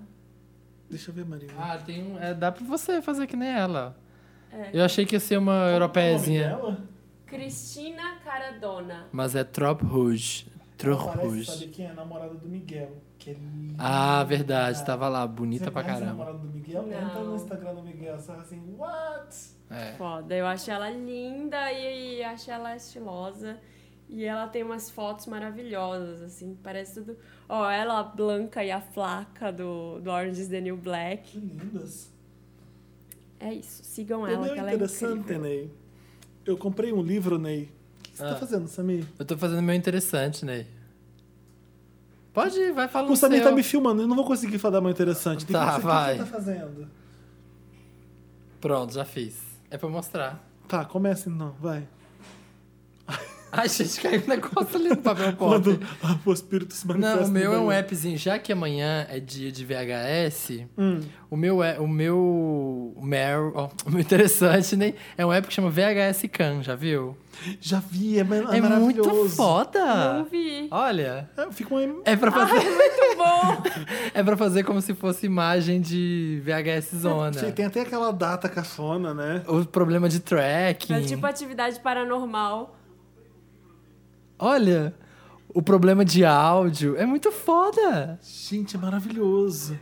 B: Deixa eu ver, Marina.
A: Ah, tem um. é, dá pra você fazer que nem ela.
C: É.
A: Eu achei que ia ser uma
B: O né?
A: europeiazinha.
B: nome dela?
C: Cristina Caradona.
A: Mas é Trop Rouge. Trop
B: Parece
A: Rouge.
B: saber quem é a namorada do Miguel. Que é linda.
A: Ah, verdade. Tava lá, bonita
B: Você
A: pra
B: conhece a
A: caramba.
B: namorada do Miguel?
C: Não.
B: Entra no Instagram do Miguel, você fala assim, what?
A: É.
C: Foda, eu acho ela linda e, e acho ela estilosa. E ela tem umas fotos maravilhosas, assim, parece tudo... Ó, ela, a Blanca e a Flaca do, do Orange is the New Black.
B: Que lindas.
C: É isso, sigam ela,
B: Entendeu?
C: que ela é
B: Interessante,
C: incrível.
B: Ney. Eu comprei um livro, Ney. O que você
A: Ah.
B: tá fazendo, Samir?
A: Eu tô fazendo meu interessante, Ney. Pode ir, vai falando
B: O Samir
A: seu.
B: tá me filmando, eu não vou conseguir falar mais interessante. Tem
A: Tá,
B: que- o que
A: vai.
B: você tá fazendo?
A: Pronto, já fiz. É pra mostrar.
B: Tá, comece então, vai.
A: Ai, gente, caiu um negócio ali no papel pop.
B: Quando ah, o espírito se manifesta.
A: Não, o meu
B: no
A: é um
B: banheiro.
A: appzinho. Já que amanhã é dia de VHS,
B: Hum.
A: o meu é o meu Meryl, ó, o meu interessante, né? É um app que chama VHS Can, já viu?
B: Já vi, é, ma- é
A: é
B: maravilhoso.
A: muito
C: Não
A: foda.
C: vi.
A: Olha,
B: É, fica um...
A: é pra fazer,
C: Muito bom!
A: é para fazer como se fosse imagem de VHS zona.
B: Tem até aquela data cafona, né?
A: O problema de tracking.
C: É tipo atividade paranormal.
A: Olha, o problema de áudio é muito foda.
B: Gente, é maravilhoso.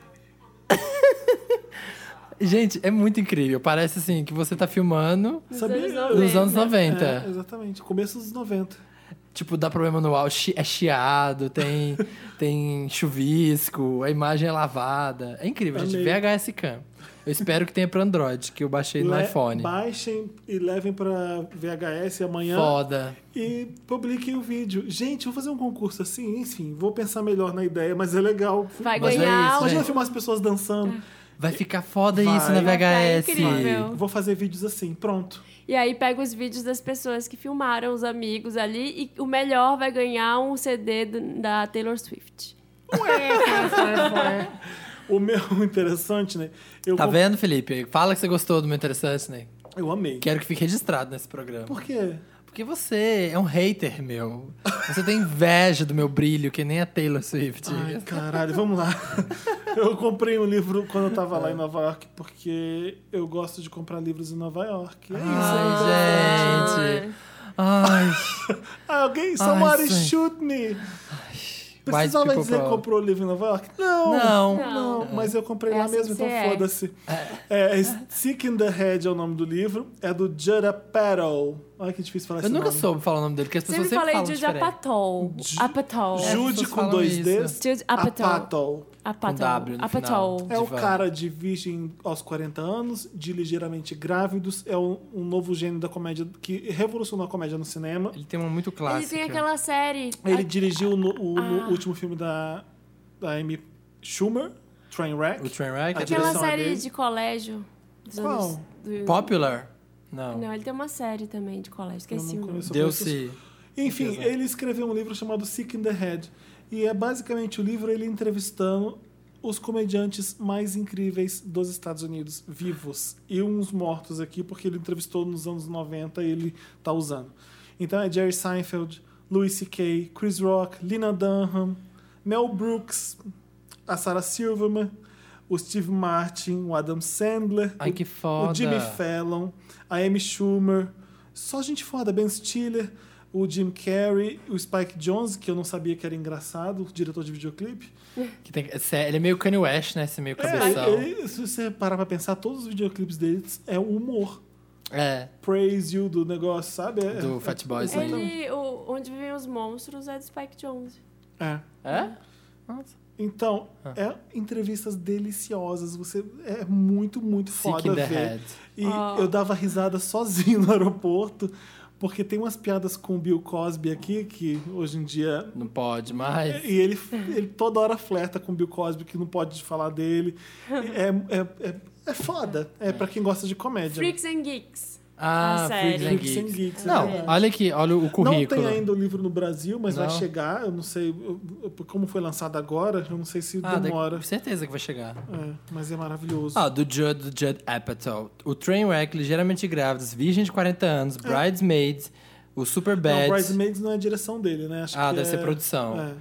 A: Gente, é muito incrível. Parece assim que você tá filmando.
C: Nos
B: Sabia?
C: anos
B: Nos
C: 90.
A: Nos anos 90.
B: É, exatamente, começo dos 90.
A: Tipo, dá problema no ar, chi- é chiado, tem, tem chuvisco, a imagem é lavada. É incrível, gente.
B: Amei.
A: VHS Cam. Eu espero que tenha pra Android, que eu baixei no
B: Le-
A: iPhone.
B: Baixem e levem pra VHS amanhã
A: Foda.
B: e publiquem o vídeo. Gente, vou fazer um concurso assim, enfim, vou pensar melhor na ideia, mas é legal.
C: Vai
A: Mas é
C: ganhar
A: isso,
C: o
A: gente.
B: Imagina filmar as pessoas dançando.
A: Vai ficar foda
B: Vai.
A: isso na
B: Vai
C: ficar
A: VHS.
C: incrível.
B: Vou fazer vídeos assim, pronto.
C: E aí pega os vídeos das pessoas que filmaram, os amigos ali, e o melhor vai ganhar um CD do- da Taylor Swift.
B: O meu interessante, né? Eu,
A: Tá
B: comp-
A: vendo, Felipe? Fala que você gostou do meu interessante, né?
B: eu amei.
A: Quero que fique registrado nesse programa.
B: Por quê?
A: Porque você é um hater meu. Você tem inveja do meu brilho, que nem a Taylor Swift.
B: Ai, caralho, vamos lá. Eu comprei um livro quando eu tava
A: É.
B: lá em Nova York, porque eu gosto de comprar livros em Nova York. É isso.
A: Ai, gente. Ai,
B: Alguém, somebody
A: Ai, sim.
B: shoot me.
A: White
B: Precisava
A: people
B: dizer que
A: problem.
B: comprou o livro em Nova York? Não.
A: Não.
B: Não, mas eu comprei
C: É
B: lá
C: assim
B: mesmo,
C: que
B: então
C: você é.
B: foda-se. É, Sick in the Head é o nome do livro. É do Judd Apatow. Olha que difícil falar
A: Eu
B: esse
A: nunca
B: nome.
A: soube falar o nome dele, porque as pessoas
C: Sempre
A: sempre,
C: falei
A: falam
C: de
A: diferente.
C: Japatol. Apatol.
A: as
B: Jude
A: pessoas
B: com
A: falam
B: dois
A: isso.
B: Ds.
C: Jude Apatow.
B: Apatow.
A: Com W
C: Apatol.
A: no
C: Apatol.
A: final.
B: É o
A: Diva.
B: cara de virgem aos 40 anos, de ligeiramente grávidos. É um, um novo gênio da comédia que revolucionou a comédia no cinema.
A: Ele tem uma muito
C: Ele
A: clássica.
C: tem aquela série.
B: Ele dirigiu no, o no último filme da, da Amy Schumer, Trainwreck.
A: O Trainwreck?
B: A
A: é
C: Aquela
B: direção é
C: série
B: dele.
C: de colégio. dos
B: Qual?
C: anos- do-
A: Popular? Não.
C: Não, ele tem uma série também de colégio. Esqueci
B: não
C: o nome.
B: conheço.
A: Deu-se...
B: Enfim,
A: Beleza.
B: ele escreveu um livro chamado Sick in the Head. E é basicamente o livro ele entrevistando os comediantes mais incríveis dos Estados Unidos, vivos. E uns mortos aqui, porque ele entrevistou nos anos 90 e ele tá usando. Então é Jerry Seinfeld, Louis C.K., Chris Rock, Lina Dunham, Mel Brooks, a Sarah Silverman, o Steve Martin, o Adam Sandler,
A: Ai,
B: o-
A: que foda.
B: o Jimmy Fallon, a Amy Schumer, só gente foda, Ben Stiller, o Jim Carrey, o Spike Jones, que eu não sabia que era engraçado, o diretor de videoclipe.
A: Que tem- Ele é meio Kanye West, né? Esse meio
B: É,
A: cabeção.
B: ele- se você parar pra pensar, todos os videoclipes deles é o humor.
A: É.
B: Praise you do negócio, sabe? É-
A: Do
B: é-
A: Fat Boys, né?
B: Exatamente.
C: Ele, o- onde vivem os monstros é do Spike Jones.
B: É.
A: É?
B: Então,
A: Ah.
B: é entrevistas deliciosas. Você é muito, muito
A: Sick
B: foda
A: in the
B: ver.
A: Head.
B: E
C: Ah.
B: eu dava risada sozinho no aeroporto, porque tem umas piadas com o Bill Cosby aqui, que hoje em dia.
A: Não pode mais.
B: E ele, ele toda hora flerta com o Bill Cosby, que não pode falar dele. É, é, é, é foda. É pra quem gosta de comédia.
C: Freaks and Geeks.
A: Ah,
C: A série.
A: Freaks and
B: Freaks and
A: Geeks.
B: Geeks, é
A: Não,
B: verdade.
A: olha aqui, olha o
B: Não tem
A: currículo.
B: ainda o livro no Brasil, mas vai
A: Não.
B: chegar. Eu não sei eu- eu- como foi lançado agora, eu não sei se
A: Ah, daqui-
B: demora.
A: certeza que vai chegar.
B: É, mas é maravilhoso.
A: Ah, do Judd, do Judd Apatow. O Trainwreck, ligeiramente grávidos, virgem de 40 anos, Bridesmaids, o
B: É. não,
A: Superbad,
B: o Bridesmaids não é a direção dele, né? Acho
A: ah,
B: que
A: deve
B: é-
A: ser produção.
B: é.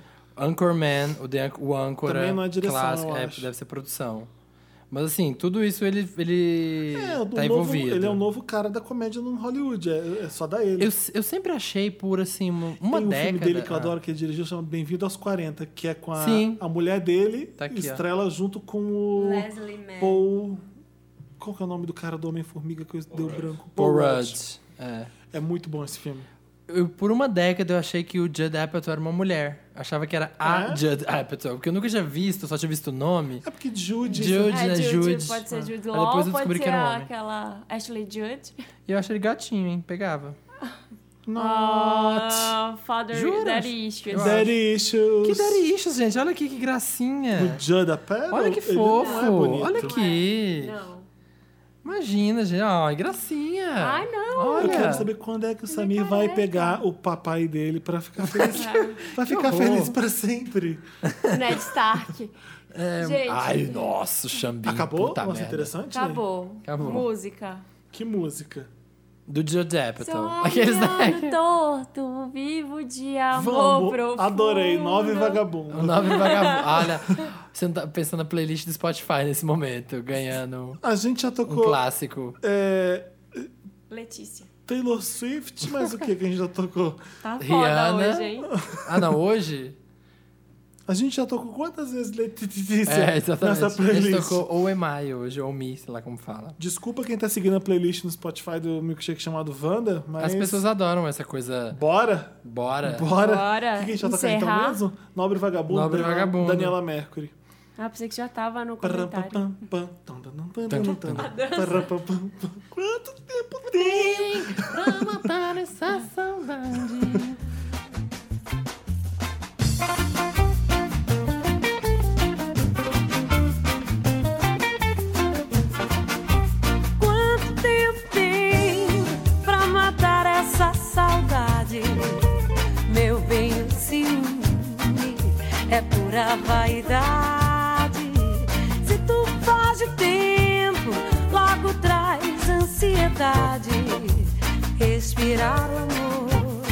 A: Anchorman, o, The, Anch- o Âncora.
B: Também não é direção,
A: clássico,
B: eu
A: é,
B: acho.
A: deve ser produção. Mas assim, tudo isso ele, ele
B: É, um
A: tá
B: novo,
A: envolvido.
B: ele é o novo cara da comédia no Hollywood, é, é só da ele.
A: eu, eu sempre achei por, assim, uma uma
B: Tem um
A: década...
B: filme dele que eu
A: Ah,
B: adoro, que ele dirigiu, chama Bem-vindo aos 40, que é com a,
A: Sim.
B: a mulher dele,
A: Tá aqui, ó.
B: estrela junto com o
H: Leslie Mann.
B: Paul... Qual que é o nome do cara do Homem-Formiga que eu deu branco?
A: Paul Rudd. É.
B: É muito bom esse filme.
A: Eu, por uma década eu achei que o Judd Apatow era uma mulher. Achava que era a
B: É?
A: Judd Apatow, porque eu nunca tinha visto, só tinha visto o nome.
B: É porque Jude...
A: Jude,
C: é,
A: né? Jude.
C: Pode ser Jude
A: Ah. Aí
C: Law,
A: depois eu
C: pode
A: descobri
C: ser
A: que era um homem.
C: aquela Ashley Judd.
A: E eu achei ele gatinho, hein? Pegava.
B: Not...
C: Ah, Father
A: Jura?
C: Daddy Issues.
B: Daddy Issues.
A: Que daddy issues, gente. Olha aqui que gracinha.
B: O Judd Apatow,
A: Olha que
B: ele não
A: fofo.
B: é bonito.
A: Olha aqui.
C: Não.
A: Imagina, gente. Ai, gracinha.
C: Ai, não.
B: Eu
A: Olha.
B: quero saber quando é que o Samir vai pegar o papai dele pra ficar feliz. pra ficar
A: horror.
B: feliz pra sempre.
A: Ah.
C: Ned Stark. Gente,
A: É, Ai, nossa, o Xambim.
B: Acabou?
A: Puta
B: Nossa,
A: merda.
B: interessante, né?
C: acabou.
A: Acabou.
C: Música.
B: Que música.
A: Do Judd
C: Sou
A: Apatow. Aqueles, né?
C: ariano torto, vivo de amor
B: Vamos,
C: profundo.
B: adorei. Nove
A: O
B: vagabundos.
A: nome vagabundo. Olha, você não tá pensando na playlist do Spotify nesse momento, ganhando
B: A gente já
A: um
B: tocou
A: clássico.
B: é,
C: Letícia.
B: Taylor Swift, mas o que que a gente já tocou?
C: Tá foda
A: Rihanna.
C: hoje, hein?
A: Ah, não, hoje?
B: A gente já tocou quantas vezes Letícia
A: É, exatamente.
B: nessa
A: A gente
B: playlist?
A: tocou ou Emai hoje, ou Mi, sei lá como fala.
B: Desculpa quem tá seguindo a playlist no Spotify do milkshake chamado Wanda, mas.
A: As pessoas adoram essa coisa.
B: Bora!
A: Bora.
B: Bora!
C: Bora
B: O que que a gente já tocar então
C: encerrar.
B: mesmo? Nobre Vagabundo.
A: Nobre
B: Daniela-
A: Vagabundo.
B: Daniela Mercury.
C: Ah, pensei que já tava no
B: Parram, pam,
C: comentário.
B: pam, pam, tam, tam, tam, tam, tam, tam. Parram, pam, pam, pam. Quanto tempo tem?
A: Pra matar essa saudade.
C: Quanto tempo tem pra matar essa saudade? Meu bem, o ciúme é pura vaidade. Se tu faz o tempo, logo traz ansiedade. Respirar o amor,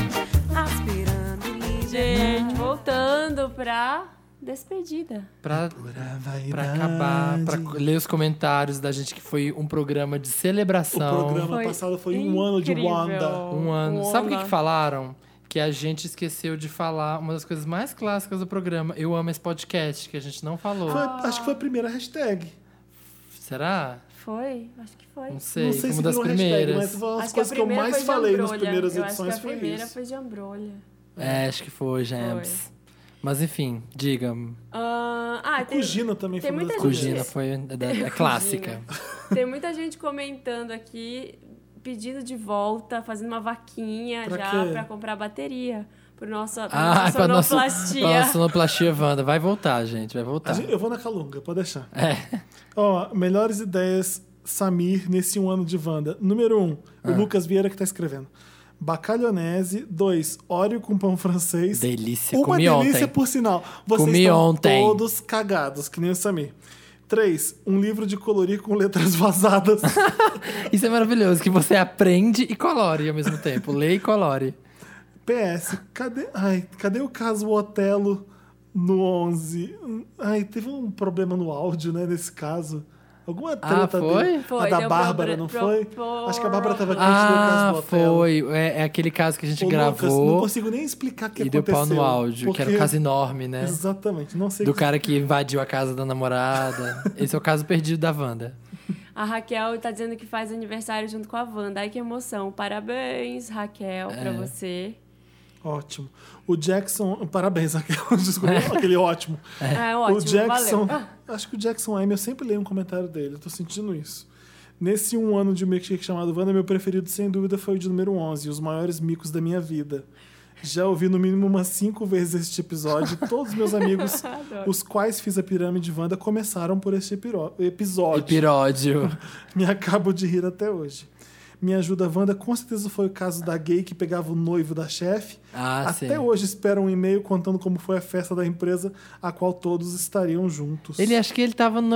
C: aspirando Gente, voltando pra despedida.
A: Pra, pra
B: Pra
A: acabar, pra ler os comentários da gente, que foi um programa de
B: O
A: celebração.
B: programa
C: Foi
B: passado foi um ano de
C: incrível.
B: Wanda.
A: Um ano. Sabe o que,
C: Wanda.
A: que falaram? Que a gente esqueceu de falar uma das coisas mais clássicas do programa. Eu amo esse podcast, que a gente não falou.
B: Foi- acho que foi a primeira hashtag.
A: Será?
C: Foi? Acho que foi.
A: Não sei,
B: Não sei
A: foi
B: se
A: uma das
B: virou hashtag,
A: primeiras.
B: mas foi uma das
C: Acho que a
B: coisas que eu
C: primeira
B: mais
C: foi de
B: falei nas
C: Ambrolha.
B: primeiras
C: Eu
B: edições
C: acho que a
B: foi
C: primeira
B: isso.
C: foi de Ambrolha.
A: É, acho que foi, James. Mas enfim, diga.
C: Ah, ah, tem,
B: Cugina também
C: tem
B: foi uma das
C: muita
B: primeiras.
C: gente-
A: Cugina foi a da- a clássica.
C: tem muita gente comentando aqui, pedindo de volta, fazendo uma vaquinha
B: Pra
C: já
B: quê?
C: pra comprar bateria. Pro nosso,
A: Ah, pra nossa,
C: sonoplastia.
A: pra nossa sonoplastia Wanda. Vai voltar, gente, vai
B: A
A: voltar.
B: gente- Eu vou na calunga, pode deixar.
A: É.
B: Ó, melhores ideias Samir nesse um ano de Wanda. Número um,
A: Ah.
B: o Lucas Vieira que tá escrevendo. Bacalhonese. Dois, óleo com pão francês.
A: Delícia,
B: Uma
A: comi
B: delícia,
A: ontem.
B: por sinal. Vocês
A: Comi
B: estão
A: ontem.
B: todos cagados, que nem o Samir. Três, um livro de colorir com letras vazadas.
A: Isso é maravilhoso, que você aprende e colore ao mesmo tempo. Lê e colore.
B: PS, cadê, ai, cadê o caso Otelo no 11? Ai, teve um problema no áudio, né, nesse caso. Alguma
A: Ah,
B: treta
A: foi?
B: dele-
C: Foi,
B: a da
C: deu
B: Bárbara,
C: proble-
B: não
C: pro-
B: foi?
C: pro-
B: Acho que a Bárbara tava quente no caso do
A: Ah,
B: Otelo.
A: foi. É, é aquele caso que a gente
B: Ô, Lucas, não
A: gravou
B: consigo nem explicar o que
A: e deu
B: aconteceu.
A: pau no áudio, que era um
B: porque-
A: caso enorme, né?
B: Exatamente, não sei
A: Do
B: que-
A: cara que invadiu a casa da namorada. Esse é o caso perdido da Wanda.
C: A Raquel tá dizendo que faz aniversário junto com a Wanda. Ai, que emoção. Parabéns, Raquel,
A: É.
C: pra você.
B: Ótimo. O Jackson. Parabéns, Raquel. Desculpa, aquele ótimo.
C: É, ótimo,
B: O Jackson.
C: valeu. Ah,
B: Acho que o Jackson M, eu sempre leio um comentário dele, eu tô sentindo isso. Nesse um ano de milkshake chamado Wanda, meu preferido, sem dúvida, foi o de número 11, os maiores micos da minha vida. Já ouvi no mínimo umas cinco vezes este episódio. Todos os meus amigos, os quais fiz a pirâmide Wanda, começaram por este epiro- episódio.
A: Epiródio.
B: Me acabo de rir até hoje. Me ajuda, Wanda. Com certeza foi o caso da gay que pegava o noivo da chefe.
A: Ah,
B: até
A: sim.
B: hoje espera um e-mail contando como foi a festa da empresa a qual todos estariam juntos.
A: Ele acho que ele tava no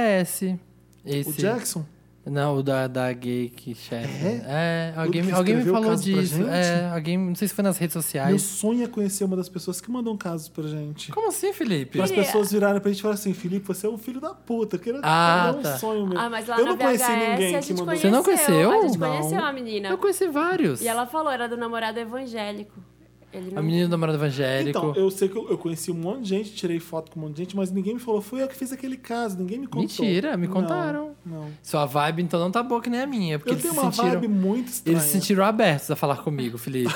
A: VHS. Esse.
B: O Jackson?
A: Não, o da, da gay que chefe. É,
B: O que
A: alguém, me- alguém me
B: escreveu o
A: falou
B: caso pra
A: disso.
B: gente?
A: É, alguém, não sei se foi nas redes sociais.
B: Meu sonho é conhecer uma das pessoas que mandam casos pra gente.
A: Como assim, Felipe?
B: Para as pessoas virarem pra gente e falar assim, Felipe, você é um filho da puta. Que era
A: Ah,
B: era um
A: tá.
B: sonho meu.
C: Ah, mas lá
B: eu
C: na
B: não conheci
C: VHS
B: ninguém
C: a
B: que
C: gente
B: mandou.
C: conheceu.
A: Você não é conheceu?
C: A gente
A: Não.
C: conheceu a menina.
A: Eu conheci vários.
C: E ela falou, era do namorado evangélico. Ele não...
A: A menina do namorado evangélico.
B: Então, eu sei que eu, eu conheci um monte de gente, tirei foto com um monte de gente, mas ninguém me falou, fui eu que fiz aquele caso, ninguém me contou.
A: Mentira, me
B: Não,
A: contaram.
B: não.
A: Sua vibe, então, não tá boa que nem a minha. Porque
B: Eu
A: eles
B: tenho
A: se
B: uma
A: sentiram...
B: vibe muito estranha.
A: Eles se sentiram abertos a falar comigo, Felipe.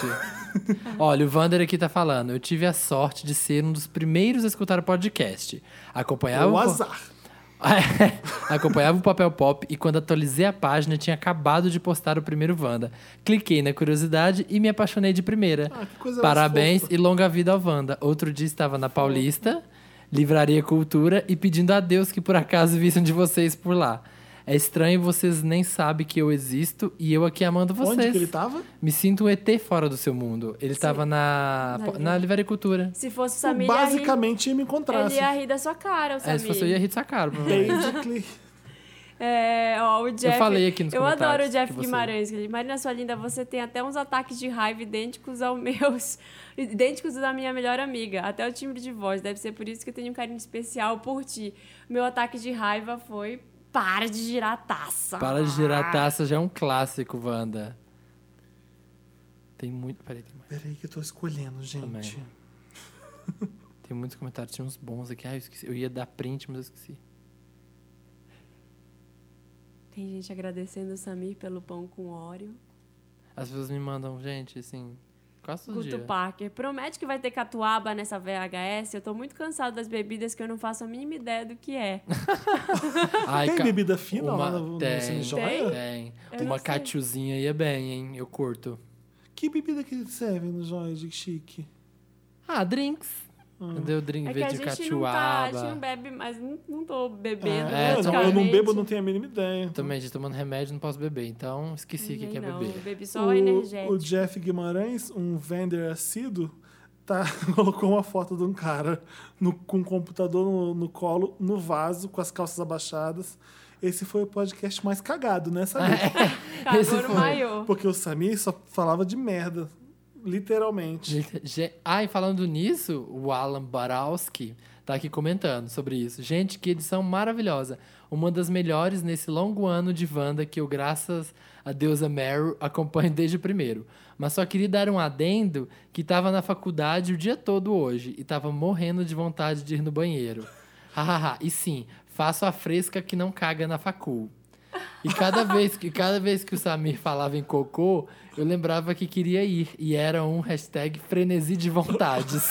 A: Olha, o Vander aqui tá falando. Eu tive a sorte de ser um dos primeiros a escutar o podcast. Acompanhava
B: É o
A: po-
B: azar.
A: Acompanhava o papel pop e quando atualizei a página tinha acabado de postar o primeiro Wanda. Cliquei na curiosidade e me apaixonei de primeira.
B: Ah, que coisa mais
A: Parabéns
B: fofa.
A: e longa vida ao Wanda. Outro dia estava na Paulista, Livraria Cultura, e pedindo a Deus que por acaso vissem um de vocês por lá. É estranho, vocês nem sabem que eu existo e eu aqui amando vocês.
B: Onde que ele tava?
A: Me sinto um ET fora do seu mundo. Ele estava na,
C: Na
A: na Livraria Cultura.
C: Se fosse o
B: Tu
C: Samir, ia rir-
B: Tipo, basicamente um ia me
C: ele
B: encontrasse.
C: ia rir da sua cara, o Samir.
A: É, se fosse eu ia rir de sua cara, provavelmente.
B: Basically.
C: É, ó, o Jeff.
A: falei aqui nos
C: Eu
A: comentários
C: adoro o Jeff
A: que você-
C: Guimarães. que ele- Marina, sua linda, você tem até uns ataques de raiva idênticos aos meus. Idênticos da minha melhor amiga. Até o timbre de voz. Deve ser por isso que eu tenho um carinho especial por ti. Meu ataque de raiva foi. Para de girar a taça. Ah.
A: Para de girar a taça, já é um clássico, Wanda. Tem muito. Peraí, tem mais.
B: Peraí que eu tô escolhendo, gente.
A: Também. Tem muitos comentários, tinha uns bons aqui. Ah, eu esqueci. Eu ia dar print, mas eu esqueci.
C: Tem gente agradecendo o Samir pelo pão com óleo.
A: As pessoas me mandam, gente, assim, quase todo
C: Guto
A: dia.
C: Parker, promete que vai ter catuaba nessa VHS? Eu tô muito cansado das bebidas que eu não faço a mínima ideia do que é.
A: Ai,
B: Tem
A: ca-
B: bebida fina
A: uma...
B: lá no, no
A: tem, É.
B: Cine
A: tem,
B: Joia?
C: Eu não
A: Uma
C: sei.
A: catiuzinha ia bem, hein? Eu curto.
B: Que bebida que serve no Joia de Chique?
A: Ah, drinks.
B: Hum.
A: Deu drink
C: É
A: em
C: que
A: vez de
C: a gente não tá, a gente não
A: catiuaba.
C: bebe, mas não, não tô bebendo.
A: É,
B: eu,
A: então-
B: não, eu não
C: basicamente.
B: bebo, não tenho a mínima ideia.
A: Também, de tomando remédio, não posso beber. Então, esqueci o que, que é
C: não,
A: beber.
C: bebi só o, energético.
B: o Jeff Guimarães, um vender assíduo, tá, colocou uma foto de um cara no- com um computador no, no colo, no vaso, com as calças abaixadas. Esse foi o podcast mais cagado, né, Samir?
A: Ah, é?
C: Cagou
A: Esse
C: no
A: foi.
C: Tá, maiô.
B: Porque o Samir só falava de merda, literalmente.
A: Gente, gen- Ah, e falando nisso, o Alan Barowski tá aqui comentando sobre isso. Gente, que edição maravilhosa. Uma das melhores nesse longo ano de Wanda que eu, graças a deusa Meryl, acompanho desde o primeiro. Mas só queria dar um adendo que tava na faculdade o dia todo hoje e tava morrendo de vontade de ir no banheiro. Hahaha, e sim, faço a fresca que não caga na facul. E cada vez, que, cada vez que o Samir falava em cocô, eu lembrava que queria ir. E era um hashtag frenesi de vontades.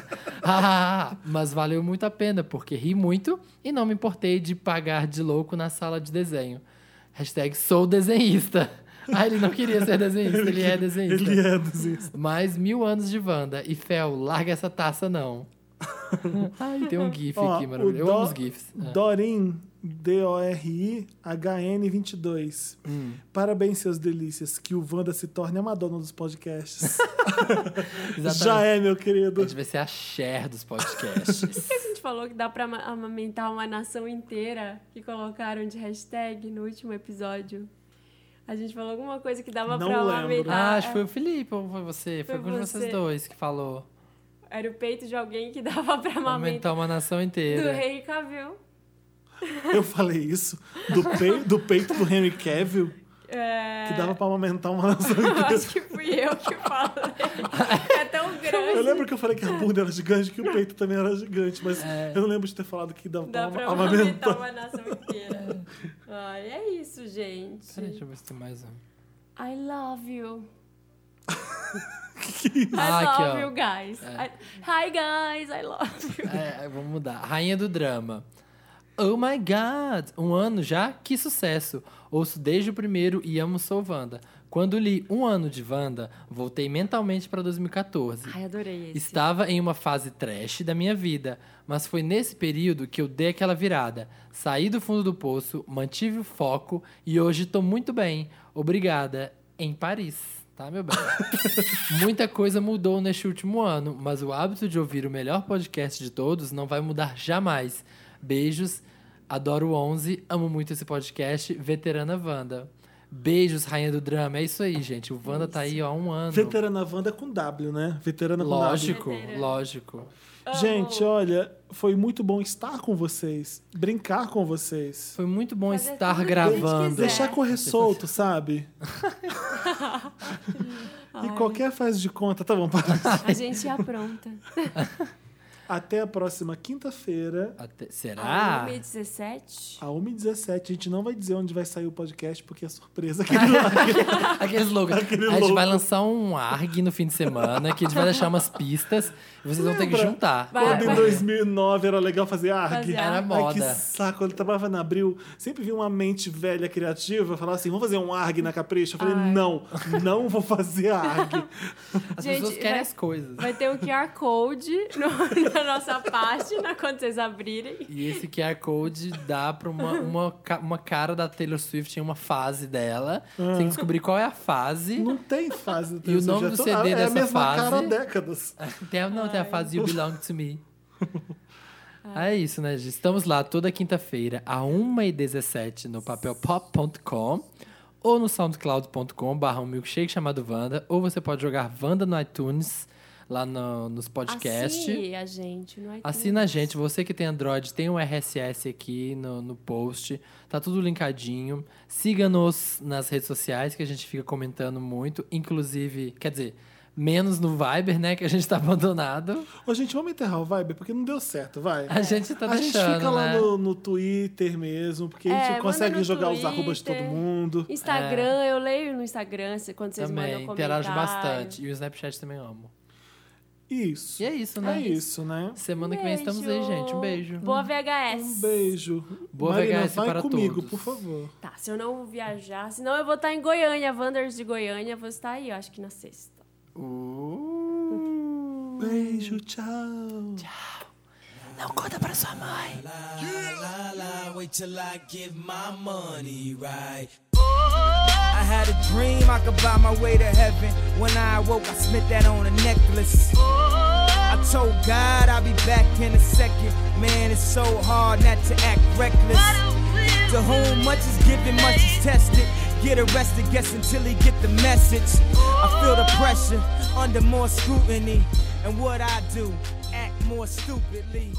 A: Ah, mas valeu muito a pena, porque ri muito e não me importei de pagar de louco na sala de desenho. Hashtag sou desenhista. Ah, ele não queria ser desenhista, ele, é desenhista.
B: Ele é desenhista.
A: Mais mil anos de Wanda. E Fel, larga essa taça não. Ai, tem um gif
B: Ó,
A: aqui,
B: o
A: maravilhoso. Eu
B: Dó-
A: amo os gifs. Ah.
B: Dorin, D-O-R-I-H-N-22.
A: Hum.
B: Parabéns, seus delícias, que o Wanda se torne a Madonna dos podcasts.
A: Exatamente.
B: Já é, meu
A: A
B: querido.
A: gente vai ser a Cher dos podcasts. Ah,
C: Por que a gente falou que dá pra ama- amamentar uma nação inteira que colocaram de hashtag no último episódio? A gente falou alguma coisa que dava
B: Não
C: pra
B: lembro.
A: ah,
C: amamentar.
A: acho que foi o Felipe ou foi você? Foi,
C: Foi
A: algum de vocês
C: você.
A: dois que falou.
C: Era o peito de alguém que dava pra amamentar.
A: Aumentar uma nação
C: Do
A: inteira.
C: Henry Cavill.
B: Eu falei isso do, pei- do peito do Henry Cavill,
C: É,
B: que dava pra amamentar uma nação inteira.
C: Eu acho que fui eu que falei. É tão grande.
B: Eu lembro que eu falei que a bunda era gigante, que o peito também era gigante, mas
A: É.
B: eu não lembro de ter falado que dava
C: Dá
B: pra
C: pra
B: ama- amamentar.
C: amamentar uma nação inteira. Ai, é isso, gente.
A: Peraí, deixa eu ver se tem mais um.
C: I love you. I
A: Ah, aqui,
C: love
A: ó.
C: you guys. I- Hi guys, I love you.
A: É, vamos mudar. Rainha do drama. Oh my god! Um ano já? Que sucesso! Ouço desde o primeiro e amo Sou Wanda. Quando li Um Ano de Wanda, voltei mentalmente para 2014.
C: Ai, adorei esse.
A: Estava em uma fase trash da minha vida, mas foi nesse período que eu dei aquela virada. Saí do fundo do poço, mantive o foco e hoje tô muito bem. Obrigada. Em Paris, tá, meu bem? Muita coisa mudou neste último ano, mas o hábito de ouvir o melhor podcast de todos não vai mudar jamais. Beijos, adoro o 11, amo muito esse podcast, Veterana Wanda. Beijos, Rainha do Drama. É isso aí, gente. O Wanda tá aí ó, há um ano.
B: Veterana Wanda com W, né? Veterana com W.
A: Lógico, lógico.
B: Gente, olha, foi muito bom estar com vocês, brincar com vocês.
A: Foi muito bom
C: Fazer
A: estar
C: tudo que a gente
A: gravando.
C: quiser.
B: Deixar correr solto, sabe? e qualquer faz de conta, tá bom. para.
C: A gente é apronta.
B: Até a próxima quinta-feira,
A: Até-
C: Tá
A: será?
C: 17.
B: a 1h17. A gente não vai dizer onde vai sair o podcast, porque é surpresa que lá.
A: Aquele slogan.
B: Aquele
A: a gente vai
B: louco.
A: lançar um ARG no fim de semana, que a gente vai deixar umas pistas e vocês vão ter que
B: Lembra?
A: juntar.
C: Vai,
B: Quando em
C: vai.
B: 2009 era legal fazer ARG.
C: Fazer
A: Era
B: Ai,
A: moda.
B: que saco. Quando eu trabalhava na Abril, sempre vi uma mente velha criativa falar assim, vamos fazer um ARG na Capricha? Eu falei,
C: Ai.
B: não, não vou fazer ARG.
A: As
C: Gente,
A: pessoas querem
C: vai-
A: as coisas.
C: Vai ter o QR Code no- na nossa página quando vocês abrirem.
A: E esse QR Code dá pra uma, uma, ca- uma cara da Taylor Swift em uma fase dela. Você tem que descobrir qual é a fase.
B: não tem fase.
A: E o nome do CD
B: é a
A: dessa
B: mesma cara há
A: fase?
B: décadas.
A: Tem, a- não, tem a fase You Belong to Me. É isso, né, gente? Estamos lá toda quinta-feira, a 1h17 no papelpop.com ou no soundcloud.com barra um milkshake chamado Wanda, ou você pode jogar Wanda no iTunes, lá no- nos podcasts.
C: Assine a gente no iTunes.
A: Assina a gente, você que tem Android, tem um RSS aqui no, no post, tá tudo linkadinho. Siga-nos nas redes sociais, que a gente fica comentando muito, inclusive, quer dizer, menos no Viber, né? Que a gente tá abandonado.
B: Ô, gente, vamos enterrar o Viber, porque não deu certo, vai.
A: A gente tá
B: É. a
A: deixando.
B: gente fica lá
A: né?
B: no, no Twitter mesmo, porque a
C: É,
B: gente
C: manda
B: consegue
C: no
B: jogar os arrobas de todo
C: Twitter.
B: mundo.
C: Instagram, eu leio no Instagram se- quando vocês
A: É. Também,
C: mandam
A: interajo
C: comentário.
A: bastante. E o Snapchat também amo.
B: Isso.
A: E é isso,
B: É
A: né?
B: isso, né?
A: Semana que vem estamos aí, gente. Um beijo.
C: Boa VHS.
B: Um beijo.
A: Boa
B: Marina,
A: VHS
B: vai
A: para
B: comigo,
A: todos.
B: por favor.
C: Tá, se eu não viajar, senão eu vou estar em Goiânia, Wanders de Goiânia, vou estar aí, eu acho que na sexta.
B: Beijo, tchau.
F: La la, wait till I give my money right. I had a dream I could buy my way to heaven. When I awoke, I spent that on a necklace. I told God I'll be back in a second. Man, it's so hard not to act reckless. To whom much is given, much is tested. Get arrested, guess until he get the message. I feel the pressure under more scrutiny. And what I do, act more stupidly.